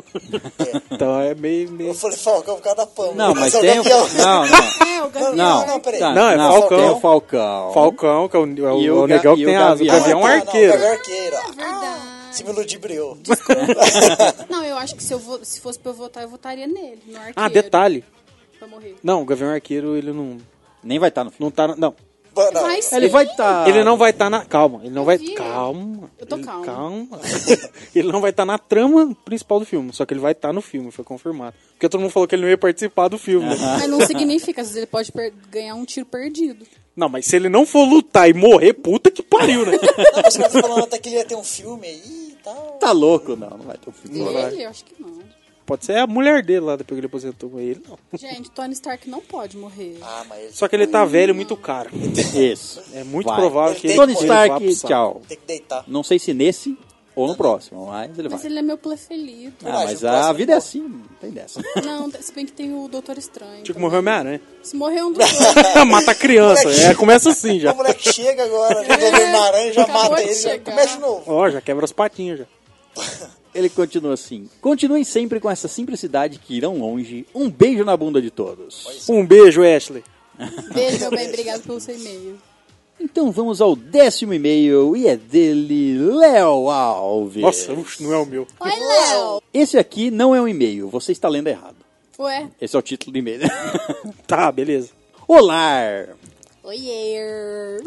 então é meio. Eu meio... falei Falcão por causa da Pamela. Não, mas Esse é o tem o. campeão. Não, não. É, o Não, Gabriel. Não, não, peraí. Tá, Não, é Falcão. Tem o Falcão. Falcão, que é o, é o- E é o o ga- negão que e tem o asas. O gavião. gavião é Não, não, arqueiro. Gavião arqueiro. Verdade. Se me ludibriou. Não, eu acho que se, eu vo- se fosse pra eu votar, eu votaria nele, no arqueiro. Ah, detalhe. Pra morrer. Não, o gavião arqueiro, ele não, Nem vai estar no filme. não tá. na- Não. Mano, Mas Ele vai tá- estar. Ele não vai estar na. Calma, ele não vai. vi. Calma. Eu tô ele- calma. Calma. ele não vai estar na trama principal do filme, só que ele vai estar no filme, foi confirmado. Porque todo mundo falou que ele não ia participar do filme. Mas não significa, às vezes ele pode per- ganhar um tiro perdido. Não, mas se ele não for lutar e morrer, puta que pariu, né? não, os caras estão falando até que ele ia ter um filme aí e tal. Tá louco, não. Não vai ter um filme. Ele, eu acho que não. Pode ser é a mulher dele lá, depois que ele aposentou com ele. Não. Gente, Tony Stark não pode morrer. Ah, mas ele Só que ele tá velho, muito caro. Isso. É muito Vai. provável que Ele Tony ele tem- vá pro Stark, saco. tchau. tem que deitar. Não sei se nesse ou no próximo, mas ele vai. Mas ele é meu preferido. Ah, mas Eu acho que a o vida é assim, próximo não tem dessa. Não, se bem que tem o Doutor Estranho. Tinha que também. morrer o Homem-Aranha. Se morrer um dos dois. Mata a criança. É, começa assim já. O moleque chega agora, já É, deu uma aranha, já acabou mata de ele, já chegar. começa de novo. Ó, já quebra as patinhas já. Ele continua assim. Continuem sempre com essa simplicidade que irão longe. Um beijo na bunda de todos. Um beijo, Ashley. Beijo, meu bem. Obrigado pelo seu e-mail. Então vamos ao décimo e-mail e é dele, Léo Alves. Nossa, ux, não é o meu. Oi, Léo! Esse aqui não é um e-mail, você está lendo errado. Ué? Esse é o título do e-mail. Tá, beleza. Olá! Oiê!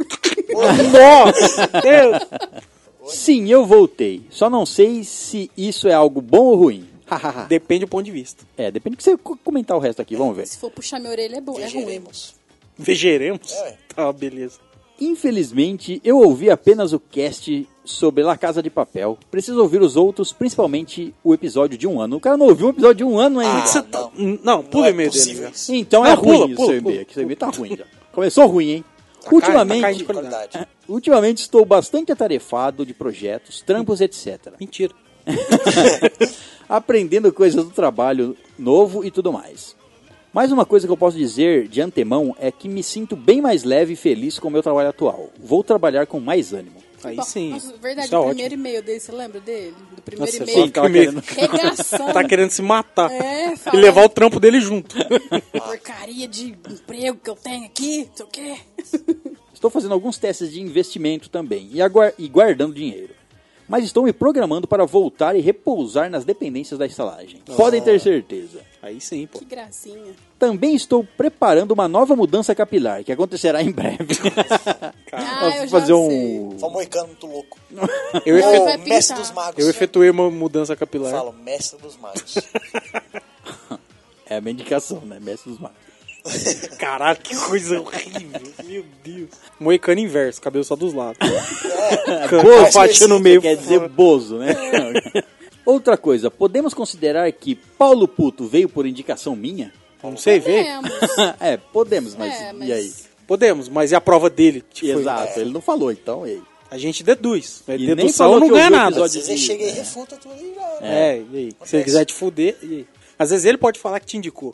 Nossa! Deus. Sim, eu voltei. Só não sei se isso é algo bom ou ruim. Hahaha. Depende do ponto de vista. é, depende do que você co- comentar o resto aqui, vamos ver. Se for puxar minha orelha, é bom, é ruim. Vigeremos. Vegeremos? É. Tá, beleza. Infelizmente, eu ouvi apenas o cast sobre La Casa de Papel. Preciso ouvir os outros, principalmente o episódio de um ano. O cara não ouviu um episódio de um ano ainda. Ah, Você tá- não. Não, pula Não é o e-mail dele. possível já. isso. Então é Ah, ruim pula, o pula, seu e-mail, pula, Tá que seu e-mail tá ruim já. Começou ruim, hein? Ultimamente, caindo de qualidade. É. Qualidade. ultimamente estou bastante atarefado de projetos, trampos, etc. Mentira. aprendendo coisas do trabalho novo e tudo mais. Mais uma coisa que eu posso dizer de antemão é que me sinto bem mais leve e feliz com o meu trabalho atual. Vou trabalhar com mais ânimo. Aí Bom, sim. nossa, verdade, Isso é o ótimo. primeiro e-mail dele, você lembra dele? Do primeiro Nossa, e-mail. só que medo. Regaçando. Tá querendo se matar. É, e fala. levar o trampo dele junto. Porcaria de emprego que eu tenho aqui, não sei o quê. Estou fazendo alguns testes de investimento também e, aguar- e guardando dinheiro. Mas estou me programando para voltar e repousar nas dependências da estalagem. Tá. Podem ter certeza. Aí sim, pô. Que gracinha. Também estou preparando uma nova mudança capilar, que acontecerá em breve. Ah, eu já fazer sei. um. Só um moicano muito louco. Eu, Não, efe- vai o mestre pintar. dos magos. eu efetuei uma mudança capilar. Fala, mestre dos magos. É a minha indicação, né? Mestre dos Magos. Caralho, que coisa horrível. Meu Deus. Moicano inverso, cabelo só dos lados. Bozo, fatia no meio. É. Quer dizer bozo, né? Outra coisa, podemos considerar que Paulo Puto veio por indicação minha? Não sei ver? Temos. é, podemos, mas, É, mas- e aí? Podemos, mas é a prova dele. que foi. Exato, ele não falou, então. E, A gente deduz. Mas E nem dedução falou não que ganha ouviu o nada. episódio. Às vezes ele Sim, chega é. e refuta tudo e já. né? É, e aí? Se ele quiser te fuder, e aí? Às vezes ele pode falar que te indicou.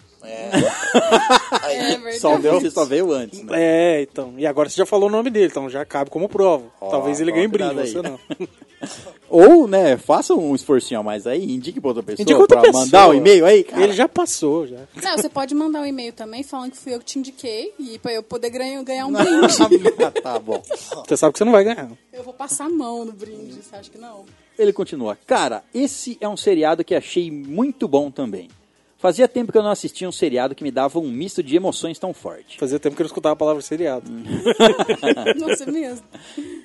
É Aí, verdade. só um deu, você só veio antes, né? É, então. E agora você já falou o nome dele, então já cabe como prova. Ó, Talvez ele ganhe toma brinde, cuidado você aí. não. Ou, né, faça um esforcinho a mais aí, indique pra outra pessoa Indica outra pra pessoa. mandar um e-mail aí, cara. Ele já passou, já. Não, você pode mandar um e-mail também falando que fui eu que te indiquei e pra eu poder ganhar, ganhar um brinde. Ah, tá bom. Você sabe que você não vai ganhar. eu vou passar a mão no brinde, você acha que não? Ele continua. Cara, esse é um seriado que achei muito bom também. Fazia tempo que eu não assistia um seriado que me dava um misto de emoções tão forte. Fazia tempo que eu não escutava a palavra seriado. Hum. Nossa, é mesmo.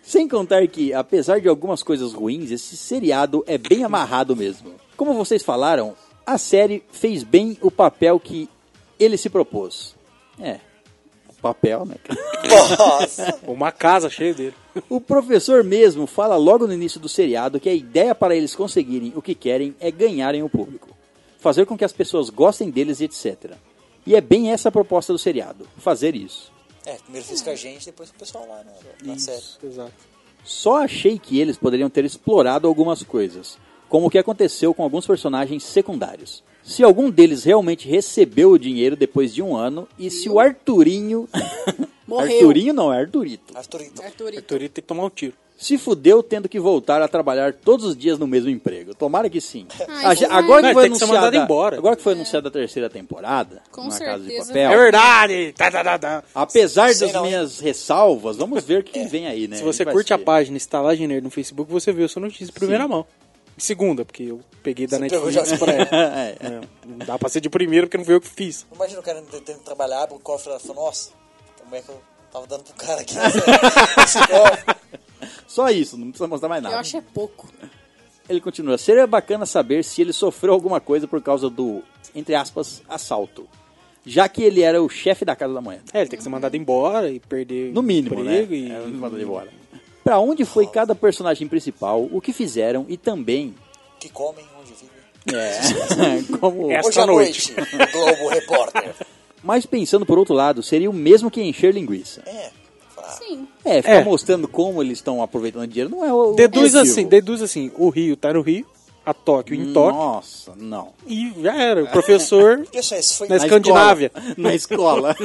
Sem contar que, apesar de algumas coisas ruins, esse seriado é bem amarrado mesmo. Como vocês falaram, a série fez bem o papel que ele se propôs. É, o papel, né? cara? Nossa. Uma casa cheia dele. o professor mesmo fala logo no início do seriado que a ideia para eles conseguirem o que querem é ganharem o público, fazer com que as pessoas gostem deles e etc. E é bem essa a proposta do seriado, fazer isso. É, primeiro fiz com a gente, depois com o pessoal lá, né? Tá Na série. Isso, exato. Só achei que eles poderiam ter explorado algumas coisas, como o que aconteceu com alguns personagens secundários. Se algum deles realmente recebeu o dinheiro depois de um ano e se o Arturinho. Morreu. Arturinho não, é Arturito. Arthurito. Arthurito. Arthurito tem que tomar um tiro. Se fudeu tendo que voltar a trabalhar todos os dias no mesmo emprego. Tomara que sim. Ah, isso É. Ah, agora não é. que foi Tem que ser anunciada, mandado embora. agora que foi anunciada a terceira temporada, Com na Casa de certeza. Papel. É verdade! Tá, tá, tá, tá. Apesar Sei das não, hein? minhas ressalvas, vamos ver quem vem aí, né? Se você Vai curte a ser. página Estalagem Nerd no Facebook, você viu essa notícia de primeira Sim. mão. De segunda, porque eu peguei da Você pegou Netflix. já- pra ela. É, é. É, não dá pra ser de primeira, porque não foi eu que fiz. Imagina o cara tentando trabalhar, abre o cofre e fala, nossa, como é que eu tava dando pro cara aqui? Esse cofre. Só isso, não precisa mostrar mais nada. Eu acho é pouco. Ele continua. Seria bacana saber se ele sofreu alguma coisa por causa do, entre aspas, assalto. Já que ele era o chefe da Casa da Moeda. É, ele tem que ser mandado embora e perder No o mínimo, né? emprego e- É, mandou ele embora. Pra onde foi cada personagem principal, o que fizeram e também... que comem onde vivem. É, como... Essa Hoje à noite. noite, Globo Repórter. Mas pensando por outro lado, seria o mesmo que encher linguiça. É, fala, Sim. É, ficar É. mostrando como eles estão aproveitando dinheiro não é o... Deduz objetivo. Hum, assim, deduz assim, o Rio tá no Rio, a Tóquio em Tóquio, Nossa, não. e já era. O professor Porque assim, esse foi. na Na Escandinávia. escola. Na escola.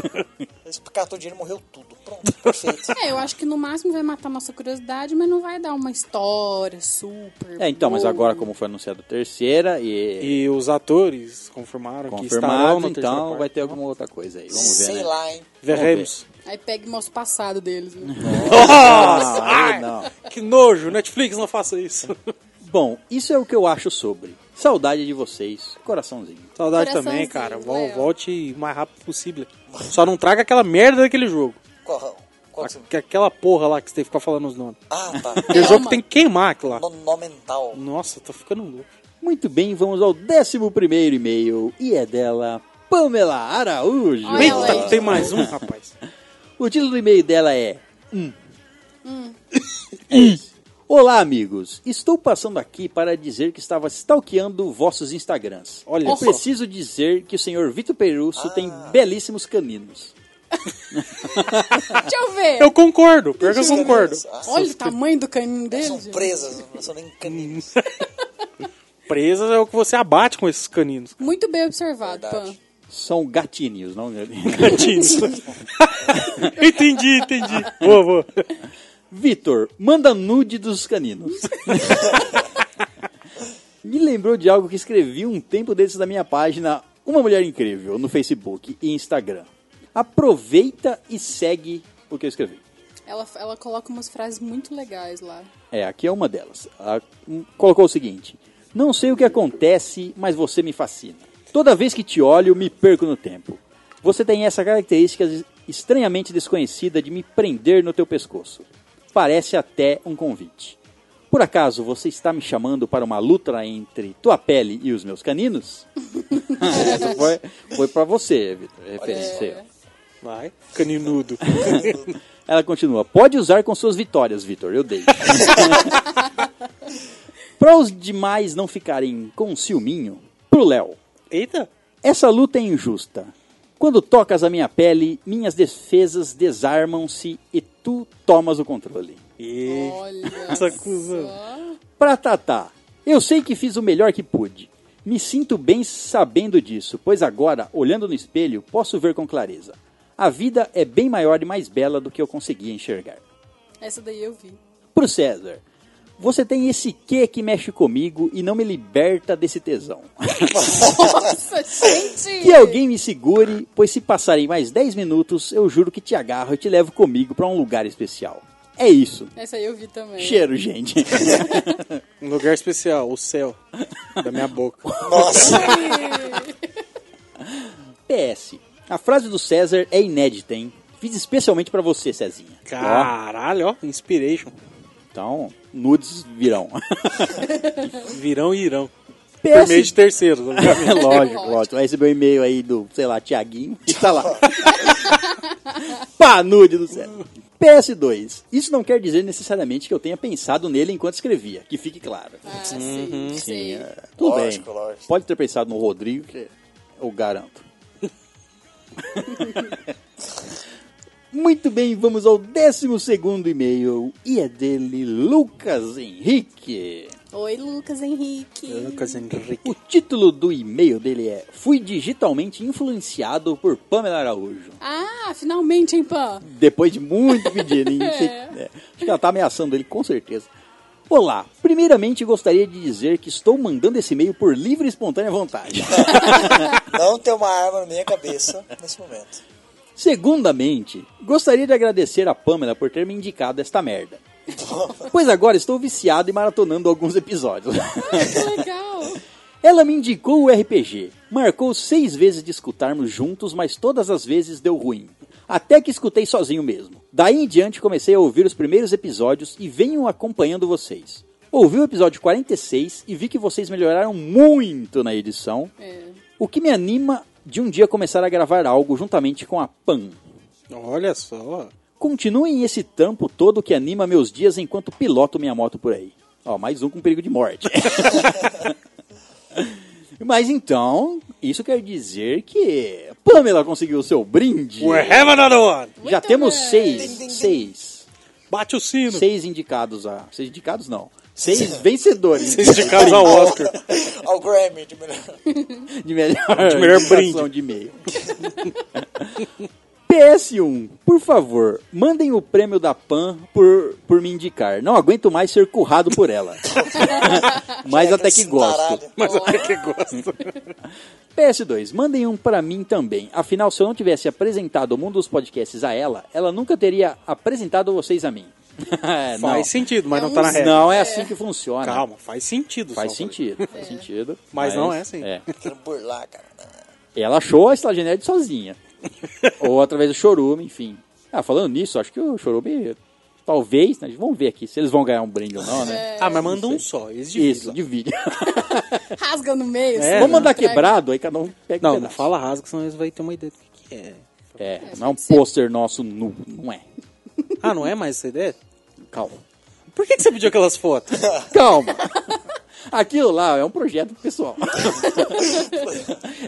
Esse catou dinheiro morreu tudo. Pronto, perfeito. É, eu acho que no máximo vai matar nossa curiosidade, mas não vai dar uma história super. é, então, mas boa. agora como foi anunciada a terceira e... E os atores confirmaram que estarão Confirmado, na terceira então parte. vai ter alguma outra coisa aí. Vamos ver. Sei né? lá, hein? Vamos ver. Veremos. Aí pega e mostra o passado deles. Né? Nossa, aí Ah, não. Que nojo, Netflix, não faça isso. Bom, isso é o que eu acho sobre. Saudade de vocês, coraçãozinho. Saudade Coraçãozinho, também, cara. Vol- Léo. Volte o mais rápido possível. Só não traga aquela merda daquele jogo. Qual? Qual que você... Aqu- Aquela porra lá que você tem que ficar falando os nomes. Ah, tá. Aquele jogo mano. tem que queimar aquilo lá. Monumental. Nossa, tô ficando louco. Muito bem, vamos ao décimo primeiro e-mail e é dela Pamela Araújo. Olha É. ela aí. Eita, tem um mais um, rapaz. O título do e-mail dela é. Hum. Hum. É isso. Olá, amigos. Estou passando aqui para dizer que estava stalkeando vossos Instagrams. Olha Eu só. preciso dizer que o senhor Vitor Perusso tem Ah. belíssimos caninos. Deixa eu ver. Eu concordo, pior que eu concordo. Ah, são- Olha o tamanho do é caninho dele. São gente. presas, não são nem caninos. Presas é o que você abate com esses caninos. Muito bem observado, Pan. Verdade. São gatinhos, não? Caninos. entendi, entendi. Boa, boa. Vitor, manda nude dos caninos. Me lembrou de algo que escrevi um tempo desses na minha página Uma Mulher Incrível no Facebook e Instagram. Aproveita e segue o que eu escrevi. Ela, ela coloca umas frases muito legais lá. É, aqui é uma delas. Ela hum, colocou o seguinte: Não sei o que acontece, mas você me fascina. Toda vez que te olho, me perco no tempo. Você tem essa característica es- estranhamente desconhecida de me prender no teu pescoço. Parece até um convite. Por acaso você está me chamando para uma luta entre tua pele e os meus caninos? Essa foi, foi para você, Vitor. Referência. seu. Vai, caninudo. Ela continua: pode usar com suas vitórias, Vitor, eu dei. Para os demais não ficarem com um ciúminho, pro Léo. Eita. Essa luta é injusta. Quando tocas a minha pele, minhas defesas desarmam-se e tu tomas o controle. Olha. Essa cuzão. só. Pra Tatá, eu sei que fiz o melhor que pude. Me sinto bem sabendo disso, pois agora, olhando no espelho, posso ver com clareza. A vida é bem maior e mais bela do que eu conseguia enxergar. Essa daí eu vi. Pro César, você tem esse quê que mexe comigo e não me liberta desse tesão. Nossa, gente! Que alguém me segure, pois se passarem mais 10 minutos, eu juro que te agarro e te levo comigo pra um lugar especial. É isso. Essa aí eu vi também. Cheiro, gente. Um lugar especial, o céu. Da minha boca. Nossa, PS. A frase do César é inédita, hein? Fiz especialmente pra você, Cezinha. Caralho, ó. Inspiration. Ó, então, nudes virão. Virão e irão. Por meio PS. de terceiros, obviamente. É lógico, Lógico. lógico. Vai receber um e-mail aí do, sei lá, Tiaguinho. E tá lá. Pá, nude do céu. PS2. Isso não quer dizer necessariamente que eu tenha pensado nele enquanto escrevia, que fique claro. Ah, sim, sei. É, tudo Lógico, bem. lógico. Pode ter pensado no Rodrigo, que eu garanto. Muito bem, vamos ao 12 segundo e-mail. E é dele, Lucas Henrique. Oi, Lucas Henrique. Lucas Henrique. O título do e-mail dele é Fui digitalmente influenciado por Pamela Araújo. Ah, finalmente, hein, Pan? Depois de muito pedir, hein? Não sei- é, acho que ela tá ameaçando ele, com certeza. Olá, primeiramente gostaria de dizer que estou mandando esse e-mail por livre e espontânea vontade. não tem uma arma na minha cabeça nesse momento. Segundamente, gostaria de agradecer a Pamela por ter me indicado esta merda. Pois agora estou viciado e maratonando alguns episódios. Ah, que legal. Ela me indicou o RPG. Marcou seis vezes de escutarmos juntos, mas todas as vezes deu ruim. Até que escutei sozinho mesmo. Daí em diante comecei a ouvir os primeiros episódios e venho acompanhando vocês. Ouvi o episódio 46 e vi que vocês melhoraram muito na edição, É. o que me anima de um dia começar a gravar algo juntamente com a Pan. Olha só. Continuem esse trampo todo que anima meus dias enquanto piloto minha moto por aí. Ó, mais um com perigo de morte. Mas então, isso quer dizer que Pamela conseguiu o seu brinde. We have another one. Já Muito temos bem. seis, Ding, ding, ding. seis, Bate o sino. seis indicados a, seis indicados não, seis vencedores Seis indicados ao Oscar. Ao Grammy, de melhor. de melhor, melhor indicação brinde. de e-mail. PS1, por favor, mandem o prêmio da PAN por, por me indicar. Não aguento mais ser currado por ela. Mas Já até que esse gosto. tarado. Mas até que gosto. PS2, mandem um pra mim também. Afinal, se eu não tivesse apresentado o mundo dos podcasts a ela, ela nunca teria apresentado vocês a mim. não. Faz sentido, mas É não tá um na regra. Não é assim que funciona. Calma, faz sentido. Faz só sentido, faz sentido. Mas não é assim. Quero burlar, cara. Ela achou a Estagiária Nerd sozinha. Ou através do Chorume, enfim. Ah, falando nisso, acho que o Chorume, talvez, né, vamos ver aqui se eles vão ganhar um brinde ou não, né? Ah, mas manda um só, eles dividem Isso, lá. divide. Rasga no meio. É, assim, vamos mandar entrega. quebrado, aí cada um pega um Não, não pedaço. fala rasga, senão eles vão ter uma ideia do que, que é. É, não é um tem que ser. pôster nosso nu, não é. Ah, não é mais essa ideia? Calma. Por que, que você pediu aquelas fotos? Calma. Aquilo lá é um projeto pessoal.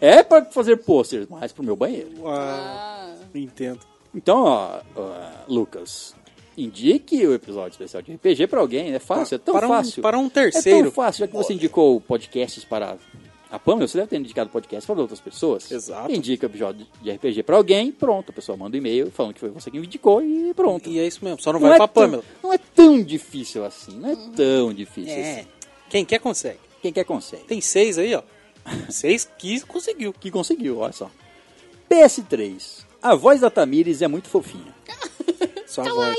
é para fazer pôster, mas pro meu banheiro. Ah, entendo. Então, ó, ó, Lucas, indique o episódio especial de RPG pra alguém, é fácil, é tão para um- fácil. para um terceiro. É tão fácil, já que você indicou podcasts para a Pamela, você deve ter indicado podcasts para outras pessoas. Exato. Indica o episódio de RPG pra alguém, pronto, a pessoa manda um e-mail falando que foi você que indicou e pronto. E é isso mesmo, só não, vai é pra tão- Pamela. não é tão difícil assim, não é tão difícil É. assim. Quem quer consegue. Quem quer consegue. Tem seis aí, ó. Seis que conseguiu. Que conseguiu, olha só. PS3. A voz da Tamires é muito fofinha. Só Então a voz.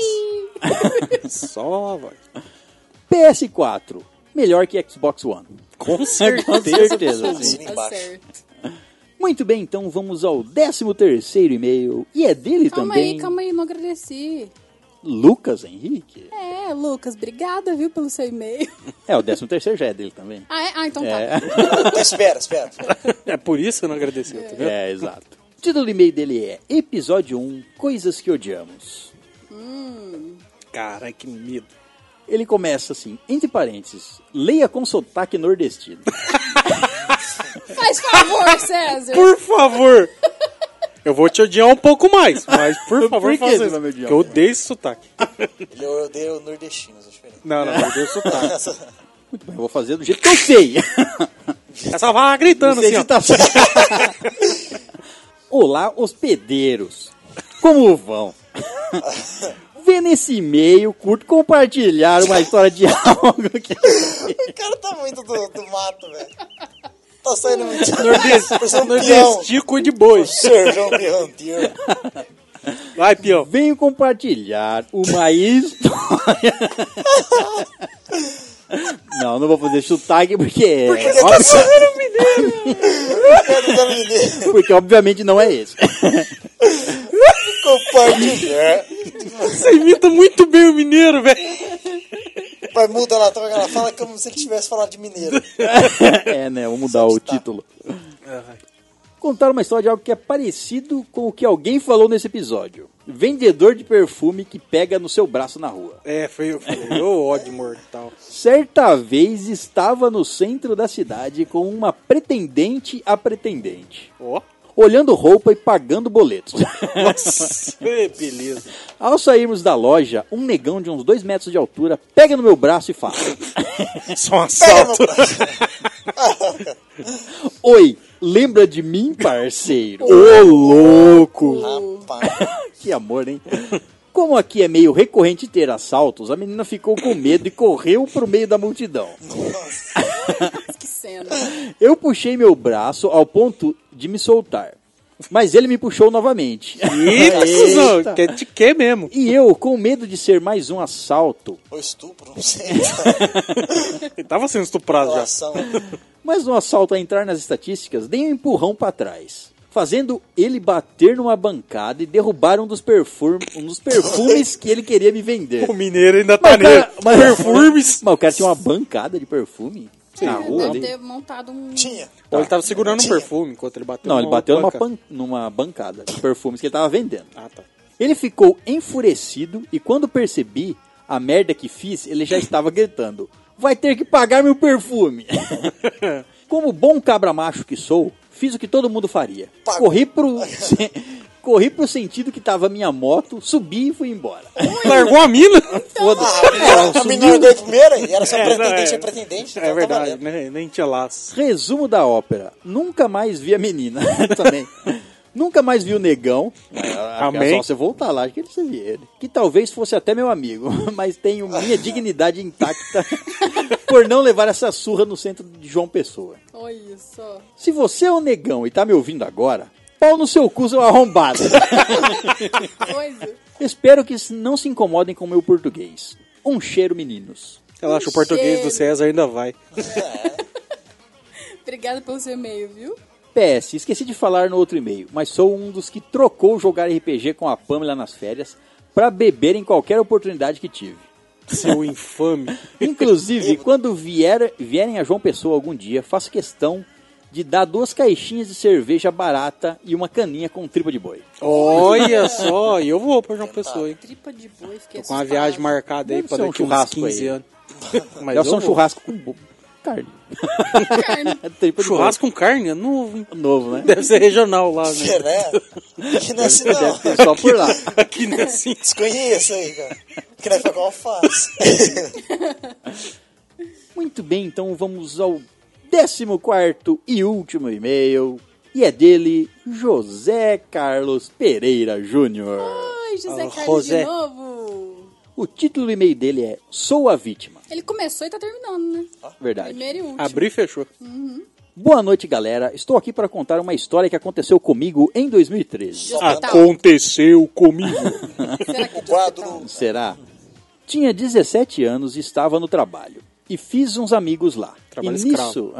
Só a voz. PS4. Melhor que Xbox One. Com certeza. Com certeza. Assina Tá embaixo. certo. Muito bem, então vamos ao 13 terceiro e-mail. E é dele Calma também, aí, calma aí, não agradeci. Lucas Henrique. É, Lucas, obrigada, viu, pelo seu e-mail. É, o 13 terceiro já é dele também. Ah, é? Ah, então É. tá. Então espera, espera. espera. É por isso que eu não agradeceu, tá vendo? É, exato. O título do e-mail dele é Episódio 1, Coisas que Odiamos. Cara, que medo. Ele começa assim, entre parênteses, leia com sotaque nordestino. Faz favor, César. Por favor! Eu vou te odiar um pouco mais, mas por favor, que faça você isso. vai me odiar? Porque eu odeio esse sotaque. Ele odeia o nordestino, é diferente. Não, não, eu odeio o sotaque. Muito bem, eu vou fazer do jeito que eu sei. Essa vaga gritando assim, ó. tá Olá, hospedeiros. Como vão? Vê nesse e-mail, curto compartilhar uma história de algo que... O cara tá muito do, do mato, velho. Tá saindo muito. Nordeste, Parece um peão. nordestico de boi. Sir João Piantier. Vai, peão. Venho compartilhar uma história... Não, não vou fazer sotaque porque... é tá Óbvio- Cara da menina. porque obviamente não é esse. Compartilhar. Você imita muito bem o mineiro, velho. Vai mudar lá, troca ela fala como se ele tivesse falado de mineiro. é, né? Vou mudar o título. Contar uma história de algo que é parecido com o que alguém falou nesse episódio. Vendedor de perfume que pega no seu braço na rua. É, foi eu. falei, Ô, ódio mortal. Certa vez estava no centro da cidade com uma pretendente a pretendente. Ó. Olhando roupa e pagando boletos. Nossa, é, beleza. Ao sairmos da loja, um negão de uns dois metros de altura pega no meu braço e fala: Só um assalto. Ah, Oi, lembra de mim, parceiro? Ô, louco. Rapaz. Que amor, hein? Como aqui é meio recorrente ter assaltos, a menina ficou com medo e correu pro meio da multidão. Hum. Que cena. Eu puxei meu braço ao ponto de me soltar, mas ele me puxou novamente. Eita. Eita, cuzão. Que é de quê mesmo? E eu, com medo de ser mais um assalto, Ou estupro, não sei. Ele tava sendo estuprado já. Relação. mais um assalto a entrar nas estatísticas, dei um empurrão pra trás, fazendo ele bater numa bancada e derrubar um dos, perfum- um dos perfumes que ele queria me vender. O mineiro ainda Mas tá o cara- nele. mas- Perfumes. Mas o cara tinha uma bancada de perfume na É, rua Deve ali. ter montado um... Tinha. Ou ele tava segurando um perfume enquanto ele bateu Não, ele bateu numa, panca. pan- numa bancada de perfumes que ele tava vendendo. Ah, tá. Ele ficou enfurecido e quando percebi a merda que fiz, ele já estava gritando: Vai ter que pagar meu perfume! Como bom cabra macho que sou, fiz o que todo mundo faria. Pagou. Corri pro. Corri pro sentido que tava minha moto, subi e fui embora. Largou a mina? Foda-se. Ah, A menina largou em primeira e era só pretendente, é não, pretendente. É então tá verdade, valendo. né? Nem tinha laço. Resumo da ópera. Nunca mais vi a menina também. Nunca mais vi o negão. É, Amém. Só você voltar lá, acho que você via ele. Que talvez fosse até meu amigo, mas tenho minha dignidade intacta por não levar essa surra no centro de João Pessoa. Olha só. Se você é um negão e tá me ouvindo agora, pau no seu cu, seu arrombado. Coisa. Espero que não se incomodem com o meu português. Um cheiro, meninos. Relaxa, o português do César ainda vai. Obrigada pelo seu e-mail, viu? PS, esqueci de falar no outro e-mail, mas sou um dos que trocou jogar RPG com a Pamela nas férias pra beber em qualquer oportunidade que tive. Seu infame. Inclusive, quando vier, vierem a João Pessoa algum dia, faço questão de dar duas caixinhas de cerveja barata e uma caninha com tripa de boi. Olha só, e eu vou pra João Pessoa, hein? Tripa de boi, fiquei Tô com uma assustada. viagem marcada aí Deve pra ser um daqui uns churrasco 15 aí. anos. é Mas Já só eu um vou. churrasco com bo- carne. Carne. tripa de Churrasco com carne é novo, hein? boi. novo, né? Deve ser regional lá, né? É, né? Que não é assim, não. Deve ser só por lá. Aqui não é assim. Desconheço aí, cara. Que não é com alface. Muito bem, então vamos ao 14 e último e-mail. E é dele, José Carlos Pereira Júnior. Ai, José Ah, Carlos José. de novo. O título do e-mail dele é Sou a Vítima. Ele começou e tá terminando, né? Verdade. Primeiro e último. Abriu e fechou. Boa noite, galera. Estou aqui para contar uma história que aconteceu comigo em 2013. Ah. De hospital. Aconteceu comigo. Ah, Será que é O de hospital? quadro. Será? Tinha 17 anos e estava no trabalho. E fiz uns amigos lá. Trabalho e nisso...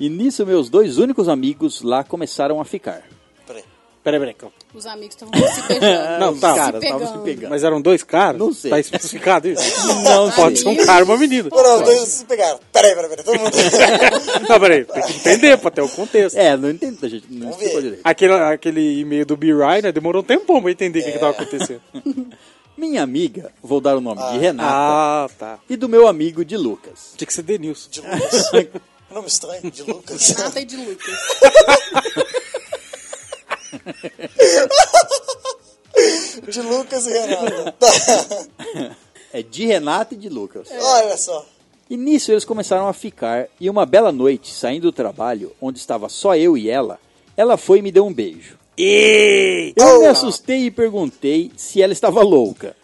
e nisso meus dois únicos amigos lá começaram a ficar. Peraí. Peraí, peraí. calma. Os amigos estão se beijando. Não, tá. Cara, Se estavam se pegando. pegando. Mas eram dois caras? Não sei. Tá especificado isso? Não Pode ser sei. um cara e uma menina. Não, não, os dois se pegaram. Peraí, peraí, peraí. Todo mundo. Não, peraí. Tem que entender pra ter o contexto. É, não entendo, gente. Não Vamos explicou ver. direito. Aquele, aquele e-mail do B. Ryan, né, demorou um tempão pra entender o que, que tava acontecendo. Minha amiga, vou dar o nome de Renata, Ah, tá. e do meu amigo de Lucas. Tinha que ser Denilson. De Lucas. Nome estranho, de Lucas. Nata e de Lucas. De Lucas e Renato. Tá. É de Renata e de Lucas. Olha só. E nisso eles começaram a ficar, e uma bela noite, saindo do trabalho, onde estava só eu e ela, ela foi e me deu um beijo. Eita! Eu me assustei e perguntei se ela estava louca.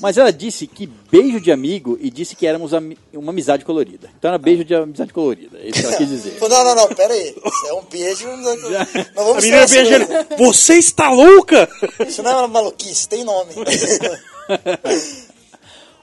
Mas ela disse que beijo de amigo e disse que éramos ami- uma amizade colorida. Então era beijo de amizade colorida, é isso que ela quis dizer. Pô, Não, não, não, peraí. Isso é um beijo. Não, não A vamos menina ser assim, beijando. não. ele. Você está louca? Isso não é uma maluquice, tem nome.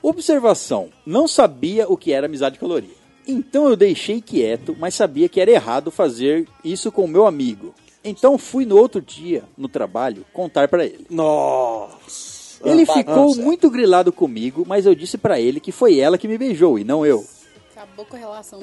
Observação: não sabia o que era amizade colorida. Então eu deixei quieto, mas sabia que era errado fazer isso com o meu amigo. Então fui no outro dia, no trabalho, contar pra ele. Nossa. Ele tá, ficou tá. muito grilado comigo, mas eu disse pra ele que foi ela que me beijou e não eu. Acabou com a relação.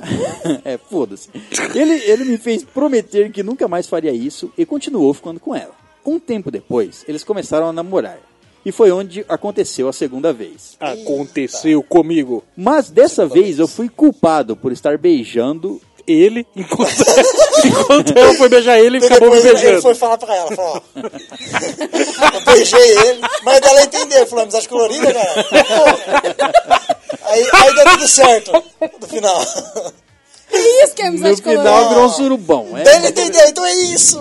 é, foda-se. Ele, ele me fez prometer que nunca mais faria isso e continuou ficando com ela. Um tempo depois, eles começaram a namorar. E foi onde aconteceu a segunda vez. Aconteceu comigo. Mas dessa vez eu fui culpado por estar beijando Ele, enquanto, enquanto eu fui beijar ele, ele acabou me Depois ele beijando. foi falar pra ela, falou, ó. Eu beijei ele, mas ela entendeu, falou, amizade colorida, cara. Pô. Aí, aí deu tudo certo, no final. É isso que é No amizade final colorida. virou um surubão, Daí ele é? entendeu, então é isso.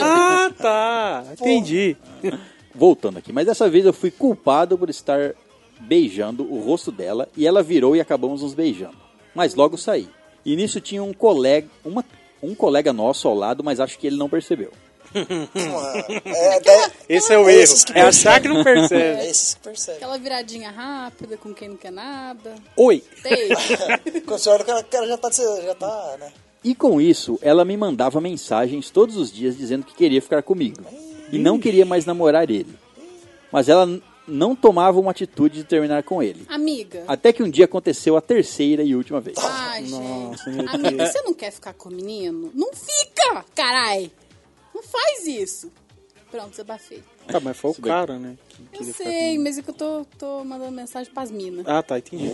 Ah, tá. Entendi. Voltando aqui, mas dessa vez eu fui culpado por estar beijando o rosto dela e ela virou e acabamos nos beijando. Mas logo saí. E nisso tinha um colega, uma, um colega nosso ao lado, mas acho que ele não percebeu. É, daí, Esse é o erro. Esses que É achar que não é percebe. isso que percebe. Aquela viradinha rápida com quem não quer nada. Oi. Tem. Quando você olha, o cara, o cara já tá, já tá, né? E com isso, ela me mandava mensagens todos os dias dizendo que queria ficar comigo e não queria mais namorar ele. Mas ela n- não tomava uma atitude de terminar com ele. Amiga. Até que um dia aconteceu a terceira e última vez. Ai, gente. Amiga, você não quer ficar com o menino? Não fica, carai. Não faz isso. Pronto, desabafei. Tá, mas foi o cara, né? que Eu queria ficar sei, mas é que eu tô, tô mandando mensagem pras minas. com- Ah, tá, entendi.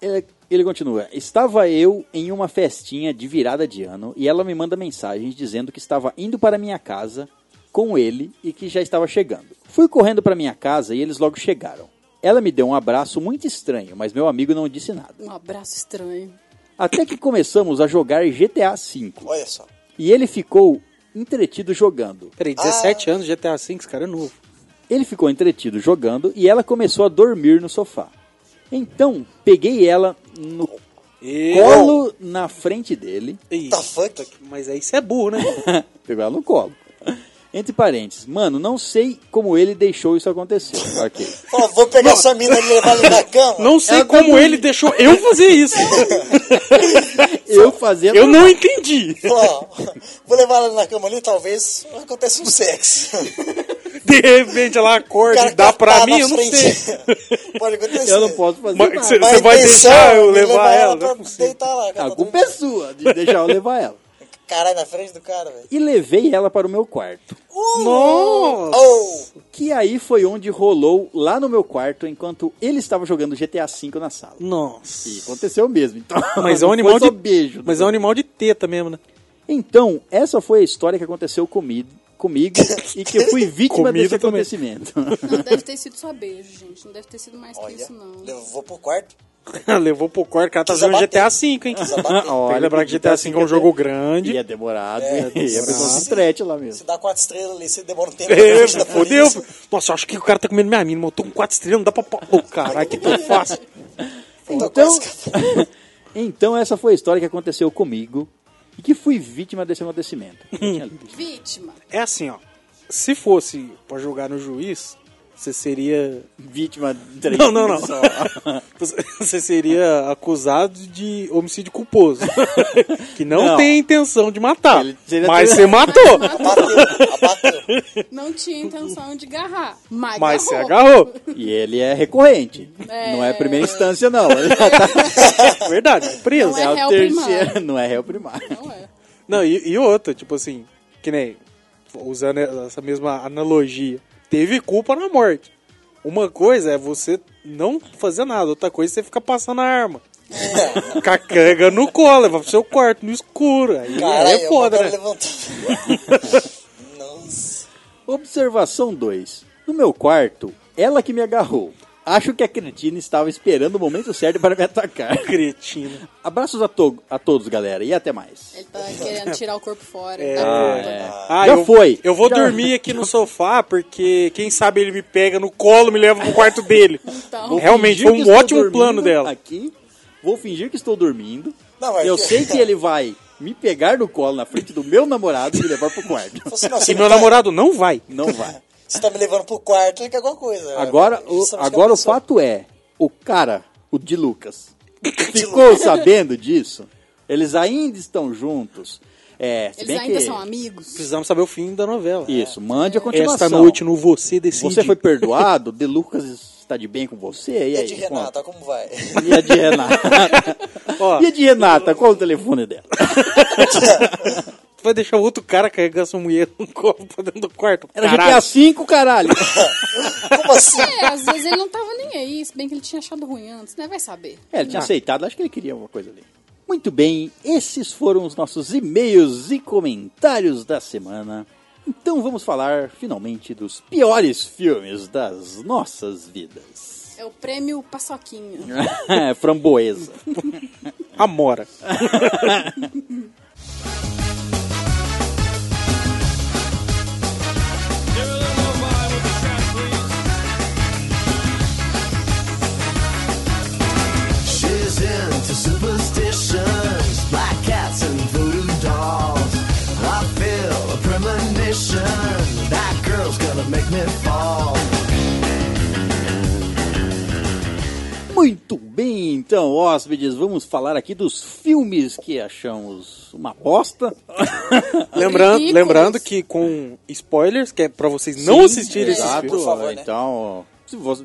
Ele, É, ele continua: Estava eu em uma festinha de virada de ano e ela me manda mensagens dizendo que estava indo para minha casa com ele e que já estava chegando. Fui correndo para minha casa e eles logo chegaram. Ela me deu um abraço muito estranho, mas meu amigo não disse nada. Um abraço estranho. Até que começamos a jogar GTA V Olha só. e ele ficou entretido jogando. Peraí, 17 anos, GTA V, esse cara é novo. Ele ficou entretido jogando e ela começou a dormir no sofá. Então, peguei ela no colo na frente dele. Eita, Tá fuck? Mas aí você é burro, né? Pegou ela no colo. Entre parênteses, mano, não sei como ele deixou isso acontecer. Ok. Falou, vou pegar essa mina e levar ela na cama. Não sei como ele deixou eu fazer isso. Eu fazia. Eu não entendi. Falou, ó, vou levar ela na cama ali, talvez aconteça um sexo. De repente ela acorda e dá pra mim, eu não sei. sei. tá Pode acontecer. Eu não posso fazer Mas nada. cê- Mas a Você vai intenção deixar é eu me levar ela? Não é pra possível. deitar lá. A cara. culpa é sua de deixar eu levar ela. Caralho, na frente do cara, velho. Uh! E levei ela para o meu quarto. Nossa! Oh, Que aí foi onde rolou lá no meu quarto enquanto ele estava jogando GTA V na sala. E Nossa. aconteceu mesmo, então. Mas é não foi um animal só de beijo. Mas é um animal de teta mesmo, né? Então, essa foi a história que aconteceu comigo, comigo e que eu fui vítima Comigo desse também. acontecimento. Não deve ter sido só beijo, gente. Não deve ter sido mais que olha, isso, não. eu vou pro quarto. Levou pro quarto, o cara tá Precisa jogando bater. GTA V, hein? Precisa bater. Tem que lembrar que tá GTA V é um jogo grande. assim E é demorado. É, e a pessoa se entrete lá mesmo. Você dá quatro estrelas ali, você demora um tempo. pra É, frente da fodeu. polícia. Nossa, acho que o cara tá comendo minha mina, mas eu tô com quatro estrelas, não dá pra. pa- Ô, caralho, o que, que eu faço? Então, Então, quase que- então essa foi a história que aconteceu comigo e que fui vítima desse acontecimento. Vítima. É assim, ó. Se fosse pra jogar no juiz, você seria. vítima de Não, não, não. Você- Você seria acusado de homicídio culposo. Que não, Não. tem intenção de matar. Ele seria- Mas você matou. Bateu, abateu. Não tinha intenção de agarrar, mas, Mas você agarrou. agarrou. E ele é recorrente. É. Não é primeira instância, não. Ele já tá Verdade, é preso. Não é réu primário. Não é réu primário. Não é. Não, e, e outra, tipo assim, que nem, usando essa mesma analogia, teve culpa na morte. Uma coisa é você não fazer nada, outra coisa é você ficar passando a arma. Com a canga no colo, vai pro seu quarto, no escuro. Aí Caralho, é foda, o né? cara levantou. Nossa. Observação 2. No meu quarto, ela que me agarrou. Acho que a cretina estava esperando o momento certo para me atacar. Cretina. Abraços a, to- a todos, galera, e até mais. Ele tá querendo tirar o corpo fora. É. tá bom. Ah, Já eu, foi. Eu vou Já- dormir aqui no sofá, porque quem sabe ele me pega no colo e me leva pro quarto dele. Então. Vou Realmente, fingir foi que um estou ótimo dormindo plano dela. Aqui, vou fingir que estou dormindo. Não, mas- eu sei que ele vai me pegar no colo na frente do meu namorado e me levar pro quarto. Falou assim, não, você E me meu tá- namorado não vai. Não vai. Você tá me levando pro quarto, é que é alguma coisa. Agora, o, Justamente que a agora o pessoa- fato é, o cara, o de Lucas, ficou sabendo disso. Eles ainda estão juntos. É, se Eles bem ainda que- são É. amigos. Precisamos saber o fim da novela. Isso, mande a continuação. Esta noite no Você Decide. Você foi perdoado? De Lucas está de bem com você? E, é E a aí, É de conta. Renata, como vai? E a de Renata? Ó, e a de Renata? Qual o telefone dela? tu vai deixar o outro cara carregar sua mulher no colo pra dentro do quarto. Era GTA Caralho. V, caralho. Como assim? É, às vezes ele não tava nem aí, se bem que ele tinha achado ruim antes, né? Vai saber. É, ele tinha aceitado, acho que ele queria alguma coisa ali. Muito bem, esses foram os nossos e-mails e comentários da semana. Então vamos falar finalmente dos piores filmes das nossas vidas. É o prêmio Paçoquinho. Framboesa. Amora. She's into superstitions, black cats and voodoo dolls. I feel a premonition that girl's gonna make me fall. Muito bem, então, hóspedes, vamos falar aqui dos filmes que achamos uma aposta. Lembrando, Ridículos. lembrando que com spoilers, que é pra vocês não assistirem esses Exato, filmes. por favor, né? Então, se você-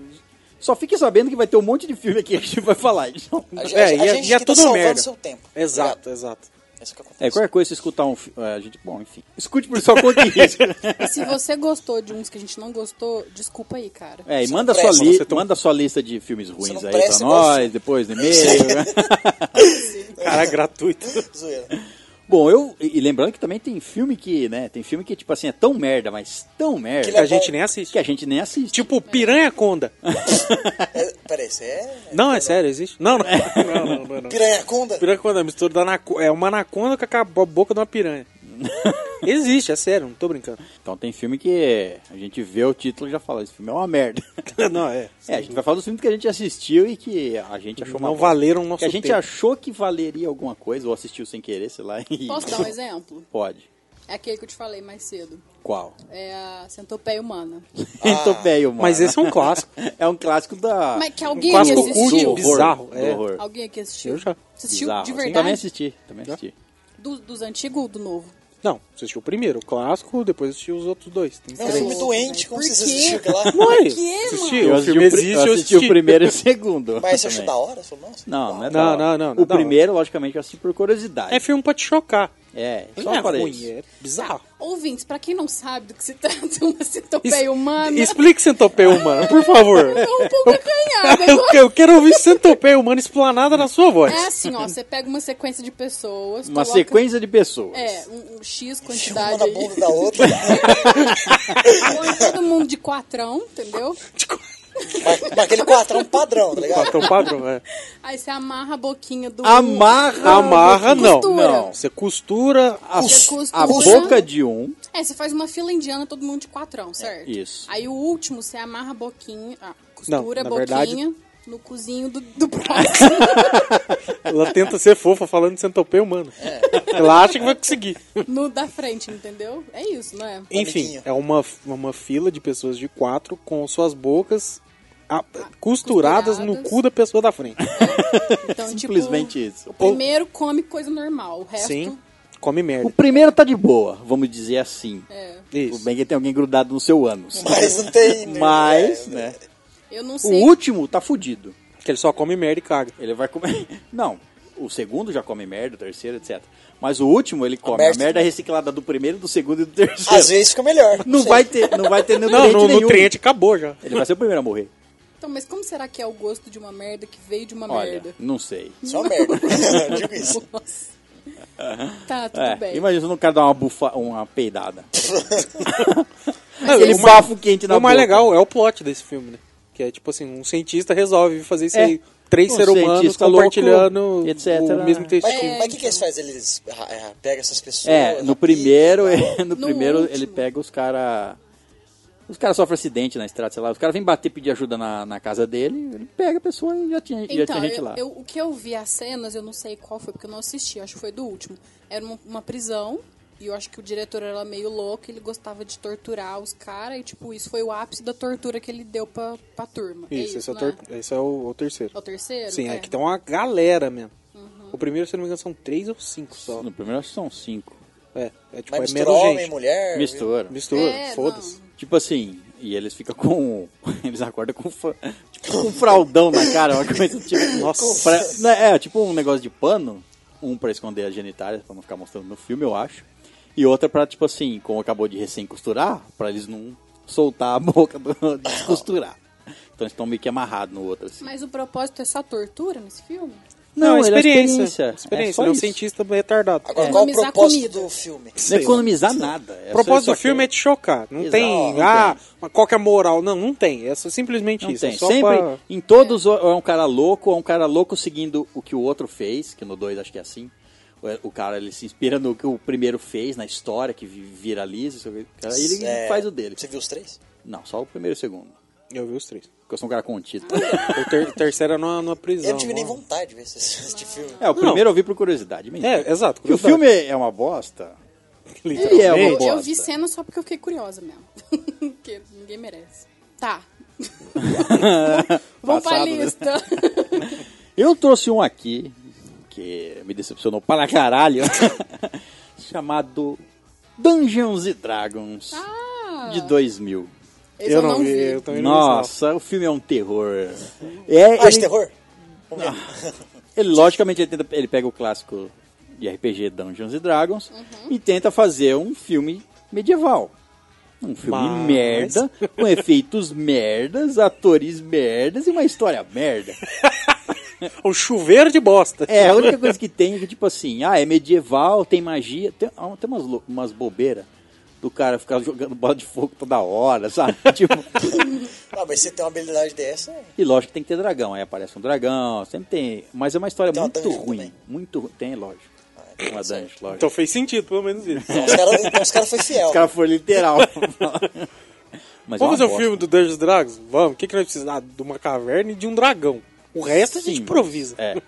só fique sabendo que vai ter um monte de filme aqui que a gente vai falar. então. A, gente- É, a e é- gente e é que tudo tá salvando merda. seu tempo. Exato, exato. É isso que acontece. É, qualquer coisa, se escutar um filme. A gente, bom, enfim. Escute por sua conta e risco. E se você gostou de uns que a gente não gostou, desculpa aí, cara. É, e manda sua, presta, li você toma- manda sua lista de filmes ruins não aí pra presta, nós, você- depois no e-mail. né? Cara, é gratuito. Zoeira. bom, eu. E e lembrando que também tem filme que, né? Tem filme que, tipo assim, é tão merda, mas tão merda. Que a gente nem que assiste. a gente nem assiste. Tipo, Piranha Conda. É, peraí, você é. Não, é sério, existe? Não, não. Não, não, não, não. Piranhacunda? Piranha Conda é mistura da anaco- É uma anaconda que acabou a boca de uma piranha. Existe, é sério, não tô brincando. Então tem filme que a gente vê o título e já fala, esse filme é uma merda. não, é. É, a gente vai falar dos filmes que a gente assistiu e que a gente achou uma Não bosta. valeram o nosso Que a gente tempo. achou que valeria alguma coisa, ou assistiu sem querer, sei lá. E... Posso dar um exemplo? Pode. É aquele que eu te falei mais cedo. Qual? É a centopeia humana. então, Ah. velho, mano. Mas esse é um clássico. É um clássico da... Mas que Um alguém aqui clássico do assistiu? cult, horror, bizarro. do é. horror. Alguém aqui assistiu? Eu já. Você assistiu Bizarro, de assim. verdade? Também assisti, também assisti. Do- dos antigos ou do novo? Não, você assistiu o primeiro, o clássico, depois assistiu os outros dois. Tem É um três. filme doente, como vocês assistiram aquilo lá. Não é? Por quê, Assisti, mano? o assisti filme pri- existe, eu assisti o assisti. primeiro e o segundo. Mas você achou também. da hora? Você falou, nossa, Não, não é Não, da hora. não, não, O não. primeiro, logicamente, eu assisti por curiosidade. É filme pra te chocar. É, Não só é para ruim, isso. é bizarro. Ouvintes, pra quem não sabe do que se trata uma centopeia humana, Explique centopeia humana, por favor. eu tô um pouco acanhada. É Eu, eu quero ouvir centopeia humana explanada na sua voz. É assim, ó, você pega uma sequência de pessoas, Uma coloca- sequência de pessoas. É, um, um X uma quantidade na aí. bunda da outra. Põe todo mundo de quatrão, entendeu? mas, mas aquele quatrão padrão, tá ligado? Então, padrão, é. Aí você amarra a boquinha do... Amarra, Amarra, não. Costura. Não. Você costura a Você costura. a boca de um. É, você faz uma fila indiana, todo mundo de quatrão, certo? isso. Aí o último, você amarra a boquinha, ah, costura a na boquinha no cozinho do, do próximo. Ela tenta ser fofa falando de centopeia humana. É. Ela acha que vai conseguir. no da frente, entendeu? É isso, não é? Enfim, Amiguinho. é uma, uma fila de pessoas de quatro com suas bocas a- costuradas, no costuradas. cu da pessoa da frente. Então, Simplesmente tipo, isso. o primeiro come coisa normal, o resto... Sim, come O merda. primeiro tá de boa, vamos dizer assim. É, Isso. Tudo bem que tem alguém grudado no seu ânus. Mas não tem. né? É, Mas, né? eu não O sei... último tá fudido. Que ele só come merda e caga. Ele vai comer. Não, o segundo já come merda, o terceiro, etc. Mas o último ele come a merda, merda- reciclada do primeiro, do segundo e do terceiro. Às vezes fica melhor. Não sei. vai ter, não vai ter Não, nutriente no nenhum. nutriente acabou já. Ele vai ser o primeiro a morrer. Então, mas como será que é o gosto de uma merda que veio de uma Olha, merda? não sei. Só é merda. Eu digo isso. Nossa. Tá, tudo É, bem. imagina se não cara dar uma bufa, uma peidada. Não, Aquele o mais- bafo quente na O mais boca. legal é o plot desse filme, né? Que é tipo assim, um cientista resolve fazer isso É. aí. Três Um seres humanos cientista louco, compartilhando etc. né? o mesmo Mas é, intestino. mas o que, que eles fazem? Eles ra- ra- pegam essas pessoas. É, no rapidam, primeiro, no No primeiro último. ele pega os cara os caras sofrem acidente na estrada, sei lá. Os caras vêm bater, pedir ajuda na, na casa dele, ele pega a pessoa e já tinha, já Então, tinha gente eu- lá. eu- o que eu vi as cenas, eu não sei qual foi, porque eu não assisti, acho que foi do último. Era uma, uma prisão, e eu acho que o diretor era meio louco, ele gostava de torturar os caras, e tipo, isso foi o ápice da tortura que ele deu pra, pra turma. é Isso, isso esse é, o né? tor- esse é o, o terceiro. É Uhum. o terceiro? Sim, é. que tem então. uma galera mesmo. O primeiro, se não me engano, são três ou cinco só. No primeiro acho que são cinco. É, é tipo, Mas é mistura menos homem, né? gente. mulher. Mistura. Mistura, É, foda-se. Tipo assim, e eles ficam com. Eles acordam com, fa- tipo, com um fraldão na cara, uma coisa tipo. Nossa. pra- né, é, tipo um negócio de pano. Um pra esconder as genitálias, pra não ficar mostrando no filme, eu acho. E outra pra, tipo assim, como acabou de recém-costurar, pra eles não soltar a boca do, de costurar. Então eles estão meio que amarrados no outro, assim. Mas o propósito é só tortura nesse filme? Não, é ele experiência. É, Experiência, só ele é um isso. cientista retardado. Agora, É. qual o Economizar propósito comida. do filme? Não economizar nada. O propósito do filme é te chocar. Não Exato, tem, não ah, mas qual que é a moral? Não, não tem. É só- simplesmente Não isso. tem. É só Sempre, pra- em todos, ou é um cara louco, ou é um cara louco seguindo o que o outro fez, que no 2 acho que é assim. O- O cara, ele se inspira no que o primeiro fez, na história, que vi- viraliza, isso aqui. Cara, ele É, faz o dele. Você viu os três? Não, só o primeiro e o segundo. Eu vi os três. Porque eu sou um cara contido. O ter- terceiro é numa, numa prisão. Eu não tive nem ó. vontade de ver esse, esse filme. É, o primeiro eu vi por curiosidade. mentira. É, exato. Que o curiosidade. filme é uma bosta. Literalmente. Ele é uma eu, eu bosta. vi cena só porque eu fiquei curiosa mesmo. porque ninguém merece. Tá. Vamos pra Passado, né? lista. Eu trouxe um aqui, que me decepcionou para caralho, chamado Dungeons and Dragons, Ah. de 2000. Esse Eu não vi, eu também não vi. isso, Nossa, o filme é um terror. É, Ah, de ele, terror? ele, logicamente, ele, tenta- ele pega o clássico de RPG Dungeons and Dragons e tenta fazer um filme medieval. Um filme Mas- merda, com efeitos merdas, atores merdas e uma história merda. não. Um chuveiro de bosta. É, a única coisa que tem é que, tipo assim, ah, é medieval, tem magia, tem, ah, tem umas, lou- umas bobeiras do cara ficar jogando bola de fogo toda hora, sabe? Tipo, Ah, mas você tem uma habilidade dessa, e lógico que tem que ter dragão, aí aparece um dragão, sempre tem. Mas é uma história Tem uma muito dungeon ruim, também. Ah, muito ruim, tem, lógico. com a Dante, lógico. Então fez sentido, pelo menos isso. Os caras então, os cara foi fiel. Os caras foram literal. Mas é uma Vamos fazer um bosta. filme do Dungeons and Dragons? Vamos. O que, que nós precisamos? Ah, de uma caverna e de um dragão. O resto a gente Sim. improvisa. É.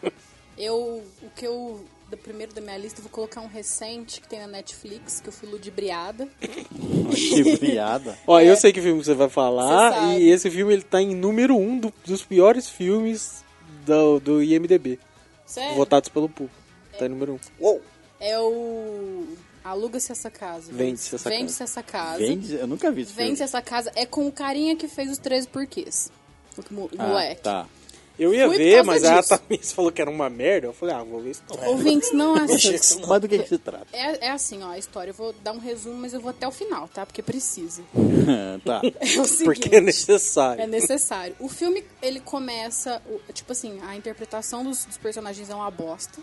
Eu, o que eu, do primeiro da minha lista, eu vou colocar um recente que tem na Netflix, que eu fui ludibriada. Que piada. Ó, eu sei que filme que você vai falar. É. Você sabe. e esse filme ele tá em número um do- dos piores filmes do, do IMDB. Sério? Votados pelo público. Tá em número um. Uou. É o... Aluga-se essa casa. Vende-se essa casa. Vende-se essa casa. Vende, eu nunca vi esse filme. Vende-se essa casa. É com o carinha que fez os 13 porquês. O mo- Ah, moleque. Tá. Eu ia Fui por ver, causa mas a disso. Tamiris falou que era uma merda. Eu falei, ah, vou ver isso. não. Ouvintes, não Achei que assistam. isso não- Mas do que, que se trata? É, é assim, ó, a história. Eu vou dar um resumo, mas eu vou até o final, tá? Porque precisa. tá. É o seguinte. Porque é necessário. É necessário. O filme, ele começa. o- Tipo assim, a interpretação dos, dos personagens é uma bosta.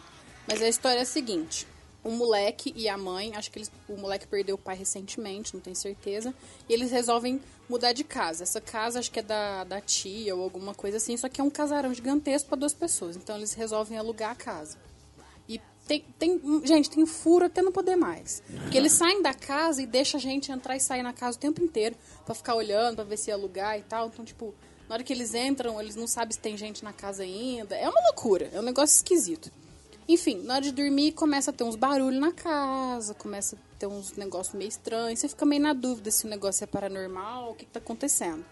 Mas a história é a seguinte: o moleque e a mãe, acho que eles, o moleque perdeu o pai recentemente, não tenho certeza. E eles resolvem mudar de casa. Essa casa acho que é da, da tia ou alguma coisa assim, só que é um casarão gigantesco para duas pessoas. Então eles resolvem alugar a casa. E tem, tem. Gente, tem um furo até não poder mais. Porque eles saem da casa e deixam a gente entrar e sair na casa o tempo inteiro pra ficar olhando, pra ver se ia alugar e tal. Então, tipo, na hora que eles entram, eles não sabem se tem gente na casa ainda. É uma loucura, é um negócio esquisito. Enfim, na hora de dormir começa a ter uns barulhos na casa, começa a ter uns negócios meio estranhos. Você fica meio na dúvida se o negócio é paranormal, o que, que tá acontecendo.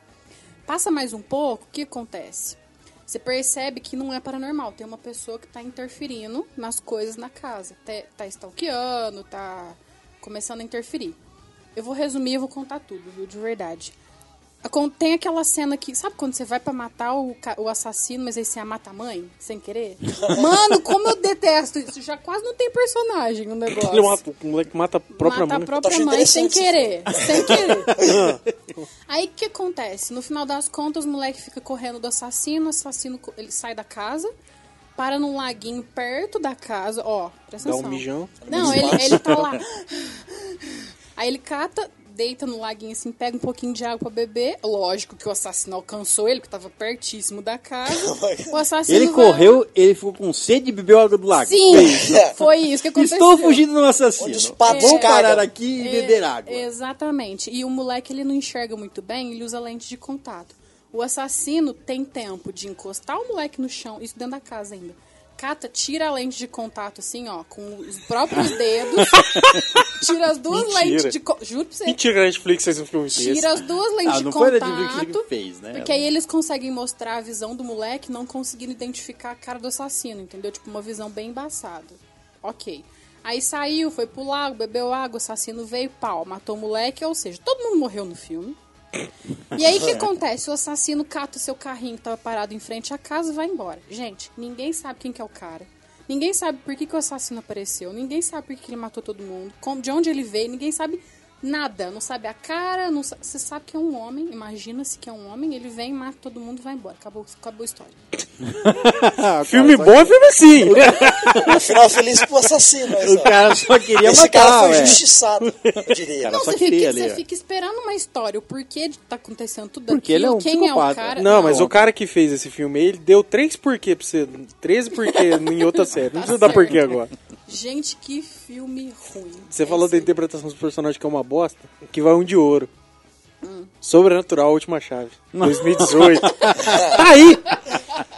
Passa mais um pouco, o que acontece? Você percebe que não é paranormal, tem uma pessoa que tá interferindo nas coisas na casa. Tá, tá stalkeando, tá começando a interferir. Eu vou resumir, eu vou contar tudo, viu, de verdade. Acon- Tem aquela cena que, sabe quando você vai pra matar o, ca- o assassino, mas aí você mata a mãe, sem querer? Mano, como eu detesto isso, já quase não tem personagem no negócio. Ele é uma- o moleque mata a própria Mata mãe. a própria achando mãe sem querer. interessante Sem querer. Aí o que acontece? No final das contas, o moleque fica correndo do assassino, o assassino co- ele sai da casa, para num laguinho perto da casa, ó, presta Dá um atenção. mijão. Não, ele, ele tá lá. Aí ele cata, deita no laguinho assim, pega um pouquinho de água pra beber. Lógico que o assassino alcançou ele, que tava pertíssimo da casa. O assassino Ele vai- correu, ele ficou com sede de beber água do lago. Sim, Foi isso. foi isso que aconteceu. Estou fugindo do Onde os assassino. patos Vou cagam. parar aqui e beber água. É, Exatamente. E o moleque ele não enxerga muito bem, ele usa lente de contato. O assassino tem tempo de encostar o moleque no chão, isso dentro da casa ainda. Cata, tira a lente de contato assim, ó, com os próprios dedos. tira as duas Mentira. lentes de contato. Juro pra você. Mentira que a Netflix fez um filme desse. Tira as duas lentes Ah, de não foi a contato. Netflix que fez, né? Porque aí eles conseguem mostrar a visão do moleque, não conseguindo identificar a cara do assassino, entendeu? Tipo, uma visão bem embaçada. Ok. Aí saiu, foi pro lago, bebeu água, o assassino veio, pau, matou o moleque, ou seja, todo mundo morreu no filme. E aí o que acontece? O assassino cata o seu carrinho que tava parado em frente à casa e vai embora. Gente, ninguém sabe quem que é o cara. Ninguém sabe por que, que o assassino apareceu. Ninguém sabe por que, que ele matou todo mundo. como- de onde ele veio. Ninguém sabe nada. Não sabe a cara. Não sa- Você sabe que é um homem. Imagina-se que é um homem. Ele vem, mata todo mundo e vai embora. Acabou, acabou a história. Filme bom é filme assim. No final, feliz pro assassino. olha O só. cara só queria Esse matar, cara foi ué. injustiçado, eu diria. É Cara, não, só você, queria fica, ali, você ó. fica esperando uma história. O porquê de tá acontecendo tudo Porque ele é aquilo. um quem é o psicopata. cara. né? Não, mas o cara que fez esse filme, ele deu três porquê pra você. 13 porquê em outra série. Não Tá precisa dar certo. porquê agora. Gente, que filme ruim. Você É falou da isso. interpretação dos personagens que é uma bosta, que vai um de ouro. Hum. Sobrenatural, a última chave. 2018. tá aí!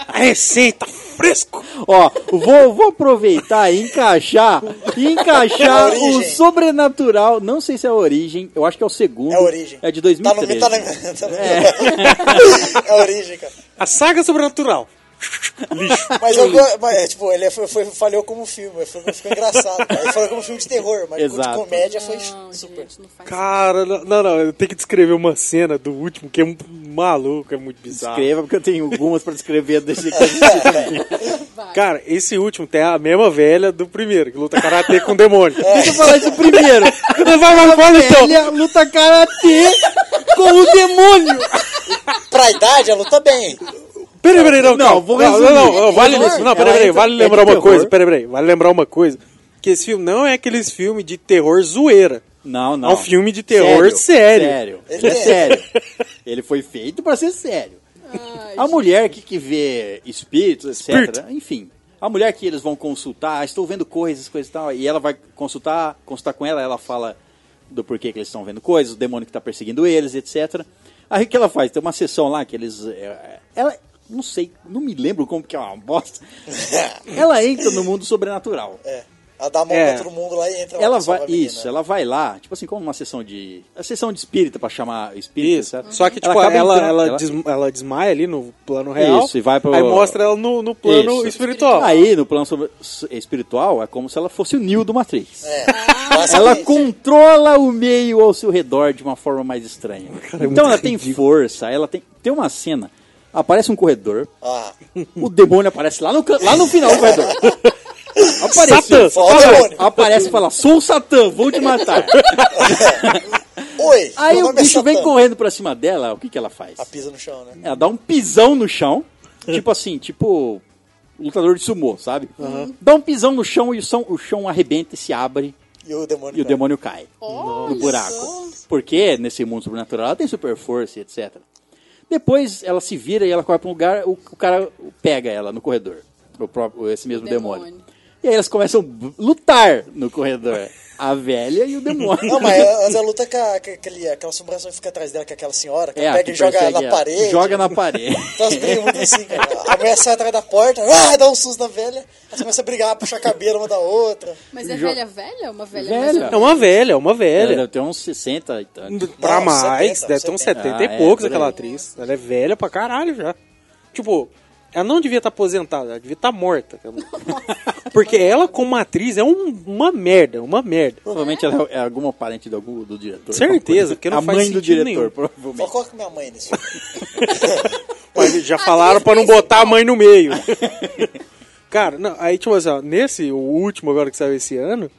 A receita fresco! Ó, vou, vou aproveitar e encaixar, e É A encaixar origem. o Sobrenatural, não sei se é a origem, eu acho que é o segundo. É a origem. É de Tá no 2013. tá né? na- tá no- É a origem, cara. A saga sobrenatural. Lixo. Mas, eu, go- mas é, tipo, ele foi, foi- falhou como filme, foi, ficou engraçado. Cara. Ele falou como filme de terror, mas Exato. de comédia foi Não, super. gente, não faz Cara, não, não, não, eu tenho que descrever uma cena do último que é um maluco, é muito bizarro. Escreva, porque eu tenho algumas pra descrever desse É. aqui. Cara, esse último tem a mesma velha do primeiro, que luta karatê com o demônio. É. Deixa eu falar isso primeiro. Vai, vai, vai, então. Velha é luta karatê com o demônio. Pra idade, ela luta bem. Peraí, peraí, não, Não, calma. vou não, resumir. não, não, vale, Terror? não, peraí, Ela peraí, entra- vale é de lembrar uma terror. coisa, peraí, peraí, vale lembrar uma coisa, que esse filme não é aqueles filmes de terror zoeira. Não, não. É um filme de terror sério. Sério. Ele Ele é é. sério. Ele foi feito pra ser sério. Ai, A mulher que, que vê espíritos, etc. Espírito. Enfim. A mulher que eles vão consultar, "Ah, estou vendo coisas, coisas e tal, e ela vai consultar, consultar com ela, ela fala do porquê que eles estão vendo coisas, o demônio que está perseguindo eles, etc. Aí o que ela faz? Tem uma sessão lá que eles. é, Ela. Não sei, não me lembro como que é uma bosta. ela entra no mundo sobrenatural. É. Ela dá a mão É. pra todo mundo lá e entra lá Ela pra salvar vai, a menina. isso, ela vai lá, tipo assim, como uma sessão de. A sessão de espírita pra chamar espírita, sabe? Só que, tipo, acaba ela, ela, entrando- ela, des- ela desmaia ali no plano real. Isso, e vai pro- Aí mostra ela no, no plano Isso. espiritual. Aí, no plano sobre- s- espiritual, é como se ela fosse o Neo do Matrix. É. Passa Ela ali. controla o meio ao seu redor de uma forma mais estranha. é então ela tem força, ela tem. Tem uma cena. Aparece um corredor, Ah, o demônio aparece lá no, can- lá no final do corredor. Apareceu. Satã, fala, demônio. aparece e fala: Sou o Satã, vou te matar. Oi! Aí meu o nome é bicho vem Satã. correndo pra cima dela, o que, que ela faz? Ela pisa no chão, né? Ela dá um pisão no chão, tipo assim, tipo lutador de sumô, sabe? Dá um pisão no chão e o chão, o chão arrebenta e se abre E o demônio. e o cai. demônio cai Olha no buraco. só. Porque nesse mundo sobrenatural ela tem super força e etc. Depois ela se vira e ela corre pra um lugar, o, o cara pega ela no corredor. O próprio, esse mesmo demônio. Demônio. E aí elas começam a b- lutar no corredor. A velha e o demônio. Não, mas é, ela, mas ela luta com, a, com aquele, aquela assombração que fica atrás dela, com aquela senhora, que É, ela a pega que e joga persegue na ela. parede. Joga na parede. Então as brigas muito assim, cara. A mulher sai atrás da porta, ah, dá um susto na velha, elas começam a brigar, puxar cabelo uma da outra. Mas é Jo- velha velha? Uma velha, Velha. mais É uma velha, é uma velha. Ela é tem uns 60 e tanto. Pra Não, mais, 70, deve ter uns 70. 70 Ah, é, e poucos por aquela aí. atriz. Ela é velha pra caralho já. Tipo, ela não devia estar aposentada, ela devia estar morta. Porque ela, como atriz, é um- uma merda, uma merda. Provavelmente ela é alguma parente do, algum- do diretor. Certeza, porque não a faz mãe do sentido diretor, nenhum. Fala, provavelmente. coloca minha mãe nisso. Mas já Atriz falaram pra não principal. botar a mãe no meio. Cara, não, aí tipo assim, ó, nesse, o último agora que saiu esse ano,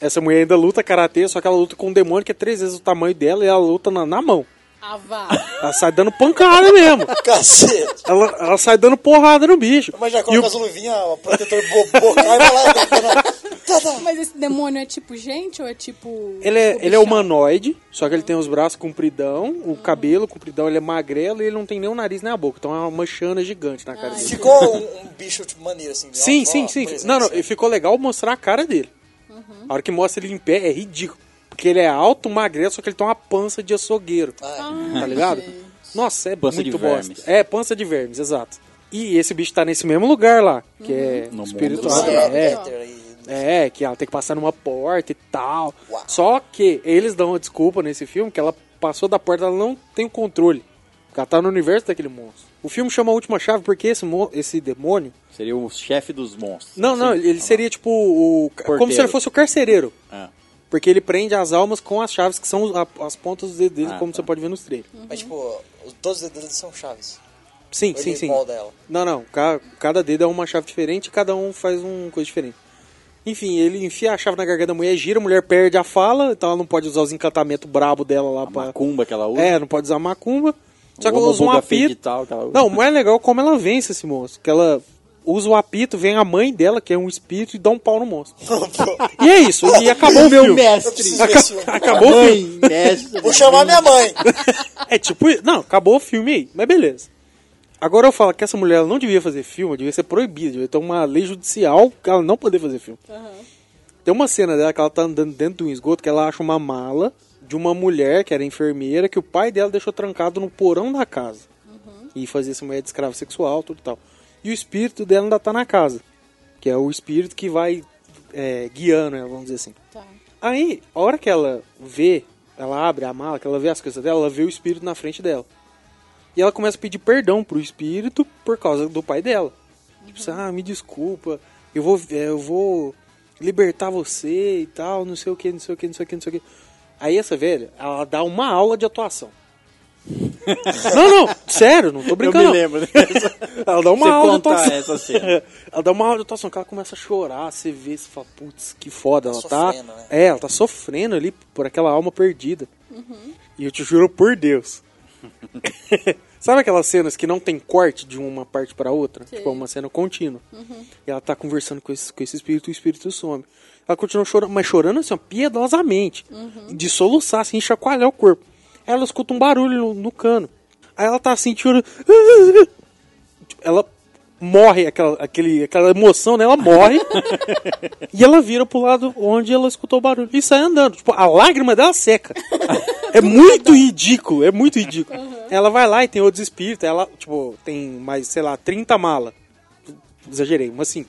essa mulher ainda luta karatê, só que ela luta com um demônio que é três vezes o tamanho dela e ela luta na, na mão. Ah, vá. Ela sai dando pancada mesmo. Cacete. Ela, ela sai dando porrada no bicho. Mas já E o coloca as luvinhas, o protetor bo bocal e vai lá. Tá, tá, tá. Mas esse demônio é tipo gente ou é tipo. Ele é, tipo ele é bichão? humanoide, só que ele tem os braços compridão, o cabelo compridão, ele é magrelo e ele não tem nem o nariz nem a boca. Então é uma manchana gigante na cara Ai, dele. Ficou um, um bicho tipo, maneiro assim. de Sim, uma- sim, uma sim. presença. Não, não, e ficou legal mostrar a cara dele. A hora que mostra ele em pé é ridículo. Porque ele é alto, magrelo, só que ele tem uma pança de açougueiro. Ah, Ai, Tá ligado? gente. Nossa, é Pança de muito vermes. bosta. É, pança de vermes, exato. E esse bicho tá nesse mesmo lugar lá, que é No mundo espiritual. Nossa, Olha, é, É, Peter aí. É, que ela tem que passar numa porta e tal. Uau. Só que eles dão uma desculpa nesse filme que ela passou da porta, ela não tem o controle. Porque ela tá no universo daquele monstro. O filme chama A Última Chave porque esse, mon- esse demônio. Seria o chefe dos monstros. Não, não, Assim, ele seria tipo o. Como se ele fosse o carcereiro. Ah. Porque ele prende as almas com as chaves, que são a- as pontas dos dedos dele, Ah, como tá. você pode ver nos trailers. Mas tipo, os- todos os dedos são chaves. Sim, Ele sim, sim. molda ela. Não, não. ca- Cada dedo é uma chave diferente e cada um faz uma coisa diferente. Enfim, ele enfia a chave na garganta da mulher, gira, a mulher perde a fala, então ela não pode usar os encantamentos brabo dela lá A pra. macumba que ela usa. É, não pode usar macumba. Só que O ela usa um Obabuga Feio de apito. tal que ela usa. Não, mas é legal como ela vence esse monstro. Que ela usa o apito, vem a mãe dela, que é um espírito, e dá um pau no monstro. e é isso, e acabou o Meu filme. Eu mestre. preciso ver esse filme. Acabou o filme. Mãe, mestre. Vou chamar minha mãe. É tipo, isso. não, acabou o filme aí, mas beleza. Agora eu falo que essa mulher ela não devia fazer filme, ela devia ser proibida, devia ter uma lei judicial que ela não poder fazer filme. Tem uma cena dela que ela tá andando dentro de um esgoto que ela acha uma mala de uma mulher que era enfermeira que o pai dela deixou trancado no porão da casa. E fazia essa mulher de escrava sexual, tudo e tal. E o espírito dela ainda tá na casa, que é o espírito que vai é, guiando ela, vamos dizer assim. Tá. Aí, a hora que ela vê, ela abre a mala, que ela vê as coisas dela, ela vê o espírito na frente dela. E ela começa a pedir perdão pro espírito por causa do pai dela. Tipo assim, ah, me desculpa, eu vou, é, eu vou libertar você e tal, não sei o que, não sei o que, não sei o que, não sei o que. Aí essa velha, ela dá uma aula de atuação. não, não, sério, não tô brincando. Eu me não. lembro. Ela dá uma Você aula de contar atuação. É, essa cena. Ela dá uma aula de atuação, que ela começa a chorar, você vê, você fala, putz, que foda, ela tá. sofrendo, né? É, ela tá sofrendo ali por aquela alma perdida. E eu te juro por Deus. Sabe aquelas cenas que não tem corte de uma parte pra outra? Tipo, é uma cena contínua. E ela tá conversando com esse, com esse espírito e o espírito some. Ela continua chorando, mas chorando assim, ó, piedosamente. De soluçar, assim, chacoalhar o corpo. Aí Ela tipo, escuta um barulho no, no cano. Aí ela tá assim, chorando. Ela morre aquela, aquele, aquela emoção, né? Ela morre e ela vira pro lado onde ela escutou o barulho e sai andando. Tipo, a lágrima dela seca. é muito ridículo, é muito ridículo. Uhum. Ela vai lá e tem outros espíritos, ela, tipo, tem mais, sei lá, 30 malas. Exagerei, umas 5.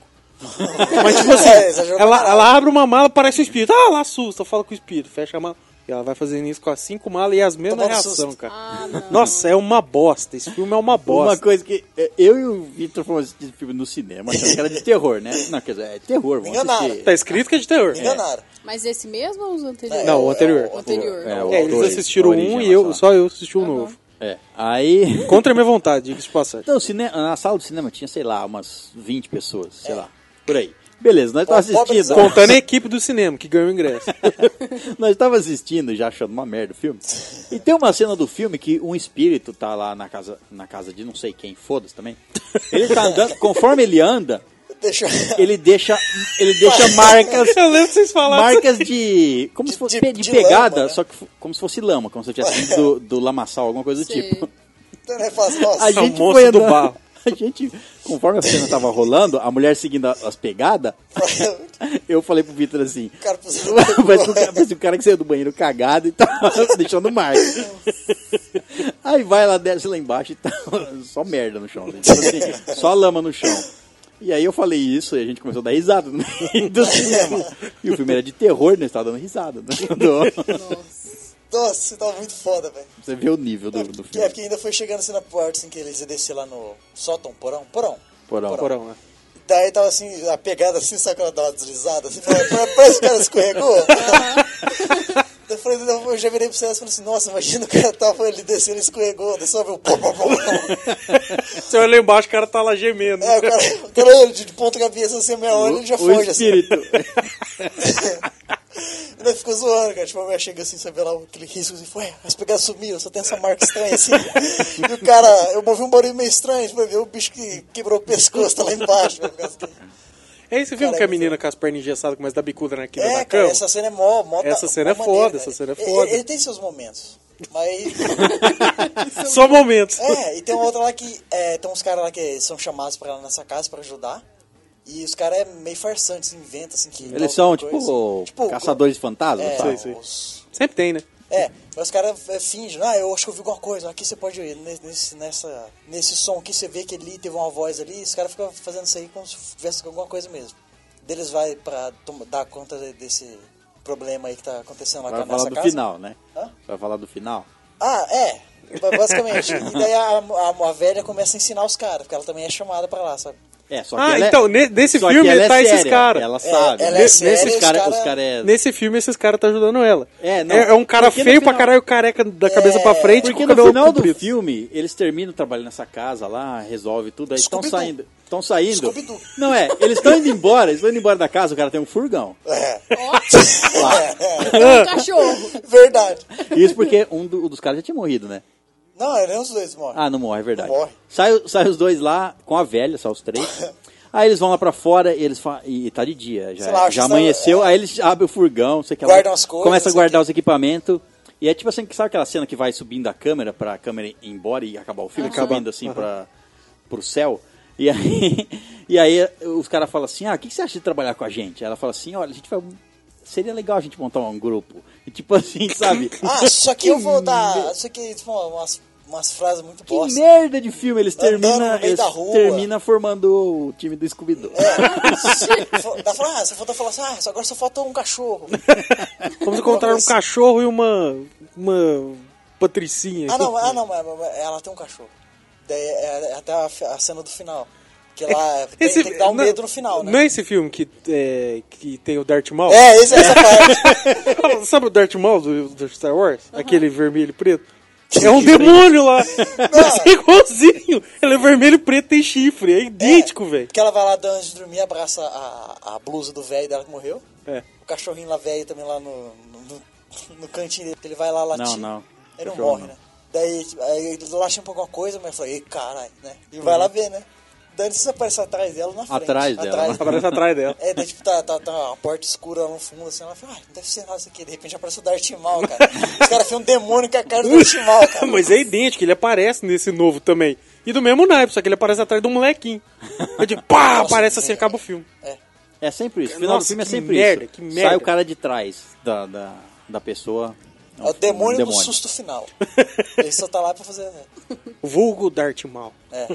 Mas, tipo assim, É, exagerou pra ela, caralho. ela abre uma mala, parece um espírito. Ah, ela assusta, fala com o espírito, fecha a mala. E ela vai fazendo isso com as cinco malas e é as mesmas Tomando reação, um susto. cara. Ah, não. Nossa, é uma bosta. Esse filme é uma bosta. Uma coisa que é, eu e o Victor fomos assistir filme no cinema, achando que era de terror, né? Não, quer dizer, é terror, vamos Enganaram. assistir. Tá escrito que é de terror. Me enganaram. Mas esse mesmo ou os anteriores? Não, o anterior. O anterior. É, o- É, eles dois, assistiram a origem, um e ela eu, fala. só eu assisti o novo. É, aí... Contra a minha vontade, diga-se de passagem. Então, o cine- na sala do cinema tinha, sei lá, umas 20 pessoas, sei lá, por aí. Beleza, nós estávamos É. pobre assistindo. Contando a equipe do cinema que ganhou o ingresso. Nós estava assistindo, já achando uma merda o filme. E tem uma cena do filme que um espírito tá lá na casa, na casa de não sei quem, foda-se também. Ele tá andando, conforme ele anda, Deixa eu... ele deixa, ele deixa marcas, eu lembro que vocês falaram. marcas de, como se fosse De- pe- de, de pegada, lama, né? só que fo- como se fosse lama, como se eu tivesse vindo do, do lamaçal, alguma coisa do Sei. tipo. Então, né, faz- nossa, A É o gente monstro foi do andando, barro. a gente, conforme a cena tava rolando, a mulher seguindo a- as pegadas, eu falei pro Vitor assim, cara precisa- Parece que o cara, parece que o cara que saiu do banheiro cagado e tá deixando marca. Aí vai lá, desce lá embaixo e tá só merda no chão. assim, tipo assim, só lama no chão. E aí eu falei isso e a gente começou a dar risada no meio do cinema. E o filme era de terror, né? Você tava dando risada. né? Do- Nossa. Nossa, tá muito foda, velho. Você vê o nível do, do É, filme. porque ainda foi chegando assim na porta, assim, que eles iam descer lá no sótão, porão, porão. Porão. Porão, é. Daí tava assim, a pegada assim, sabe quando ela dá uma deslizada? Assim, falei, "Pare- parece que o cara escorregou. Daí eu, falei, eu já virei pro Celso e falei assim, nossa, imagina o cara tava ali descendo e escorregou, daí só viu pô, pô, pô, pô. Você olha lá embaixo, o cara tá lá gemendo. É, o cara, o cara olha de ponta cabeça assim, meia hora ele já O foge assim. espírito. Daí ficou zoando, cara. Tipo, a mulher chega assim, você vê lá aquele risco assim, ué, as pegadas sumiram, só tem essa marca estranha assim. e o cara, eu movi um barulho meio estranho, tipo, ver o bicho que quebrou o pescoço, tá lá embaixo. velho, por causa que- É esse filme Cara, que a eu- menina com as pernas engessadas começa a dar bicuda naquele É, da cara, cama. essa cena é mó, mó Essa mó cena é maneira, foda, cara. essa cena é Ele- foda. Ele, tem seus momentos. Mas. Só momentos. é, e tem uma outra lá que. É, tem uns caras lá que são chamados pra lá nessa casa pra ajudar. E os caras é meio farsante, se inventa assim que. Eles dá são alguma tipo, coisa. Tipo, caçadores de fantasmas, É, sabe? Sei, sei. os- Sempre tem, né? é, mas os caras é, fingem, ah, eu acho que eu vi alguma coisa, aqui você pode ir, ne- nesse, nessa, nesse som aqui você vê que ali teve uma voz ali, os caras ficam fazendo isso aí como se tivesse alguma coisa mesmo. Deles vai pra tom- dar conta de- desse problema aí que tá acontecendo lá Vai com a falar nossa do casa. final, né? Hã? Vai falar do final. Ah, é, ba- basicamente. e daí a, a, a velha começa a ensinar os caras, porque ela também é chamada pra lá, sabe? É, só que Ah, ela é- então, ne- nesse só que filme ela é tá esses séria, caras. Ela sabe. ela Ela é séria, os cara, cara- os cara é... Nesse filme, esses caras tá ajudando ela. É, não. é, um cara Porque no feio pra final- caralho, careca da cabeça pra frente, Porque com no tipo cabelo final do comprido. filme, eles terminam trabalhando nessa casa lá, resolve tudo, aí estão Scooby-Doo. saindo. Estão saindo. Scooby-Doo. Não é, eles estão indo embora, eles estão indo embora da casa, o cara tem um furgão. É. Tem um cachorro. Verdade. Isso porque um do- dos caras já tinha morrido, né? Não, é nem os dois morrem. Ah, não morre, é verdade. Não morre. Sai, sai os dois lá com a velha, só os três. Aí eles vão lá pra fora e eles fa... e tá de dia, já, Sei lá, acho já que amanheceu, são- aí eles abrem o furgão, não sei o que Guardam lá, as coisas, começa a não sei o guardar os equipamentos. E é tipo assim, que sabe aquela cena que vai subindo a câmera pra câmera ir embora e acabar o Ah, filme, subindo assim pra, pro céu? E aí, e aí os caras falam assim, ah, o que, que você acha de trabalhar com a gente? Ela fala assim, olha, a gente vai... Seria legal a gente montar um grupo. E tipo assim, sabe? Ah, só que eu vou dar. Só que tipo, umas, umas frases muito Que bosta. merda de filme, eles Andando no terminam meio eles da rua. termina formando o time do Scooby-Doo. É, dá pra falar, ah, só falta falar assim, ah, só- agora só falta um cachorro. Vamos encontrar um Esse- cachorro e uma. uma patricinha. Ah, não, ah, não, mas, mas- mas ela tem um cachorro. Daí é, é até a, fi- a cena do final. Que lá tem, Esse- tem que dar um não- medo no final, né? Não é esse filme que, é, que tem o Darth Maul? É, esse, essa parte. Sabe o Darth Maul do, do Star Wars? Aquele vermelho e preto? É um demônio lá! Mas é igualzinho! Ele é vermelho e preto tem chifre, é idêntico, velho. Porque ela vai lá dar antes de dormir, abraça a, a blusa do velho dela que morreu. É. O cachorrinho lá velho também lá no, no, no- no cantinho dele. Ele vai lá latir. Não, não. Ele não Cachorro morre, não. né? Daí tipo, aí ele lá chama pra alguma coisa, mas eu falei, "Ei, caralho, né? E Uhum. vai lá ver, né? Daí se aparece atrás dela ou na frente. Atrás dela, né? Aparece atrás dela. É, daí, tipo, tá, tá, tá uma porta escura lá no fundo, assim, ela fala, ah, não deve ser nada isso aqui. De repente aparece o Darth Maul, cara. Os caras fez um demônio com a cara do Darth Maul, cara. Mas é idêntico, ele aparece nesse novo também. E do mesmo naipe, só que ele aparece atrás do molequinho. Eu digo, pá, aparece assim, acaba o filme. É sempre isso. Final do Nossa, filme é que sempre merda, isso. que merda. Sai o cara de trás da, da, da pessoa. É o demônio, Um do susto final. Ele só tá lá pra fazer. Vulgo Darth Maul. É.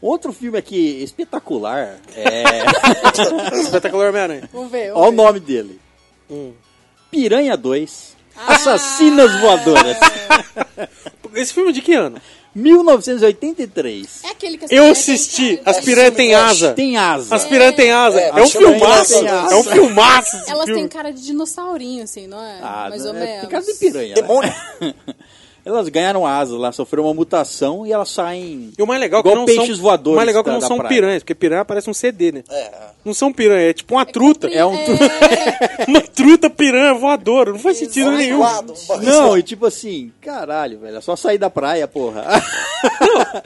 Outro filme aqui espetacular é. Espetacular Homem-Aranha. Vamos ver. Olha o vamos ver. nome dele: Hum. Piranha 2 Ah. Assassinas Voadoras. Esse filme é de que ano? 1983. É aquele que as Eu piranhas assisti. têm cara- As piranhas têm asa. Tem asa. As piranhas têm asa. É, É um as piranhas filmaço. têm asa. É um filmaço. esse Elas têm filme. cara de dinossaurinho, assim, não é? Ah, Mais né? ou menos. Tem cara de piranha. né? Demônio. Elas ganharam asas lá, sofreram uma mutação e elas saem. E o mais legal é que igual não peixes são, voadores O mais legal é que da- não da são praia. piranhas, porque piranha parece um CD, né? É. Não são piranha, é tipo uma truta. É É um uma truta piranha voadora. Não faz sentido Um nenhum. lado, um bagulho Não, e tipo assim, caralho, velho, é só sair da praia, porra.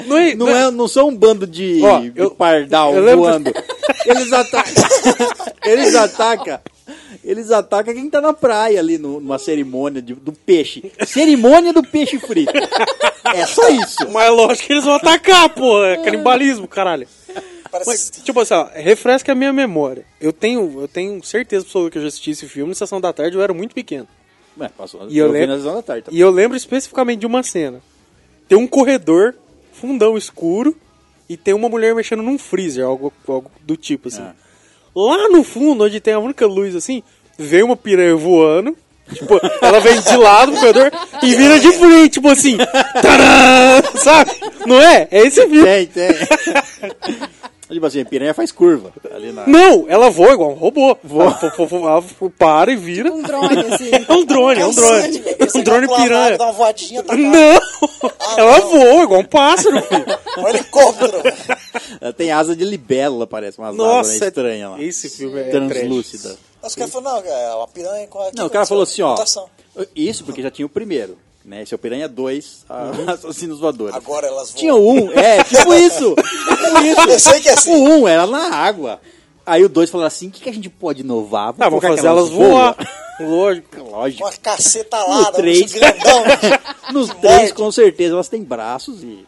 Não é- Não, é, não são um bando de, Ó, de eu- pardal eu lembro- voando. Eles atacam. eles atacam. Eles atacam quem tá na praia ali no- numa cerimônia de- do peixe. Cerimônia do peixe frito. É só isso. Mas lógico que eles vão atacar, pô. É canibalismo, caralho. Parece. Mas, tipo assim, ó, refresca a minha memória. Eu tenho, eu tenho certeza absoluta que eu já assisti esse filme na sessão da tarde, eu era muito pequeno. Ué, passou, E eu, vi na lembro, Zona da Tarta. e eu lembro especificamente de uma cena. Tem um corredor, fundão escuro, e tem uma mulher mexendo num freezer, algo, algo do tipo assim. Ah. Lá no fundo, onde tem a única luz assim, vem uma piranha voando. Tipo, ela vem de lado do corredor e vira de frente, tipo assim. Tadã! Sabe? Não é? É esse filme. Tem, tem. tipo assim, piranha faz curva ali na. Não, ela voa igual um robô. Ela, fo- fo- fo- ela fo- para e vira. Um drone, assim. É um drone, é um drone. né? Esse Um drone cara pula é na água, piranha. Dá uma voadinha, tá Não! Ela não. voa igual um pássaro, filho. Um helicóptero. Ela tem asa de libélula, parece, umas asas Nossa, é né, estranha lá. Esse filme é translúcida. Os caras falaram, não, é uma piranha com a. Não, o cara falou assim, ó. Mutação. Isso porque já tinha o primeiro, né? Esse é o Piranha 2, a- Uhum. Assassinos Voadores. Agora elas voam. Tinha um o 1, é, tipo isso. Tipo isso. Eu sei que é assim. Um O 1 era na água. Aí o 2 falou assim, o que, que a gente pode inovar? Tá, vamos colocar fazer aquela elas voa." voar. Lógico. Com Lógico. uma caceta No alada, um 3, grandão. nos 3 com certeza, elas têm braços e...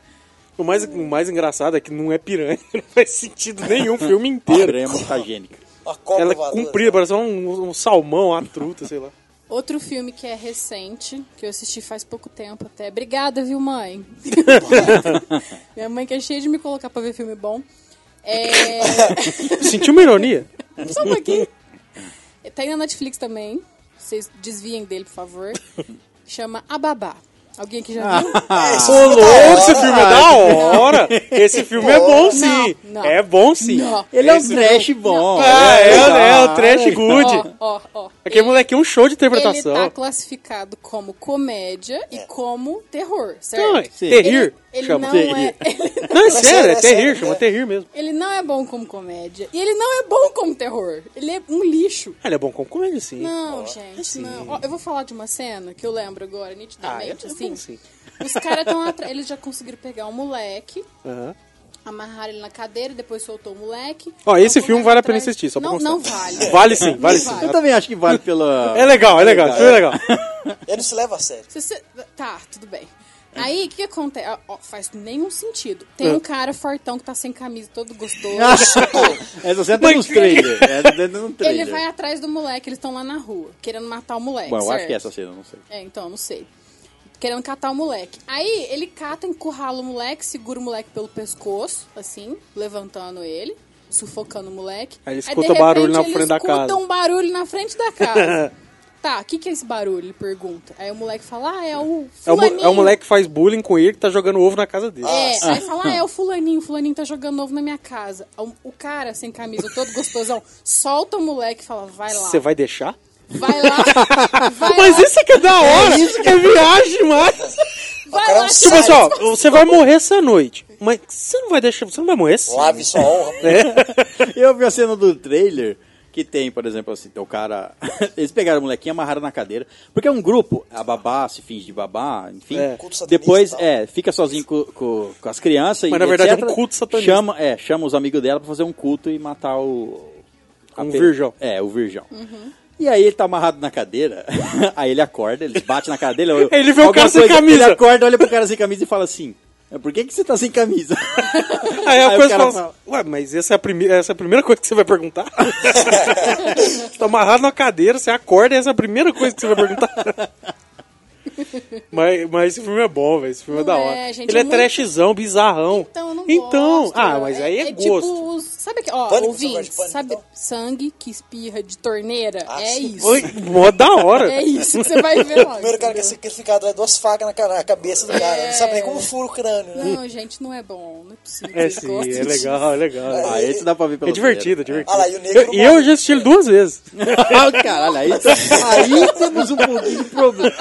O mais, o mais engraçado é que não é piranha. Não faz sentido nenhum o filme A inteiro. piranha é mutagênica. Uma cobra Ela é voadora. comprida, parece um, um salmão, uma truta, sei lá. Outro filme que é recente, que eu assisti faz pouco tempo até. Obrigada, viu, mãe? Minha mãe que é cheia de me colocar pra ver filme bom. É... Sentiu uma ironia? Só um pouquinho. Tá aí na Netflix também. Vocês desviem dele, por favor. Chama A Babá. Alguém aqui Ah, já viu? Ô, louco, esse filme é da hora! Esse filme é bom sim! Não, não. É bom sim! Não. Ele é um Esse trash bom. Ah, é, legal. é, o trash good. Ó, ó, ó. Aquele moleque é um show de tá Ele interpretação. tá classificado como comédia e como terror, É. Não, é certo? Sim. terrir. Ele, ele chama. não terrir. é... Ele Não, é sério, é sério, terrir, é. chama terrir mesmo. Ele não é bom como comédia. E ele não é bom como terror. Ele é um lixo. Ah, ele é bom com comédia, sim. Não, gente, não. Ó, eu vou falar de uma cena que eu lembro agora, Ah, é é nitidamente, assim. bom sim. Os caras estão atrás. Eles já conseguiram pegar o moleque, Aham. amarraram ele na cadeira, depois soltou o moleque. Ó, esse Então, filme o moleque vale a pena atrás- assistir, só pra Não, constar. não vale. Vale sim, vale Não sim. Eu também acho que vale pela... É legal, é legal, esse filme é legal. Ele não se leva a sério. Se você- Tá, tudo bem. Aí, o que, que acontece? Ó, ó, faz nenhum sentido. Ah. Tem um cara fortão que tá sem camisa, todo gostoso. Essa cena tem Mas nos que- trailers. Essa cena é tem nos ele trailers. vai atrás do moleque, eles estão lá na rua, querendo matar o moleque. Bom, eu acho certo? que é essa cena, não sei. É, então, não sei. Querendo catar o moleque. Aí ele cata, encurrala o moleque, segura o moleque pelo pescoço, assim, levantando ele, sufocando o moleque. Aí ele de escuta barulho na ele frente da casa. escuta um barulho na frente da casa. tá, o que, que é esse barulho? Ele pergunta. Aí o moleque fala, ah, é o É o, mo- fulaninho. é o moleque que faz bullying com ele que tá jogando ovo na casa dele. É, aí fala, ah, é o fulaninho, o fulaninho tá jogando novo na minha casa. O, o cara sem camisa, todo gostosão, solta o moleque e fala, vai lá. Você vai deixar? Vai lá. Vai Mas lá, isso é que é da hora! isso que é viagem, mas. vai cara é lá, um que Tipo você assim, ó, você vai morrer essa noite. Mas você não vai deixar. Você não vai morrer sim. É. Lave sua honra. Eu vi a cena do trailer que tem, por exemplo, assim, tem o cara. Eles pegaram o molequinho, amarraram na cadeira. Porque é um grupo, a babá se finge de babá, enfim. É. Culto satanista Depois, e tal. é, fica sozinho co- co- com as crianças. Mas, e na verdade, é um etc. culto satanista. Chama, é, chama os amigos dela pra fazer um culto e matar o. a Um pe- virgão. É, o virgão. E aí ele tá amarrado na cadeira, aí ele acorda, ele bate na cadeira. Ele vê o alguma cara sem coisa, camisa. Ele acorda, olha pro cara sem camisa e fala assim: Por que, que você tá sem camisa? Aí a Aí o coisa cara fala, ué, mas essa é, a primeira, essa é a primeira coisa que você vai perguntar? você tá amarrado na cadeira, você acorda e essa é a primeira coisa que você vai perguntar. mas, mas esse filme é bom, velho. Esse filme é Não da é, hora. gente, Ele é muito- trashzão, bizarrão. Então, eu não Então, gosto. ah, mas aí é, gosto. Tipo, os- sabe que, ó, Pânico, você ouvintes, gosta de sabe pânico, sangue que espirra de torneira? Ah, é sim. isso. então. Oi, mó da hora. É isso que você vai ver O logo. primeiro cara que é sacrificado é duas facas na, cara, na cabeça do cara. Não sabe nem como fura o crânio, né? Não, gente, não é bom. Não é possível. É vocês sim, gostem é disso. legal, é legal. Ah, esse dá pra ver pelo É divertido, é divertido. Ah lá, e o Eu- negro E eu, morre. já assisti ele duas vezes. Ah, caralho, aí, aí temos um pouquinho de problema.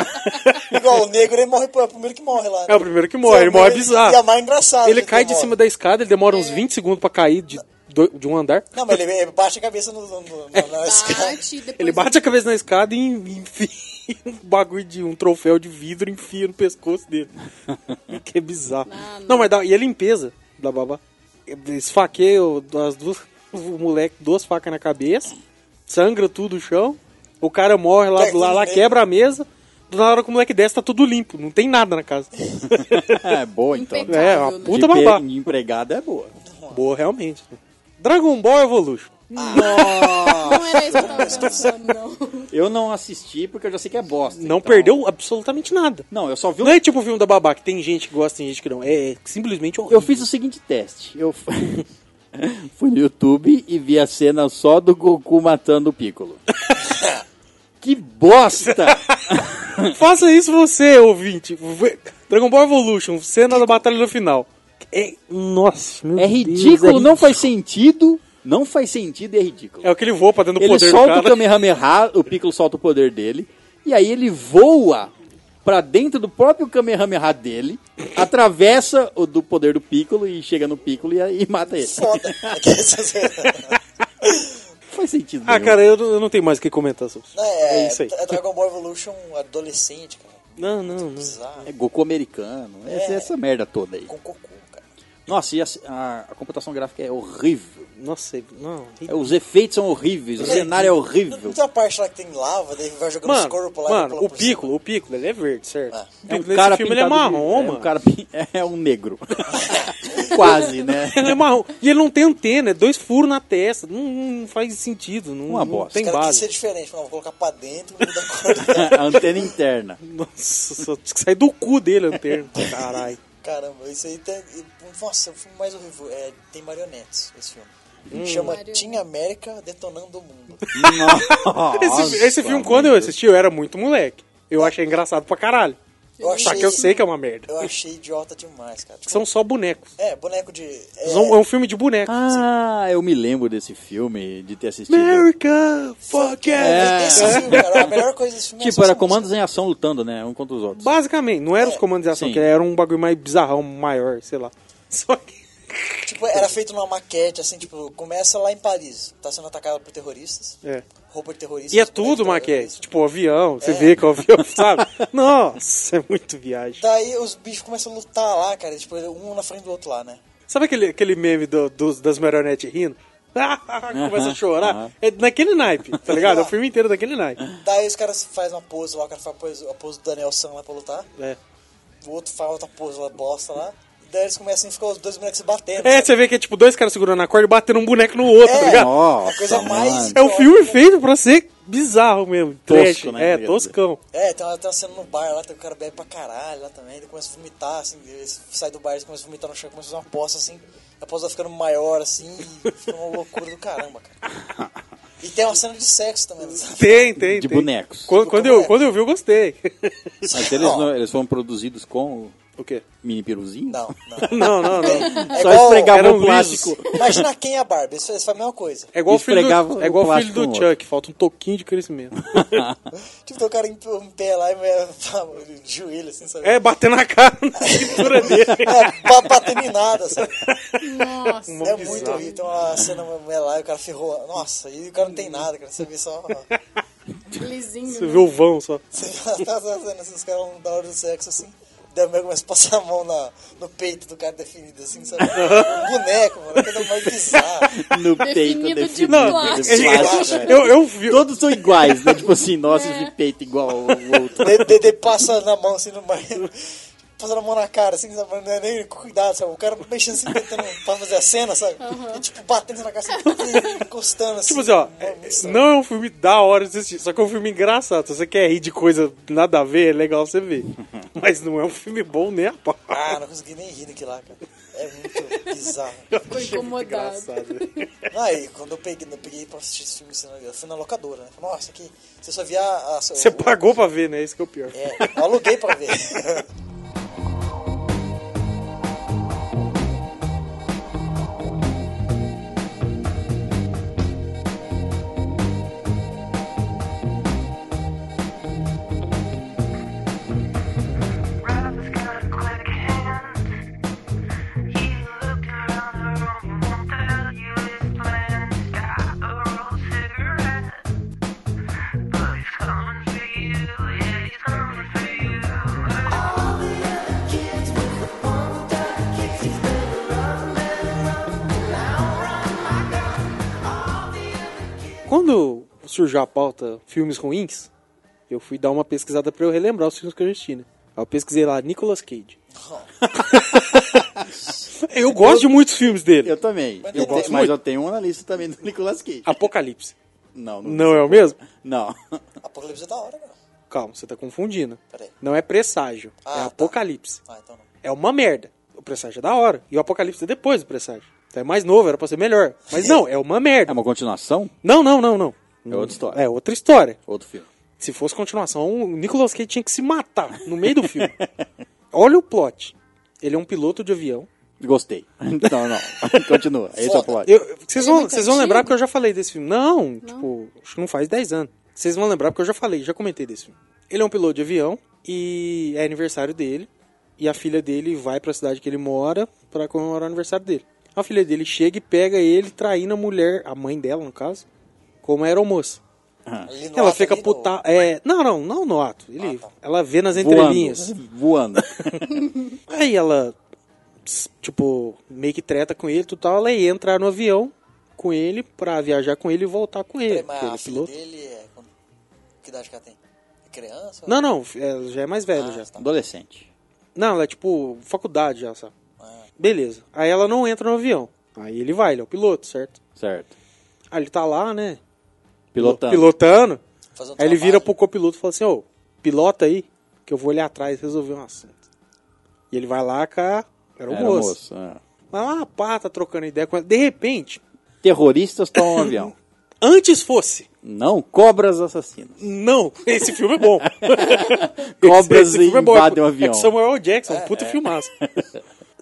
Igual o negro, ele morre, é o primeiro que morre lá. né? É o primeiro que morre, Só ele morre o primeiro- E é bizarro. o mais engraçado. Ele que cai de morre. cima da escada, ele demora É. uns 20 segundos pra cair de, do- de um andar. Não, mas ele ele baixa a cabeça no, no, no, na escada. Bate, depois Ele bate a cabeça na escada e enfia um bagulho de um troféu de vidro e enfia no pescoço dele. que é bizarro. Não, Não, não. mas dá, e a limpeza da babá. Esfaqueia o- as duas, o moleque duas facas na cabeça, sangra tudo o chão, o cara morre lá É, do lado, lá tudo quebra a mesa, na hora que o moleque desce tá tudo limpo, não tem nada na casa. É boa, então. Impecável. é, uma né? puta de pe- babá. de empregada é boa. Boa, realmente. Dragon Ball Evolution. Não era isso que eu tava pensando, não. Eu não assisti porque eu já sei que é bosta. Não então- perdeu absolutamente nada. Não, eu só vi o Não é tipo o filme da babá, que tem gente que gosta, tem gente que não. É, é simplesmente horrível. Eu fiz o seguinte teste. Eu fu- fui no YouTube e vi a cena só do Goku matando o Piccolo. que bosta! Faça isso você, ouvinte. Vê- Dragon Ball Evolution, cena da batalha no final. É, nossa, meu É Deus, ridículo, é não faz sentido. Não faz sentido e é ridículo. É o que ele voa pra dentro do ele poder do solta o cara. Kamehameha, o Piccolo solta o poder dele, e aí ele voa pra dentro do próprio Kamehameha dele, atravessa o do poder do Piccolo e chega no Piccolo e, e mata ele. Foda. Não faz sentido Ah, nenhum. cara, eu, não- eu não tenho mais o que comentar sobre isso. Não, é, É isso aí. é Dragon Ball Evolution adolescente, cara. Não, não, não. Bizarro. É Goku americano, essa, essa merda toda aí. Com cocô, cara. Nossa, e a, a- a computação gráfica é horrível. Nossa, não. É, Os efeitos são horríveis, o cenário é Não horrível. tem uma parte lá que tem lava, daí vai jogando os Mano, corpos lá. e mano pula o por cima. Piccolo, o Piccolo, ele é verde, certo? Ah. É um Nesse cara filme ele é pintado de- marrom, é um mano. cara pin- é um negro. Quase, né? Ele é marrom. E ele não tem antena, é dois furos na testa. Não, não faz sentido. Não, Uma não bosta. tem Os caras quis ser base. diferente, falou, vou colocar pra dentro, muda a cor do cara. A antena interna. Nossa, só tinha que sair do cu dele a antena. Caralho. Caramba, isso aí tem. Nossa, o filme mais horrível. É, tem marionetes esse filme. Hum. Chama Marionete. Team América Detonando o Mundo. Esse, Nossa, esse filme, quando eu assisti, eu era muito moleque. Eu achei engraçado pra caralho. Eu Só que eu sei que é uma merda. Eu achei idiota demais, cara. Tipo, São só bonecos. É, boneco de. É, São- É um filme de bonecos. Ah, eu me lembro desse filme, de ter assistido. America, fuck yeah. é desse filme, cara. A melhor coisa desse filme é Tipo, essa era música. comandos em ação lutando, né? Um contra os outros. Basicamente, não era os comandos de ação, Sim. que era um bagulho mais bizarrão, maior, sei lá. Só que. Tipo, era feito numa maquete, assim, tipo, começa lá em Paris. Tá sendo atacado por terroristas. É. Roupa de terroristas. E é boneco tudo de maquete. terrorista. Tipo, o avião, você vê que é o avião, sabe? Nossa, é muito viagem. Daí os bichos começam a lutar lá, cara. Tipo, um na frente do outro lá, né? Sabe aquele, aquele meme do- dos, das marionetes rindo? Começa a chorar. É naquele naipe, tá ligado? É o filme inteiro daquele naipe. Daí os caras fazem uma pose lá, o cara faz a pose, a pose do Daniel San lá pra lutar. É. O outro faz outra pose lá, bosta lá. Daí eles começam a ficar os dois moleques se batendo. É, É, você vê que é tipo dois caras segurando a corda e batendo um boneco no outro, tá ligado? É, Nossa, a coisa mais- mano. É um filme feito pra ser bizarro mesmo. Trash. né, É, quer toscão. É, tem uma, tem uma cena no bar lá, tem o cara bebe pra caralho lá também, ele começa a vomitar, assim, ele sai do bar, ele começa a vomitar no chão, começa a fazer uma poça, assim, a poça vai ficando maior, assim, e fica uma loucura do caramba, cara. E tem uma cena de sexo também, sabe? Tem, tem. De tem. bonecos. Quando, quando eu, quando eu vi, eu gostei. Mas eles, não- eles foram produzidos com o quê? mini peruzinho? Não, não. Não, não, não. É Só igual- era esfregavam um o plástico. Imagina quem é a Barbie, eles eles fazem a mesma coisa. É igual o filho do, Esfregava é igual o o filho plástico do no Chuck, falta um toquinho de crescimento. Tipo, tem o cara em, em pé lá e vai- de joelho, assim, sabe? é, batendo na cara na cintura dele. É, ba- batendo em nada, sabe? Nossa. É muito horrível. Tem uma cena é lá e o cara ferrou. Nossa, e o cara não tem nada, cara. Você vê só. Lisinho. Você né? vê o vão só. Você vê tá fazendo esses caras na hora do sexo assim. Daí o meu começa a passar a mão na, no peito do cara definido, assim, sabe? Um boneco, mano. Cada mais bizarro. No Definido peito de definido. Não, de ele- plástico, é. Eu, eu vi. Todos são iguais, né? Tipo assim, nossa, de peito igual ao outro. Daí- Daí daí passa na mão, assim, no mar. passando a mão na cara, assim, sabe? Não é nem com cuidado, sabe? O cara mexendo assim, tentando pra fazer a cena, sabe? E, tipo, batendo na cara, assim, encostando, assim. Tipo assim, ó, é- Mano, isso- não é um filme da hora de assistir, só que é um filme engraçado. Se você quer rir de coisa nada a ver, é legal você ver. Mas não é um filme bom nem a pau. Ah, não consegui nem rir daquilo lá, cara. É muito bizarro. é Ficou incomodado. Aí, quando eu peguei, eu peguei pra assistir esse filme, assim, eu fui na locadora, né? Falei, nossa, aqui, você só via a... a- Você o- pagou pra ver, né? Isso que é o pior. É, eu aluguei pra ver. Rob's got a quick hand. He's looking around the room, won't tell you his plans. Got a rolled cigarette, but he's coming for you. Yeah, he's coming for you. Quando surgiu a pauta filmes ruins, eu fui dar uma pesquisada pra eu relembrar os filmes que eu assisti, né? Aí eu pesquisei lá, Nicolas Cage. eu gosto de muitos filmes dele. Eu também. Eu gosto te- muito. mas eu tenho um na lista também do Nicolas Cage. Apocalipse. Não, não. Não é o mesmo? Não. Apocalipse é da hora, cara. Calma, você tá confundindo. Peraí. Não é Presságio, Ah, é tá. Apocalipse. Ah, então não. É uma merda. O Presságio é da hora. E o Apocalipse é depois do Presságio. Então é mais novo, era pra ser melhor. Mas não, é uma É merda. uma continuação? Não, não, não, não. É outra história. É outra história. Outro filme. Se fosse continuação, o Nicolas Cage tinha que se matar no meio do filme. Olha o plot. Ele é um piloto de avião. Gostei. Não, não. Continua. Esse é o Foda. plot. Eu- vocês, Ele é vão, muito vocês vão antigo? lembrar porque eu já falei desse filme. Não, tipo, acho que não faz 10 anos. Vocês vão lembrar porque eu já falei, já comentei desse filme. Ele é um piloto de avião e é aniversário dele. E a filha dele vai pra cidade que ele mora pra comemorar o aniversário dele. A filha dele chega e pega ele traindo a mulher, a mãe dela no caso, como aeromoça. Ali no Ela ato fica ali, no- puta. É, não, não, não no ato. Ele, Ela vê nas entrelinhas. Voando. Voando. Aí ela, tipo, meio que treta com ele e tal. Ela ia entrar no avião com ele pra viajar com ele e voltar com ele. Peraí, porque mas ele é a filha piloto. dele é... quando- Que idade que ela tem? É criança? Não, não, ela já é mais velha Ah, já. tá. Adolescente. Não, ela é tipo faculdade já, sabe? Ah. Beleza. Aí ela não entra no avião. Aí ele vai, ele é o piloto, certo? Certo. Aí ele tá lá, né? Pilotando. Pilotando. Fazendo Aí ele trabalho. vira pro copiloto e fala assim, ô, pilota aí, que eu vou ali atrás resolver um assunto. E ele vai lá cá, era o Era moço. moço. é. Vai lá, pá, tá trocando ideia com ela. De repente, Terroristas tomam um avião. antes fosse, Não cobras assassinas. não, esse filme é bom. Cobras invadem é o bom. É avião. com Samuel L. Jackson, um puta filmaço.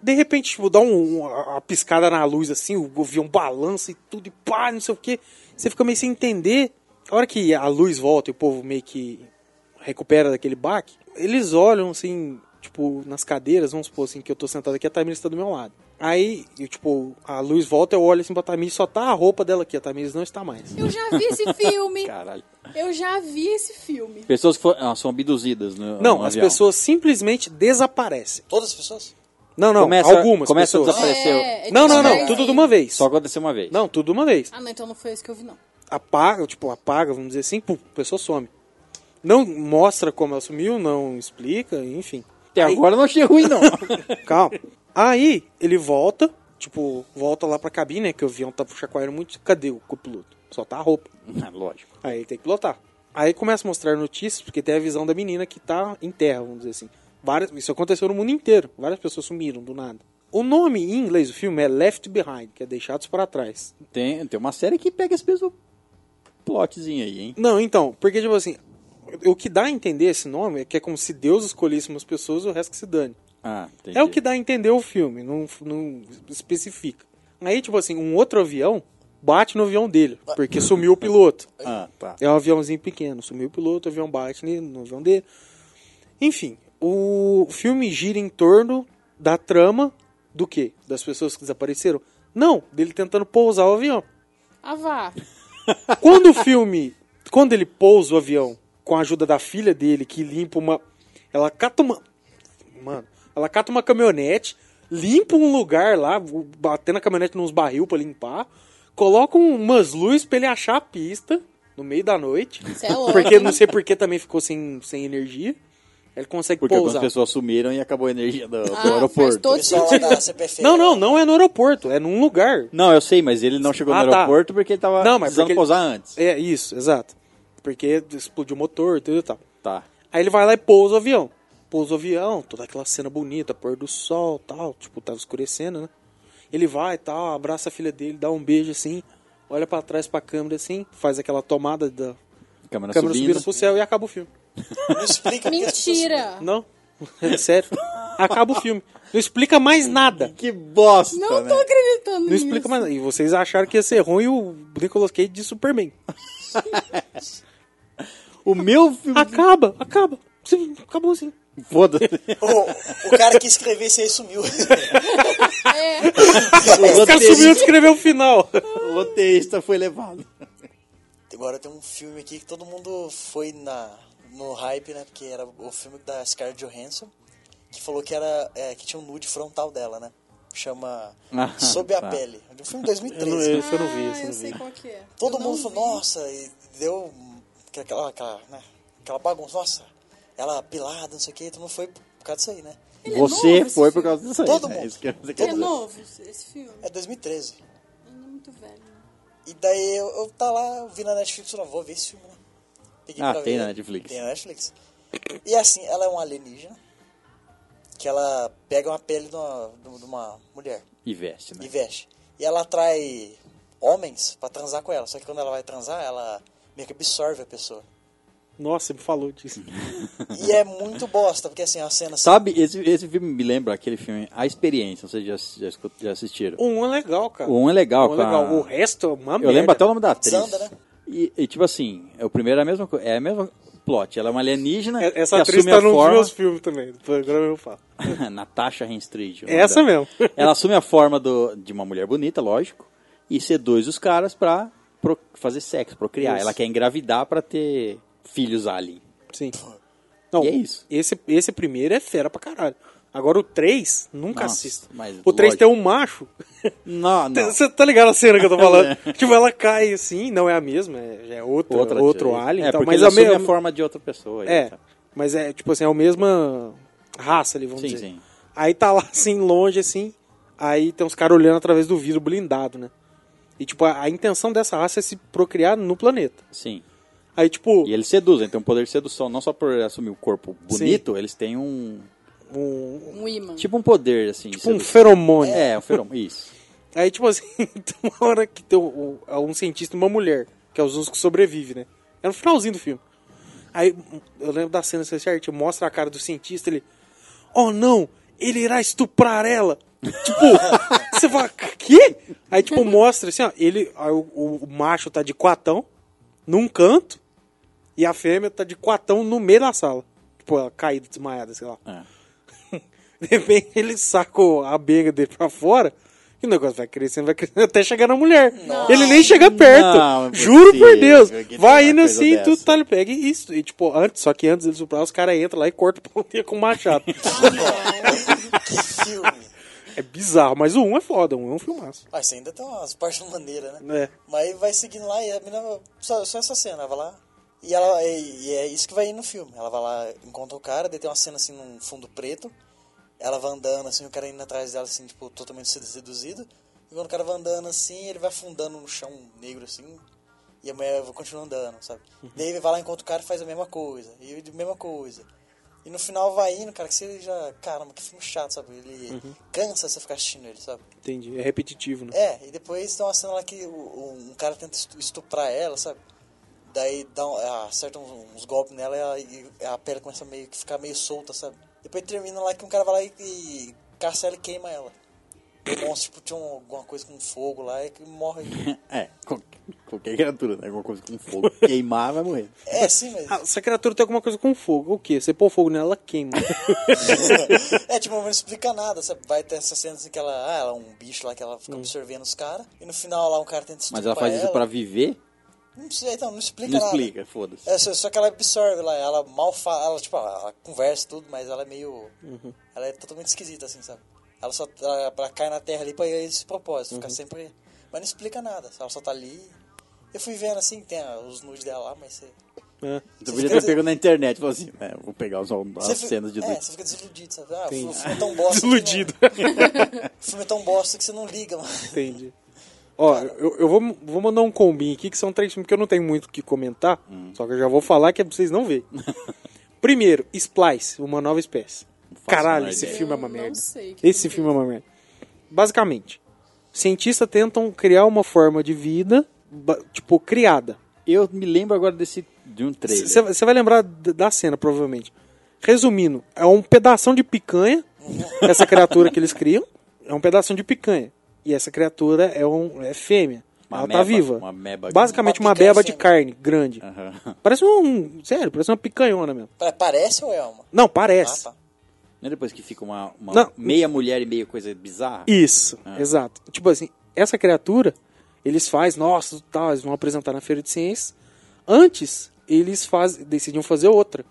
De repente, tipo, dá um- um- uma piscada na luz, assim, o avião balança e tudo, e pá, não sei o quê. Você fica meio sem entender. A hora que a luz volta e o povo meio que recupera daquele baque, eles olham, assim, tipo, nas cadeiras, vamos supor, assim, que eu tô sentado aqui, a Tamiris tá do meu lado. Aí, eu, tipo, a luz volta, eu olho assim pra Tamiris, só tá a roupa dela aqui, a Tamiris não está mais. Eu já vi esse filme. Caralho. Eu já vi esse filme. Pessoas que foram, ah, são abduzidas no Não, no as avião. pessoas simplesmente desaparecem. Todas as pessoas? Não, não, Começa- algumas começa a pessoas. desaparecer. Apareceu. É, é Não, não, não, demais. tudo de uma vez. Só aconteceu uma vez. Não, tudo de uma vez. Ah, não, então não foi esse que eu vi, não. Apaga, tipo, apaga, vamos dizer assim, pum, a pessoa some. Não mostra como ela sumiu, não explica, enfim. Até Aí- agora eu não achei ruim, não. Calma. Aí ele volta, tipo, volta lá pra cabine, né? Que o avião tava chacoalhando muito. Cadê o copiloto? Só tá a roupa. Ah, Lógico. Aí ele tem que pilotar. Aí começa a mostrar notícias, porque tem a visão da menina que tá em terra, vamos dizer assim. Várias, isso aconteceu no mundo inteiro. Várias pessoas sumiram do nada. O nome em inglês do filme é Left Behind, que é Deixados para Trás. Tem, tem uma série que pega esse mesmo plotzinho aí, hein? Não, então, porque, tipo assim, o que dá a entender esse nome é que é como se Deus escolhesse umas pessoas e o resto que se dane. Ah, entendi. É o que dá a entender o filme, não, não especifica. Aí, tipo assim, um outro avião bate no avião dele, porque sumiu o piloto. Ah, tá. É um aviãozinho pequeno, sumiu o piloto, o avião bate ne- no avião dele. Enfim, o filme gira em torno da trama do quê? Das pessoas que desapareceram? Não, dele tentando pousar o avião. Ah, vá. Quando o filme. Quando ele pousa o avião com a ajuda da filha dele, que limpa uma. Ela cata uma. Mano, ela cata uma caminhonete, limpa um lugar lá, batendo a caminhonete nos barril pra limpar, coloca um, umas luzes pra ele achar a pista no meio da noite. Você é louco. Porque não sei por que também ficou sem, sem energia. Ele consegue Porque algumas pousar. pessoas sumiram e acabou a energia do, do Ah, faz aeroporto. todo Pessoal sentido. da CPF. Não, não, não é no aeroporto, é num lugar. Não, eu sei, mas ele não chegou Ah, no tá. aeroporto porque ele tava Não, mas precisando porque ele- pousar antes. É isso, exato. Porque explodiu o motor, tudo e tal. Tá. Aí ele vai lá e pousa o avião. Pousa o avião, toda aquela cena bonita, pôr do sol tal. Tipo, tava escurecendo, né? Ele vai e tal, abraça a filha dele, dá um beijo assim, olha pra trás pra câmera assim, faz aquela tomada da Câmera, câmera subindo. subindo pro céu e acaba o filme. Não explica porque as pessoas- Mentira! Não? É sério. Acaba o filme. Não explica mais nada. Que bosta, Não né? tô acreditando Não explica mais nada. E vocês acharam que ia ser ruim o Nicolas Cage de Superman. O meu filme... Acaba, acaba. Sim, Acabou assim. Foda-se. O, o cara que escreveu isso aí sumiu. É, O O cara subiu e roteirista, escreveu o final. o roteirista foi levado. Agora tem um filme aqui que todo mundo foi na, no hype, né? Porque era o filme da Scarlett Johansson, que falou que, era, é, que tinha um nude frontal dela, né? Chama Ah, Sob a tá. Pele. É um filme de Eu não, 2013. esse eu não vi, ah, esse eu eu não vi. sei qual que é. Todo Eu não mundo falou, vi. nossa, e deu aquela, aquela, né, aquela bagunça, nossa, ela pilada, não sei o que, todo mundo foi por causa disso aí, né? Ele é Você novo, esse foi por filme? causa disso aí. Todo né? mundo. Isso que eu- isso que eu- É novo esse filme? É 2013. Ele não é muito velho. E daí eu, eu tá lá, eu vi na Netflix, eu não vou ver esse filme, né? Peguei Ah, pra tem ver, na né? Netflix. Tem na Netflix. E assim, ela é um alienígena, que ela pega uma pele de uma, de uma mulher E veste, né? e veste. E ela atrai homens pra transar com ela, só que quando ela vai transar, ela meio que absorve a pessoa. Nossa, me falou disso. E é muito bosta, porque assim, a cena... Sabe, esse, esse filme me lembra aquele filme A Experiência, vocês já, já, escu- já assistiram. Um é legal, cara. O um é legal, um é com a- legal. O resto é uma Eu lembro até o nome da atriz. Sandra, né? E, e, tipo assim, é o primeiro é a mesma coisa, é a mesma plot. Ela é uma alienígena Essa que atriz assume tá a num dos forma... meus filmes também. Agora eu falo. Natasha Henstridge. o nome Essa dela. mesmo. Ela assume a forma do- de uma mulher bonita, lógico, e seduz os caras pra pro- fazer sexo, procriar. Isso. Ela quer engravidar pra ter filhos alien. Sim. Não, E é isso. Esse, esse primeiro é fera pra caralho. Agora o 3, nunca Nossa, assista. mas O 3 lógico. tem um macho. Não, não. É. Você tá ligado a cena que eu tô falando? tipo, ela cai assim, não é a mesma, é, é outra, Outra, outro é, alien é, e tal, porque mas ele a assume a mesma. forma tá. de outra pessoa. e É, tal. mas é tipo assim, é a mesma raça ali, vamos Sim, dizer. sim. Aí tá lá assim, longe assim, aí tem uns caras olhando através do vidro blindado, né? E tipo, a, a intenção dessa raça é se procriar no planeta. Sim. Aí tipo, E eles seduzem, tem um poder de sedução. Não só por assumir o corpo bonito, eles têm um. um, Um imã. Tipo um poder, assim. de tipo um sedução. feromônio. É, um feromônio. Isso. Aí, tipo assim, tem uma hora que tem um, um cientista e uma mulher, que é os uns que sobrevive, né? É no finalzinho do filme. Aí, eu lembro da cena assim, certinho, mostra a cara do cientista, ele... Oh, não! Ele irá estuprar ela! tipo, você fala, quê? Aí, tipo, mostra assim, ó, ele... aí o, o- o macho tá de quatão, num canto, e a fêmea tá de quatão no meio da sala. Tipo, ela caída, desmaiada, sei lá. É. De repente ele sacou a bega dele pra fora e o negócio vai crescendo, vai crescendo até chegar na mulher. Ele nem chega perto. Não, é Juro por possível Deus. que Vai tenha indo uma coisa assim e tudo dessa. tá, ele pega e isso. E tipo, antes, só que antes de ele soprar, os caras entram lá e cortam o pau dele com o machado. que filme! é bizarro, mas o 1 um é foda, o 1 um é um filmaço. Ah, isso ainda tem umas partes maneiras, né? É. Mas vai seguindo lá e a menina. Só, só essa cena, ela vai lá. E, ela, e, e é isso que vai ir no filme. Ela vai lá, encontra o cara, daí tem uma cena assim num fundo preto. Ela vai andando assim, o cara indo atrás dela, assim, tipo, totalmente sedu- seduzido. E quando o cara vai andando assim, ele vai afundando no chão negro assim. E a mulher continua andando, sabe? Daí ele vai lá, encontra o cara e faz a mesma coisa. E a mesma coisa. E no final vai indo, cara, que você já. Caramba, que filme chato, sabe? Ele cansa você ficar assistindo ele, sabe? Entendi. É repetitivo, né? É, e depois tem uma cena lá que o- o- um cara tenta estu- estuprar ela, sabe? Daí dá um- ah, acerta uns, uns golpes nela e, ela- e a pele começa a meio que ficar meio solta, sabe? Depois termina lá que um cara vai lá e, e caça ela e queima ela. O monstro tipo, tinha um- alguma coisa com fogo lá e que morre. É, qualquer, qualquer criatura, né? Alguma coisa com fogo. Queimar vai morrer. É, sim, mas. Ah, essa criatura tem alguma coisa com fogo. O quê? Você pôr fogo nela, ela queima. é, tipo, não explica nada, sabe? Vai ter essa cena assim que ela. Ah, ela é um bicho lá que ela fica absorvendo os caras. E no final lá um cara tenta estuprar Mas ela faz isso pra viver? Não sei, então, não explica Não nada. explica, foda-se. É, só, só que ela absorve lá, ela mal fala, ela, tipo, ela, ela conversa e tudo, mas ela é meio. Uhum. Ela é totalmente esquisita, assim, sabe? Ela só ela, ela cai na terra ali pra esse propósito, Uhum. ficar sempre. Mas não explica nada, ela só tá ali. Eu fui vendo assim, tem a- os nudes dela lá, mas você. É. Você podia ter pego na internet, falou assim, é, vou pegar os, as Você fica- cenas de É, noite. você fica desiludido, sabe? Ah, o filme é tão bosta. que Desiludido. não- O filme é tão bosta que você não liga, mano. Entendi. Ó, eu, eu vou, vou mandar um combinho aqui, que são três filmes que eu não tenho muito o que comentar, só que eu já vou falar que é pra vocês não verem. Primeiro, Splice, Uma Nova Espécie. faço a Caralho, menor esse ideia. filme é uma Eu não merda. sei o que Esse filme é uma merda. Basicamente, cientistas tentam criar uma forma de vida, ba- tipo, criada. Eu me lembro agora desse de um trailer. Você vai lembrar d- da cena, provavelmente. Resumindo, é um pedação de picanha, essa criatura que eles criam, é um pedação de picanha. E essa criatura é, um, é fêmea. Uma ela meba, tá viva. uma meba. Basicamente Uma uma picanha beba de fêmea. carne grande. Aham. Parece um, um- Sério, parece uma picanhona mesmo. Pa- Parece ou é uma? Não, parece. Ah, tá. Não é depois que fica uma, uma Não. meia mulher e meia coisa bizarra? Isso, Ah. exato. Tipo assim, essa criatura, eles fazem, nossa, tal, eles vão apresentar na feira de ciências. Antes, eles faz, decidiam fazer outra.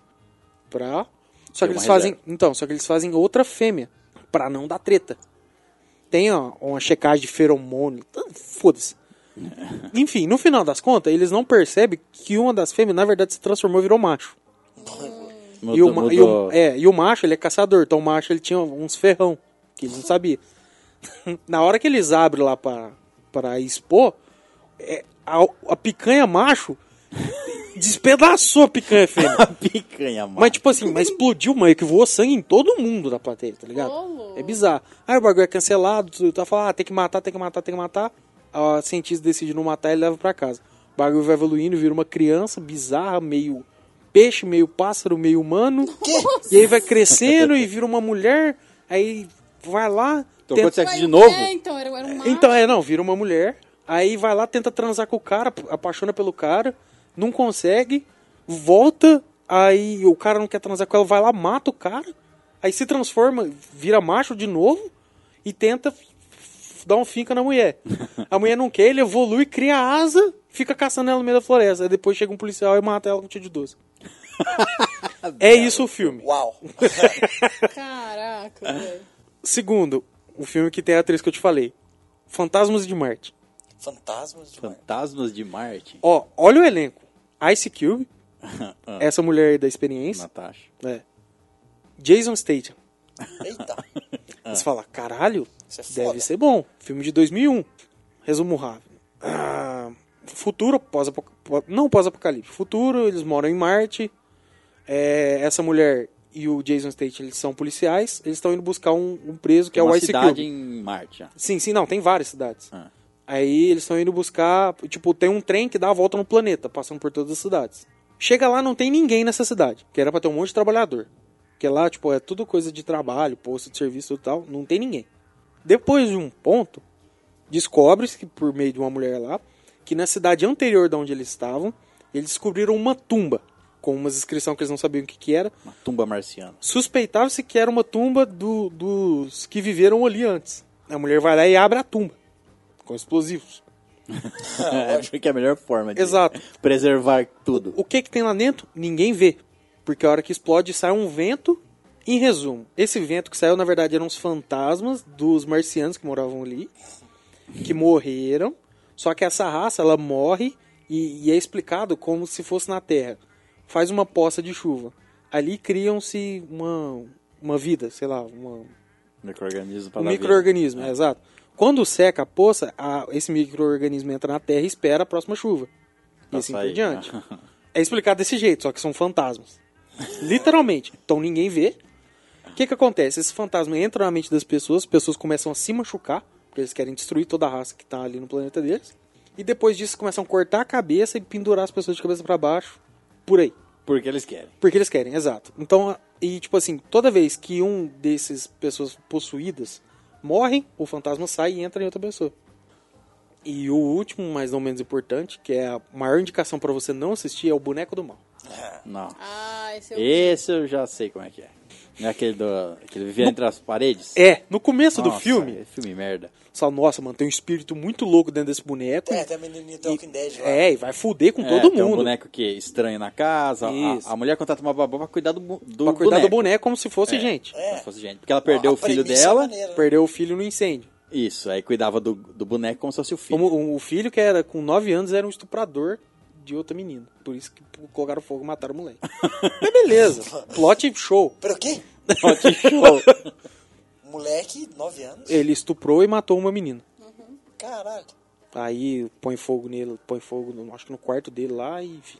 Pra. Só Ter que uma eles fazem. reserva. Então, só que eles fazem outra fêmea. Pra não dar treta. Tem ó, uma checagem de feromônio. tá, Foda-se. Enfim, no final das contas, eles não percebem que uma das fêmeas, na verdade, se transformou e virou macho. Mudou- E o, ma- e, mudou- o, é, e o macho, ele é caçador. Então o macho, ele tinha uns ferrão, que eles não sabiam. Na hora que eles abrem lá pra, pra expor, é, a, a picanha macho despedaçou a picanha fêmea. A picanha, mano. Mas, tipo assim, mas explodiu, mano, que voou sangue em todo mundo da plateia, tá ligado? Ô, louco. É bizarro. Aí o bagulho é cancelado, tu tá falando, ah, tem que matar, tem que matar, tem que matar. A cientista decide não matar e leva pra casa. O bagulho vai evoluindo, vira uma criança bizarra, meio peixe, meio pássaro, meio humano. E aí vai crescendo e vira uma mulher, aí vai lá. Tocou tenta- de sexo Mas- de novo? É, então, era, era um macho. então, é, não, vira uma mulher, aí vai lá, tenta transar com o cara, apaixona pelo cara, não consegue, volta, aí o cara não quer transar com ela, vai lá, mata o cara, aí se transforma, vira macho de novo e tenta f- f- dar um finca na mulher. A mulher não quer, ele evolui, cria asa, fica caçando ela no meio da floresta, aí depois chega um policial e mata ela com um tiro de doce. é isso o filme. Uau. É. Caraca, velho. Segundo, o filme que tem a atriz que eu te falei, Fantasmas de Marte. Fantasmas de Marte. Fantasmas de Marte? Ó, olha o elenco. Ice Cube, essa mulher aí da experiência. Natasha. É. Jason Statham. Eita. Você fala, caralho, Isso é foda. deve ser bom. Filme de 2001. Resumo rápido. Ah, futuro, pós -apoc... não pós-apocalipse. Futuro, eles moram em Marte. É, essa mulher e o Jason Statham, eles são policiais. Eles estão indo buscar um, um preso, que é uma o Ice cidade Cube. em Marte. já. Sim, sim, não, tem várias cidades. Ah. Aí eles estão indo buscar. Tipo, tem um trem que dá a volta no planeta, passando por todas as cidades. Chega lá, não tem ninguém nessa cidade, que era pra ter um monte de trabalhador. Porque lá, tipo, é tudo coisa de trabalho, posto de serviço e tal, não tem ninguém. Depois de um ponto, descobre-se que, por meio de uma mulher lá, que na cidade anterior de onde eles estavam, eles descobriram uma tumba, com umas inscrições que eles não sabiam o que, que era. Uma tumba marciana. Suspeitava-se que era uma tumba do- dos que viveram ali antes. A mulher vai lá e abre a tumba, com explosivos. É, acho que é a melhor forma de Exato. preservar tudo. O que que tem lá dentro? Ninguém vê. Porque a hora que explode sai um vento. Em resumo, esse vento que saiu, na verdade, eram os fantasmas dos marcianos que moravam ali, que morreram. Só que essa raça, ela morre e, e é explicado como se fosse na Terra. Faz uma poça de chuva. Ali criam-se uma, uma vida, sei lá, uma, Micro-organismo pra um dar vida. micro-organismo, é, exato. Quando seca a poça, a- esse micro-organismo entra na terra e espera a próxima chuva. E Pra assim por sair. né? diante. É explicado desse jeito, só que são fantasmas. Literalmente. Então ninguém vê. O que, que acontece? Esses fantasmas entram na mente das pessoas, as pessoas começam a se machucar, porque eles querem destruir toda a raça que tá ali no planeta deles. E depois disso começam a cortar a cabeça e pendurar as pessoas de cabeça para baixo, por aí. Porque eles querem. Porque eles querem, exato. Então, a- e tipo assim, toda vez que um desses pessoas possuídas morre, o fantasma sai e entra em outra pessoa. E o último, mas não menos importante, que é a maior indicação pra você não assistir, é o Boneco do Mal. Não. Ah, esse é o... Esse eu já sei como é que é. Não é aquele do. Aquele vivia entre as paredes? É, no começo do Nossa, filme, é filme merda. só, nossa, mano, tem um espírito muito louco dentro desse boneco. É, tem a menininha do Walking Dead lá. É, e vai fuder com É, todo Tem um mundo. boneco que é estranho na casa. a- Isso. A, mulher contrata uma babá pra cuidar do, bu- do pra cuidar boneco. do boneco como se fosse gente. É. Como se fosse gente. Porque ela perdeu A o filho premissa é dela. maneira, né? Perdeu o filho no incêndio. Isso, aí cuidava do, do boneco como se fosse o filho. Como o, o filho que era com 9 anos era um estuprador de outra menina. Por isso que colocaram fogo e mataram o moleque. Mas beleza. Plot show. Pera, o quê? Plot show. Moleque, 9 anos? Ele estuprou e matou uma menina. Caralho. Aí põe fogo nele, põe fogo, no, acho que no quarto dele lá e enfim.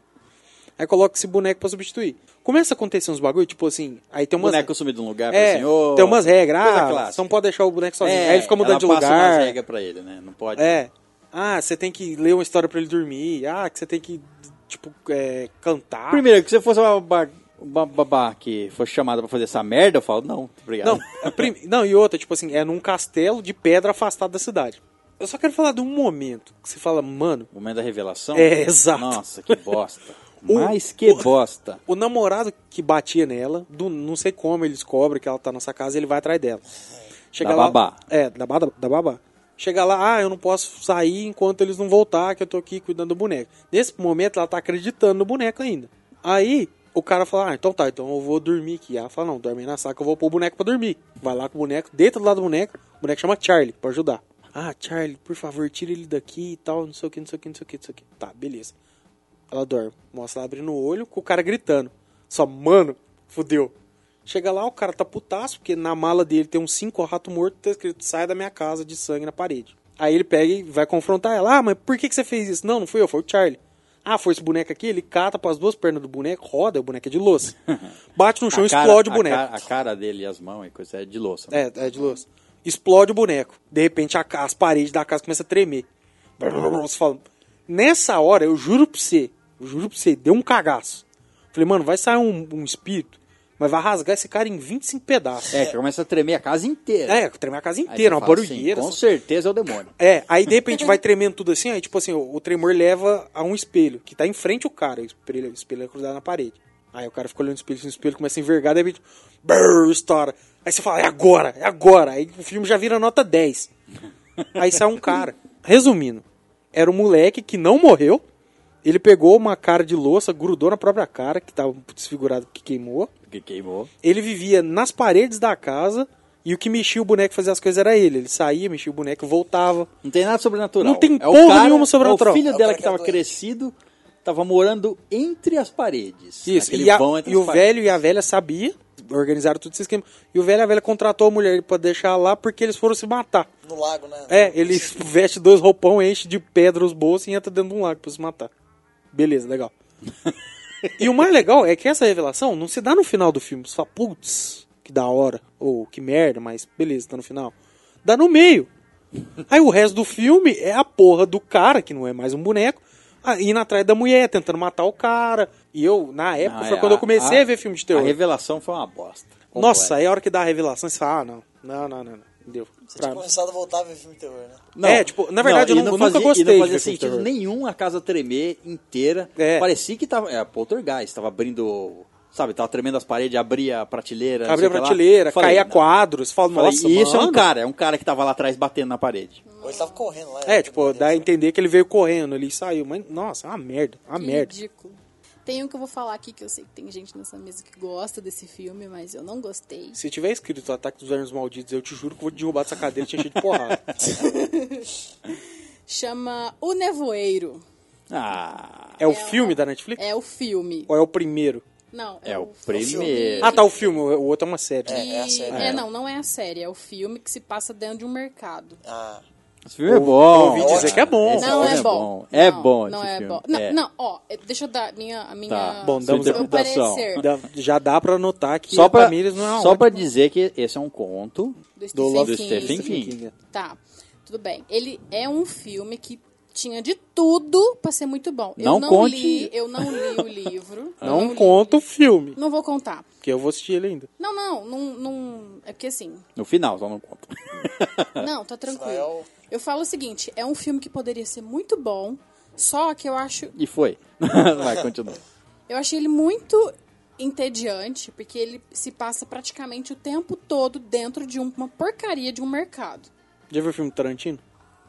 Aí coloca esse boneco pra substituir. Começa a acontecer uns bagulho, tipo assim, aí tem O umas. boneco sumiu de um lugar, é, assim, ô, tem umas regras, coisa ah, clássica. você não pode deixar o boneco sozinho. É, aí ele fica mudando ela de passa umas lugar. regras pra ele, né? Não pode. É. Ah, você tem que ler uma história pra ele dormir. Ah, que você tem que, tipo, é, cantar. Primeiro, que se eu fosse uma babá, uma babá que fosse chamada pra fazer essa merda, eu falo, não, obrigado. Não, a prim- não, e outra, tipo assim, é num castelo de pedra afastado da cidade. Eu só quero falar de um momento que você fala, mano, O momento da revelação? É, exato. Nossa, que bosta. O- Mas que bosta. o namorado que batia nela, do, não sei como ele descobre que ela tá nessa casa, ele vai atrás dela. Chega Da lá, babá. É, da, ba- da babá. Chega lá, ah, eu não posso sair enquanto eles não voltar, que eu tô aqui cuidando do boneco. Nesse momento, ela tá acreditando no boneco ainda. Aí, o cara fala, ah, então tá, então eu vou dormir aqui. Ela fala, não, dorme na sala que eu vou pôr o boneco pra dormir. Vai lá com o boneco, deita do lado do boneco, o boneco chama Charlie pra ajudar. Ah, Charlie, por favor, tira ele daqui e tal, não sei o que, não sei o que, não sei o que, não sei o que. Tá, beleza. Ela dorme. Mostra ela abrindo o olho com o cara gritando. Só, mano, fudeu. Chega lá, o cara tá putaço, porque na mala dele tem uns cinco rato morto, tá escrito, sai da minha casa de sangue na parede. Aí ele pega e vai confrontar ela. Ah, mas por que, que você fez isso? Não, não fui eu, foi o Charlie. Ah, foi esse boneco aqui, ele cata pras duas pernas do boneco, roda, o boneco é de louça. Bate no chão, A cara- explode a o boneco. cara- a cara dele e as mãos é coisa de louça. né? É, é de louça. Explode o boneco. De repente, a ca- as paredes da casa começam a tremer. Você fala, nessa hora, eu juro pra você, eu juro pra você, deu um cagaço. Falei, mano, vai sair um, um espírito, mas vai rasgar esse cara em 25 pedaços. É, que começa a tremer a casa inteira. É, tremer a casa Aí inteira, você uma fala assim, barulheira. com essa- certeza é o demônio. É, aí de repente vai tremendo tudo assim, aí tipo assim, o, o tremor leva a um espelho, que tá em frente ao cara, o espelho, o espelho é cruzado na parede. Aí o cara fica olhando o espelho, assim, o espelho começa a envergar, daí de repente, brrr, estoura. Aí você fala, é agora, é agora. Aí o filme já vira nota 10. Aí sai um cara. Resumindo, era um moleque que não morreu, ele pegou uma cara de louça, grudou na própria cara, que tava desfigurado porque queimou. Porque queimou. Ele vivia nas paredes da casa, e o que mexia o boneco fazia as coisas era ele. Ele saía, mexia o boneco, voltava. Não tem nada sobrenatural. Não tem é o porra cara, nenhuma sobrenatural. É o filho É o dela cara que que é tava doente. crescido, tava morando entre as paredes. Isso, Naquele e, a- vão entre e as o paredes. velho e a velha sabia, organizaram tudo esse esquema. E o velho e a velha contratou a mulher pra deixar lá porque eles foram se matar. No lago, né? É, ele veste dois roupão, enche de pedra os bolsos e entra dentro de um lago pra se matar. Beleza, legal. e o mais legal é que essa revelação não se dá no final do filme. Você fala, putz, que da hora. Ou que merda, mas beleza, tá no final. Dá no meio. Aí o resto do filme é a porra do cara, que não é mais um boneco, a- indo atrás da mulher, tentando matar o cara. E eu, na época, Não, foi é, quando eu comecei a, ver filme de terror. A revelação foi uma bosta. Nossa, Completa. aí a hora que dá a revelação, você fala, ah, não. Não, não, não, não. Deu. Você Pra- tinha começado a voltar a ver filme de terror, né? é, tipo, na verdade, e eu nu- fazia- nunca gostei E de não fazia ver filme de sentido terror. nenhum a casa tremer inteira. É. Parecia que tava. É, poltergeist, tava abrindo. Sabe, tava tremendo as paredes, abria a prateleira. não Abria sei o a que lá. prateleira, Falei, caía não. quadros, fala, Falei, nossa, e isso é um mano. cara, é um cara que tava lá atrás batendo na parede. Ou ele tava correndo lá. né? É, tipo, dá a entender que ele veio correndo ali e saiu. Mas, nossa, é uma merda, uma Que merda. Ridículo. Tem um que eu vou falar aqui que eu sei que tem gente nessa mesa que gosta desse filme, mas eu não gostei. Se tiver escrito Ataque dos Anjos Malditos, eu te juro que eu vou te derrubar dessa cadeira e te encher de porrada. Chama O Nevoeiro. Ah. é o filme da Netflix? É o filme. Ou é o primeiro? Não, É o filme primeiro. Ah, tá, o filme, o outro é uma série. que- É, é a série. É, É. não, não é a série, é o filme que se passa dentro de um mercado. Ah, Esse filme é bom. ouvi dizer que é bom. Esse não filme é bom. É Não, bom Não esse é filme. bom. Não, É. não, ó, é, deixa eu dar a minha, a minha Tá. Bom, damos meu interpretação. parecer. Da- já dá pra anotar que Só só pra, Ramirez não é uma só ótima. pra dizer que esse é um conto. Do Do Stephen Love- do King. Stephen King. Tá, tudo bem. Ele é um filme que tinha de tudo pra ser muito bom. Não eu não conte. li, eu não li o livro. Eu Não li. conta o filme, Não vou contar. que eu vou assistir ele ainda. Não, não, não, não- é porque assim, No final, só não conto. não, tá tranquilo. Israel. Eu falo o seguinte, é um filme que poderia ser muito bom, só que eu acho, E foi. Vai, continua. eu achei ele muito entediante, porque ele se passa praticamente o tempo todo dentro de um- uma porcaria de um mercado. Já viu o filme do Tarantino?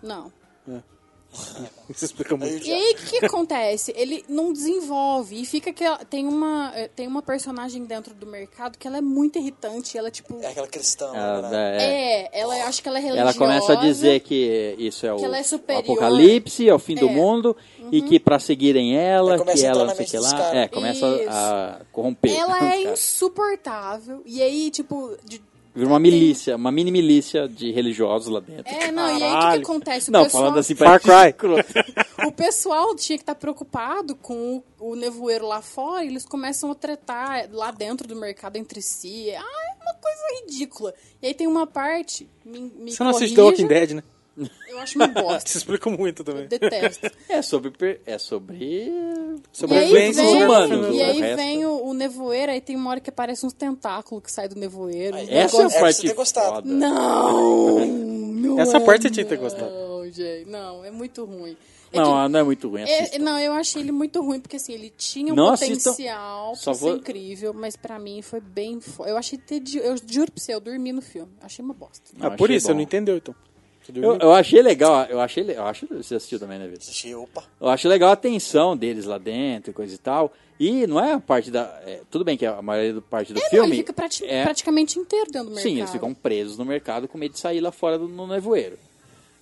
Não. É. Isso explica muito. E aí, o que, que acontece? Ele não desenvolve e fica que ela- tem uma eh, tem uma personagem dentro do mercado que ela é muito irritante, ela tipo É aquela cristã, Ah, né? é. é, ela acho que ela é religiosa. Ela começa a dizer que isso é o que ela é superior. apocalipse, é o fim do É. mundo, e que pra seguirem ela, Aí começa que a entrar ela na não sei o mente que dos lá, caras. é, começa a corromper. né, os Ela é caras. insuportável. E aí, tipo. de- Vira uma tem- milícia, uma mini milícia de religiosos lá dentro. É, não, e aí o que que, Caralho. acontece? O, Não, pessoal, falando assim, Far parece Cry. escroto. o pessoal tinha que estar preocupado com o, o nevoeiro lá fora, e eles começam a tretar lá dentro do mercado entre si. Ah, é uma coisa ridícula. E aí tem uma parte. Me, me Você não assiste The corrija, Walking Dead, né? Eu acho uma bosta. Isso explica muito também. Detesto. É sobre, per- é sobre E aí Sobrevivência vem, né? humanos, e o aí resto. vem o, o nevoeiro, aí tem uma hora que aparece uns tentáculos que sai do nevoeiro. Aí, Um Essa Negócio- é é a pra você parte ter gostado. foda. Não! não Essa é, parte você tinha que ter gostado. Não, gente, não, é muito ruim. É Não, que- ah, não é muito ruim. é- assista. não, eu achei ele muito ruim, porque assim, ele tinha um Não assistam. potencial Só pra vou- ser incrível, mas pra mim foi bem... Fo... Eu achei tedio... Eu juro pra você, eu dormi no filme. Achei uma bosta. Não, Ah, por achei isso, bom. você não entendeu, então. Você dormiu? Eu, eu achei legal, eu achei, le- eu acho que você assistiu também, né, Vitor? Assisti, opa. Eu acho legal a tensão deles lá dentro, e coisa e tal. E não é a parte da. é, tudo bem que a maioria da parte do É, não, filme. ele fica prati- é- praticamente inteiro dentro do mercado. É Sim, eles ficam presos no mercado com medo de sair lá fora do, no nevoeiro.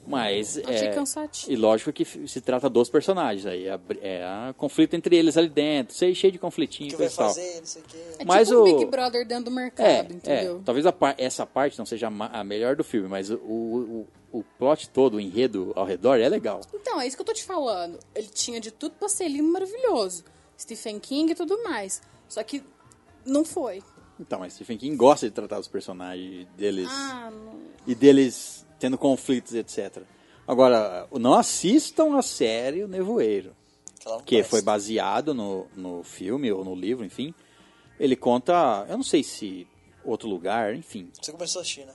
Mas. Achei é, cansativo. E lógico que f- se trata dos personagens aí. É, br- é a conflito entre eles ali dentro. sei- Cheio de conflitinho e O que coisa vai e tal. fazer, não sei o quê. É Mas tipo um o- Big Brother dentro do É, mercado, é, entendeu? talvez a par- essa parte não seja a ma- a melhor do filme, mas o, o, o plot todo, o enredo ao redor é legal. Então, é isso que eu tô te falando. Ele tinha de tudo pra ser lindo e maravilhoso. Stephen King e tudo mais. Só que não foi. Então, mas Stephen King gosta de tratar os personagens deles Ah, não. e deles tendo conflitos, etc. Agora, não assistam a série O Nevoeiro, Aquela que parece. foi baseado no, no filme ou no livro, enfim. Ele conta, eu não sei se outro lugar, enfim. Você começou a assistir, né?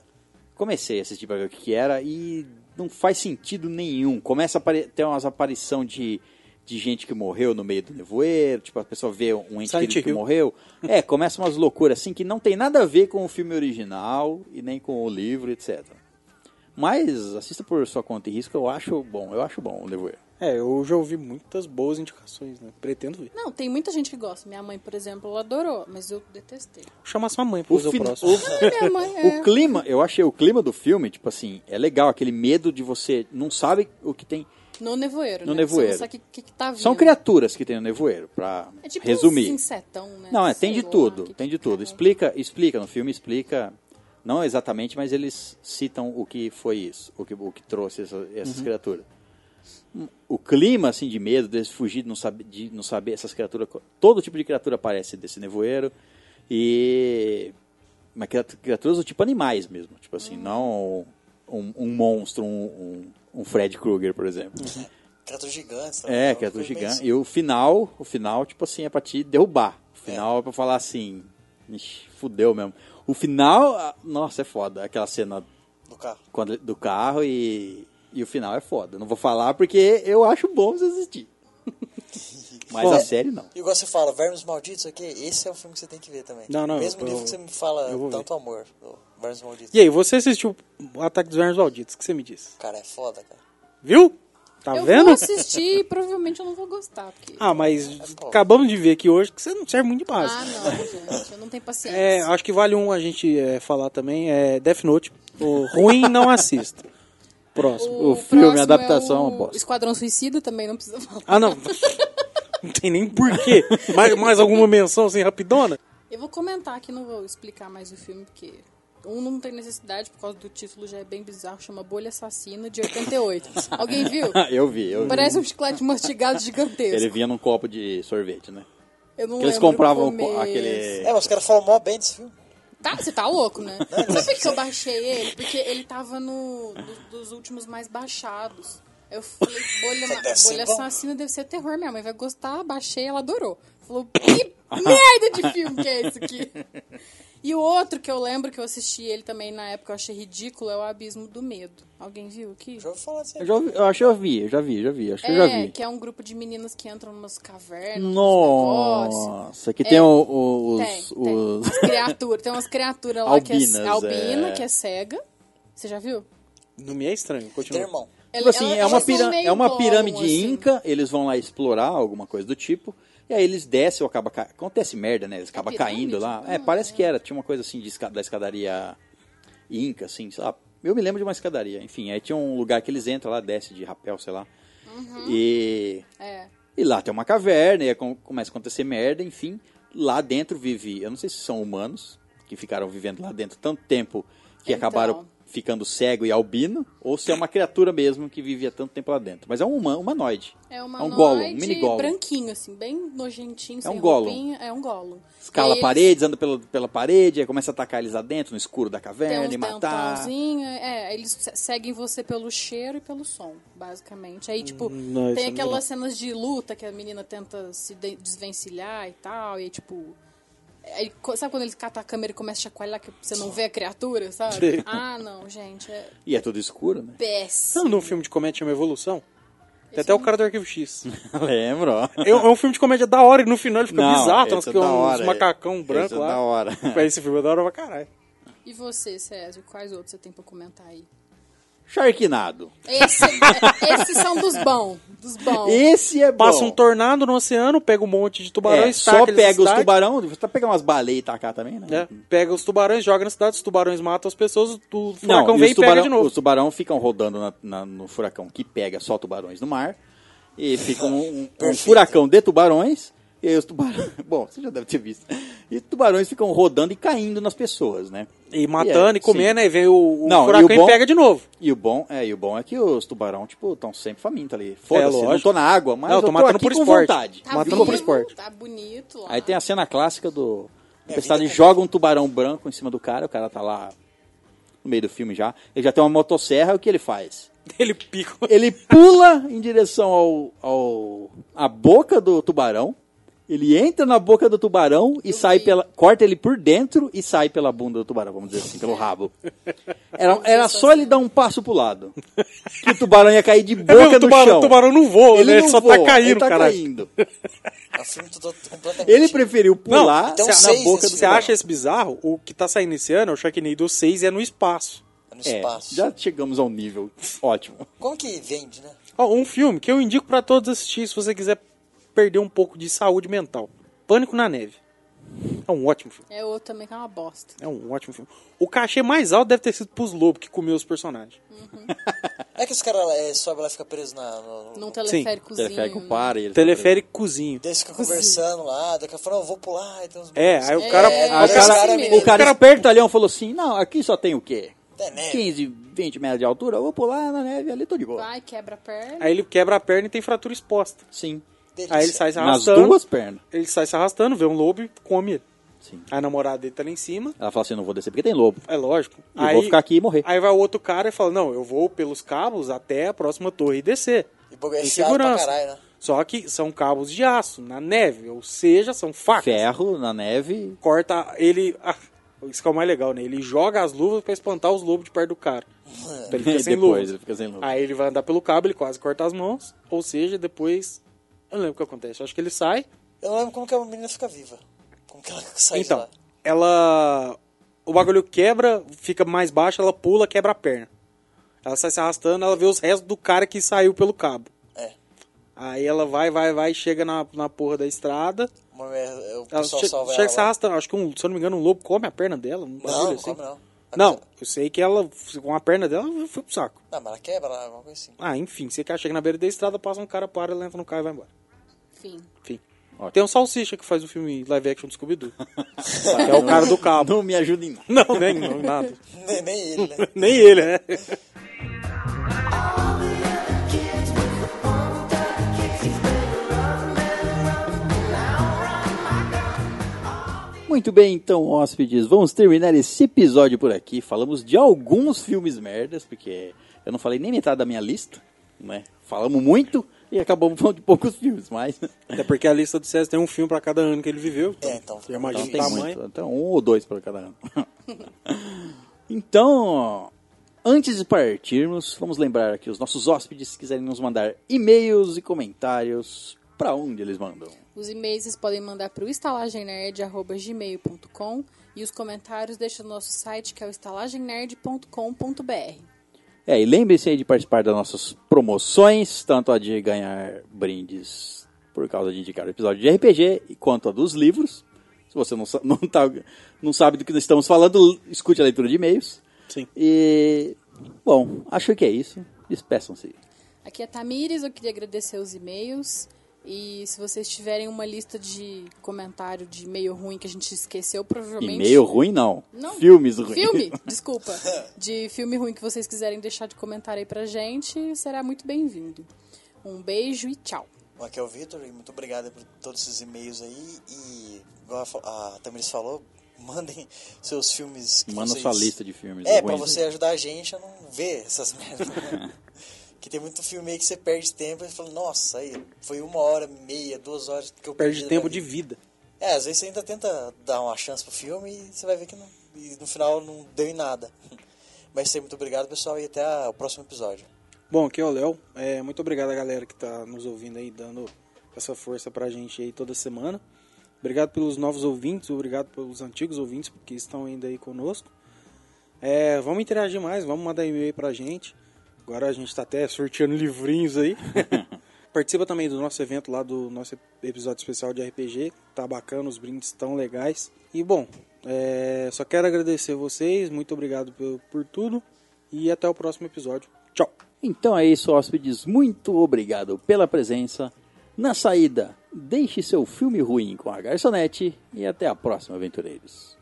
Comecei a assistir pra ver o que, que era e não faz sentido nenhum. Começa a apare- ter umas aparição de, de gente que morreu no meio do nevoeiro, tipo, a pessoa vê um ente Silent querido que Hill. morreu. É, começa umas loucuras assim que não tem nada a ver com o filme original e nem com o livro, etc. Mas assista por sua conta e risco, eu acho bom, eu acho bom o nevoeiro. É, eu já ouvi muitas boas indicações, né? Pretendo ver. Não, tem muita gente que gosta. Minha mãe, por exemplo, ela adorou, mas eu detestei. Vou chamar sua mãe pra O, fazer o fina- próximo. o- Ah, Minha mãe é. o clima, eu achei o clima do filme, tipo assim, é legal, aquele medo de você não sabe o que tem. No nevoeiro, No né? nevoeiro. Você não sabe o que, que, que tá vindo. São criaturas que tem no nevoeiro, pra É tipo resumir. uns insetão, né? Não, é, tem Sei de lá, tudo, que- tem de tudo. Caramba. Explica, explica no filme, explica, não exatamente, mas eles citam o que foi isso, o que, o que trouxe essa- essas criaturas. Hum, O clima, assim, de medo, deles fugir, de não, saber, de não saber essas criaturas, co- todo tipo de criatura aparece desse nevoeiro, e... Mas criat- criaturas do tipo animais mesmo, tipo assim, não um, um monstro, um, um, um Fred Krueger, por exemplo. Criatura gigante. tá? É, Uma criatura coisa bem gigante. assim. E o final, o final, tipo assim, é pra te derrubar. O final é, pra falar assim. Ixi, fudeu mesmo. O final, ah, nossa, é foda. Aquela cena Do carro. quando- do carro e, e o final é foda. Não vou falar porque eu acho bom você assistir. Mas Bom. a série não. E igual você fala, Vermes Malditos, ok? Esse é um filme que você tem que ver também. Não, não, Mesmo eu- nível que você me fala eu vou ver. tanto amor, do Vermes Malditos. E aí, você assistiu o Ataque dos Vermes Malditos, o que você me disse? Cara, é foda, cara. Viu? Tá eu vendo? vou assistir e provavelmente eu não vou gostar. Porque... Ah, mas acabamos de ver aqui hoje que você não serve muito de base. Ah, não, gente. Eu não tenho paciência. É, acho que vale um a gente é, falar também, é Death Note. O ruim não assista. Próximo. O filme, a próximo adaptação é o uma bosta. Esquadrão Suicida também, não precisa falar. Ah, não. Não tem nem porquê. Mais, mais alguma menção assim rapidona? Eu vou comentar aqui, não vou explicar mais o filme, porque um não tem necessidade, por causa do título já é bem bizarro, chama Bolha Assassina, de 88. Alguém viu? eu vi, eu vi. Parece um chiclete mastigado gigantesco. Ele vinha num copo de sorvete, né? Eu não Que eles lembro o compravam co- começo. aquele. É, mas os caras falam mó bem desse filme. Tá, você tá louco, né? Sabe por que eu baixei ele? Porque ele tava no, do- dos últimos mais baixados. Eu falei, bolha, ma- Deve ser bolha bom. assassina deve ser terror, minha mãe vai gostar, baixei, ela adorou. Falou, que merda de filme que é esse aqui? E o outro que eu lembro que eu assisti ele também na época, eu achei ridículo, é o Abismo do Medo. Alguém viu aqui? Já ouvi falar disso aí. Eu, já ouvi- eu acho que eu vi, eu já vi, já vi. Acho que é um eu já É, vi. que é um grupo de meninas que entram numas cavernas, uns negócios. Nossa, que tem o- o- os. Tem, tem. os- As criaturas. Tem umas criaturas lá que Albinas, é albina, é. que é cega. Você já viu? Não me é estranho, Tem continua. irmão. Tipo assim, ela- é, uma elas são pira- meio é uma Gollum, pirâmide assim. inca, eles vão lá explorar alguma coisa do tipo, e aí eles descem ou acaba ca... Acontece merda, né? Eles acabam pirâmide? caindo lá. é, Ah, parece que era, tinha uma coisa assim de esca- da escadaria inca, assim, sabe? Eu me lembro de uma escadaria, enfim, aí tinha um lugar que eles entram lá, desce de rapel, sei lá. Uhum. E É. e lá tem uma caverna, e aí com- começa a acontecer merda, enfim. Lá dentro vive, eu não sei se são humanos, que ficaram vivendo lá dentro tanto tempo que Então. acabaram ficando cego e albino, ou se é uma criatura mesmo que vivia tanto tempo lá dentro. Mas é um humano, humanoide. É, uma é um golo, um noite mini golo. branquinho, assim, bem nojentinho, sem um golo. roupinha. É um golo. Escala E paredes, anda pela, pela parede, aí começa a atacar eles lá dentro, no escuro da Tem caverna, uns e matar. dentãozinhos, é, eles se- seguem você pelo cheiro e pelo som, basicamente. Aí, tipo, Não, isso tem eu não aquelas lembro. cenas de luta que a menina tenta se de- desvencilhar e tal, e aí, tipo... aí, co- sabe quando eles catam a câmera e começam a chacoalhar que você não vê a criatura, sabe? Sim. ah, não, gente, é E é tudo escuro, né? péssimo. Sabe num um filme de comédia chama Evolução? Tem até o cara do Arquivo X. Lembro, ó. É, é um filme de comédia da hora e no final ele fica Não, bizarro. Tem uns, esse é que- da uns hora, macacão esse branco é lá. da hora. Esse filme é da hora pra caralho. E você, César, quais outros você tem pra comentar aí? Sharknado. Esse- é, esses são dos bons, dos bons. Esse é bom. Passa um tornado no oceano, pega um monte de tubarão, É, estaca só eles na pega os cidade, tubarão, você tá pegando umas baleias e tacar também, né? né? Pega os tubarões, joga na cidade, os tubarões matam as pessoas, o Não, furacão e vem os e pega tubarão, de novo. Os tubarão ficam rodando na- na- no furacão que pega só tubarões no mar. E fica um- um, um furacão de tubarões. E aí os tubarões. Bom, você já deve ter visto. E tubarões ficam rodando e caindo nas pessoas, né? E é, matando e comendo, aí vem o, o Não, e furacão o e, bom- pega de novo. E o bom é, e o bom é que os tubarão, tipo, estão sempre famintos ali. Foda-se, não É, lógico. tô na água, mas Não, eu tô tô matando aqui por com esporte. vontade. Tá matando vivo, por esporte. Tá bonito lá. Aí tem a cena clássica do. O É, Pestade vida- joga um tubarão branco em cima do cara, o cara tá lá no meio do filme já. Ele já tem uma motosserra, o que ele faz? Ele pica. Ele pula em direção ao, ao a boca do tubarão. Ele entra na boca do tubarão e sai vi. pela. Corta ele por dentro e sai pela bunda do tubarão, vamos dizer assim, pelo rabo. Era, era só ele dar um passo pro lado. Que o tubarão ia cair de É mesmo, boca o no tubarão, chão. o tubarão não voa, né? Ele não só tá voa, caindo, ele tá caralho. caindo. É um filme todo completamente. Ele preferiu pular Não, então na seis boca do esse Você tubarão. acha esse bizarro? O que tá saindo esse ano é o Sharknado 6 e é no espaço. no É, espaço. já chegamos ao nível ótimo. Como que vende, né? Ó, um filme que eu indico pra todos assistir se você quiser perder um pouco de saúde mental. Pânico na Neve. É um ótimo filme. É outro também que é uma bosta. É um ótimo filme. O cachê mais alto deve ter sido pros lobos que comeu os personagens. É que os caras é, sobem lá e ficam presos na, no, no- Num O teleféricozinho. teleférico né? para e ele- Teleférico cozinho. Daí eles ficam conversando lá, daqui a pouco, não, eu vou pular, e tem uns assim." É, aí o cara. É, Ah, o esse cara, cara o mesmo. cara espertalhão falou assim: Não, aqui só tem o quê? É neve. 15, 20 metros de altura, eu vou pular na neve ali, tô de boa. Vai, quebra a perna. Aí ele quebra a perna e tem fratura exposta. Sim. delícia. Aí ele sai se Nas arrastando. duas pernas. Ele sai se arrastando, vê um lobo e come ele. Sim. A namorada dele tá lá em cima. Ela fala assim: Não vou descer porque tem lobo. É lógico. Eu vou ficar aqui e morrer. Aí vai o outro cara e fala: Não, eu vou pelos cabos até a próxima torre e descer. E bagulho é Em fiado pra segurança. caralho, né? Só que são cabos de aço, na neve, ou seja, são facas. Ferro na neve. Corta ele. ah, isso que é o mais legal, né? Ele joga as luvas pra espantar os lobos de perto do cara. Então ele fica E sem Ah, depois luvas. ele fica sem luvas. Aí ele vai andar pelo cabo, ele quase corta as mãos. Ou seja, depois. Eu não lembro o que acontece. Eu acho que ele sai. Eu não lembro como que a menina fica viva. Como que ela sai de Então, Tá lá. ela. O bagulho quebra, fica mais baixo, ela pula, quebra a perna. Ela sai se arrastando, ela vê os restos do cara que saiu pelo cabo. É. Aí ela vai, vai, vai, chega na, na porra da estrada. Uma, mulher- é, o Ela pessoal che- salva chega ela. se lá. arrastando. Acho que, um, se eu não me engano, um lobo come a perna dela. Um bagulho Não, não assim. come não. Não, eu sei que ela, com a perna dela, ela foi pro saco. Não, mas ela quebra lá, alguma coisa assim. Ah, enfim, sei que ela chega na beira da estrada, passa um cara, para, ela entra no carro e vai embora. Enfim. Enfim. Ótimo. Tem um salsicha que faz o filme live action do Scooby-Doo. que é o cara do cabo. Não me ajuda em nada. Não, nem não, nada. Nem, nem ele, né? Nem ele, né? Muito bem, então, hóspedes, vamos terminar esse episódio por aqui. Falamos de alguns filmes merdas, porque eu não falei nem metade da minha lista, né? Falamos muito e acabamos falando de poucos filmes, mas Até É porque a lista do César tem um filme pra cada ano que ele viveu. É, então. Você imagina então tem o tamanho. muito. Então, um ou dois para cada ano. então, antes de partirmos, vamos lembrar aqui os nossos hóspedes, se quiserem nos mandar e-mails e comentários, para onde eles mandam? Os e-mails vocês podem mandar para o estalagemnerd.gmail.com e os comentários deixa no nosso site que é o estalagemnerd.com.br. É, e lembre-se aí de participar das nossas promoções, tanto a de ganhar brindes por causa de indicar o episódio de RPG, quanto a dos livros. Se você não, sa- não, tá- não sabe do que nós estamos falando, escute a leitura de e-mails. Sim. E, bom, acho que é isso. Despeçam-se. Aqui é Tamires, eu queria agradecer os e-mails. E se vocês tiverem uma lista de comentário de e-mail ruim que a gente esqueceu, provavelmente. E-mail ruim, não. Não. Filmes ruins. Filme, desculpa. De filme ruim que vocês quiserem deixar de comentário aí pra gente, será muito bem-vindo. Um beijo e tchau. Bom, aqui é o Vitor e muito obrigado por todos esses e-mails aí. E, igual a fa- a Tamiris falou, mandem seus filmes que Manda vocês... sua lista de filmes É, ruins. pra você ajudar a gente a não ver essas merdas, né? que tem muito filme aí que você perde tempo e fala, nossa, aí foi uma hora, e meia, duas horas que eu perdi. Perde da tempo de minha vida." vida. É, às vezes você ainda tenta dar uma chance pro filme e você vai ver que não, e no final não deu em nada. Mas sim, muito obrigado, pessoal, e até a- o próximo episódio. Bom, aqui é o Léo. É, muito obrigado a galera que tá nos ouvindo aí, dando essa força pra gente aí toda semana. Obrigado pelos novos ouvintes, obrigado pelos antigos ouvintes que estão ainda aí conosco. É, vamos interagir mais, vamos mandar e-mail aí pra gente. Agora a gente tá até sorteando livrinhos aí. Participa também do nosso evento lá, do nosso episódio especial de RPG. Tá bacana, os brindes estão legais. E bom, é, só quero agradecer vocês, muito obrigado por- por tudo. E até o próximo episódio. Tchau! Então é isso, hóspedes. Muito obrigado pela presença. Na saída, deixe seu filme ruim com a garçonete e até a próxima, aventureiros.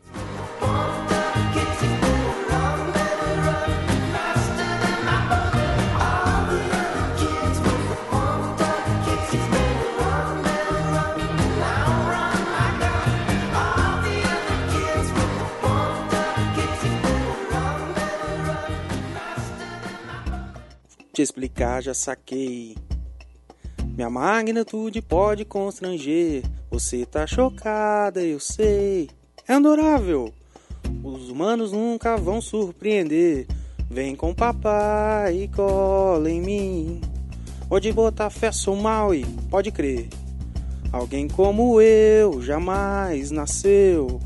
te explicar, já saquei. Minha magnitude pode constranger. Você tá chocada, eu sei. É adorável. Os humanos nunca vão surpreender. Vem com papai e cola em mim. Pode botar fé, sou mal e pode crer. Alguém como eu jamais nasceu.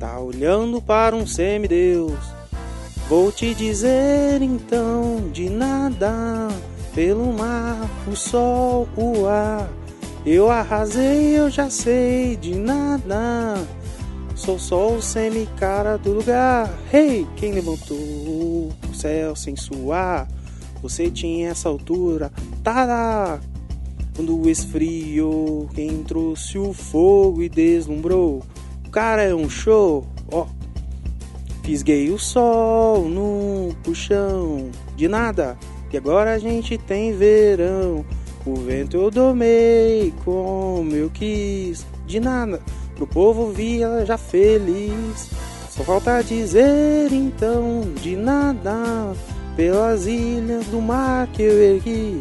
Tá olhando para um semideus. Vou te dizer então de nada pelo mar, o sol, o ar. Eu arrasei, eu já sei de nada. Sou só o semi-cara do lugar. Hey, quem levantou o céu sem suar? Você tinha essa altura, tará. Quando esfriou, quem trouxe o fogo e deslumbrou? O cara é um show, ó. Fisguei o sol num puxão de nada, e agora a gente tem verão. O vento eu domei como eu quis, de nada, pro povo viajar feliz. Só falta dizer então, de nada, pelas ilhas do mar que eu ergui.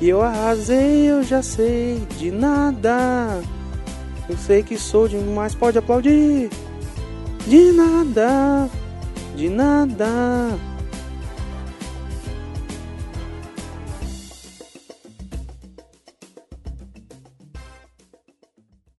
E eu arrasei, eu já sei, de nada. Eu sei que sou demais, pode aplaudir. De nada, de nada,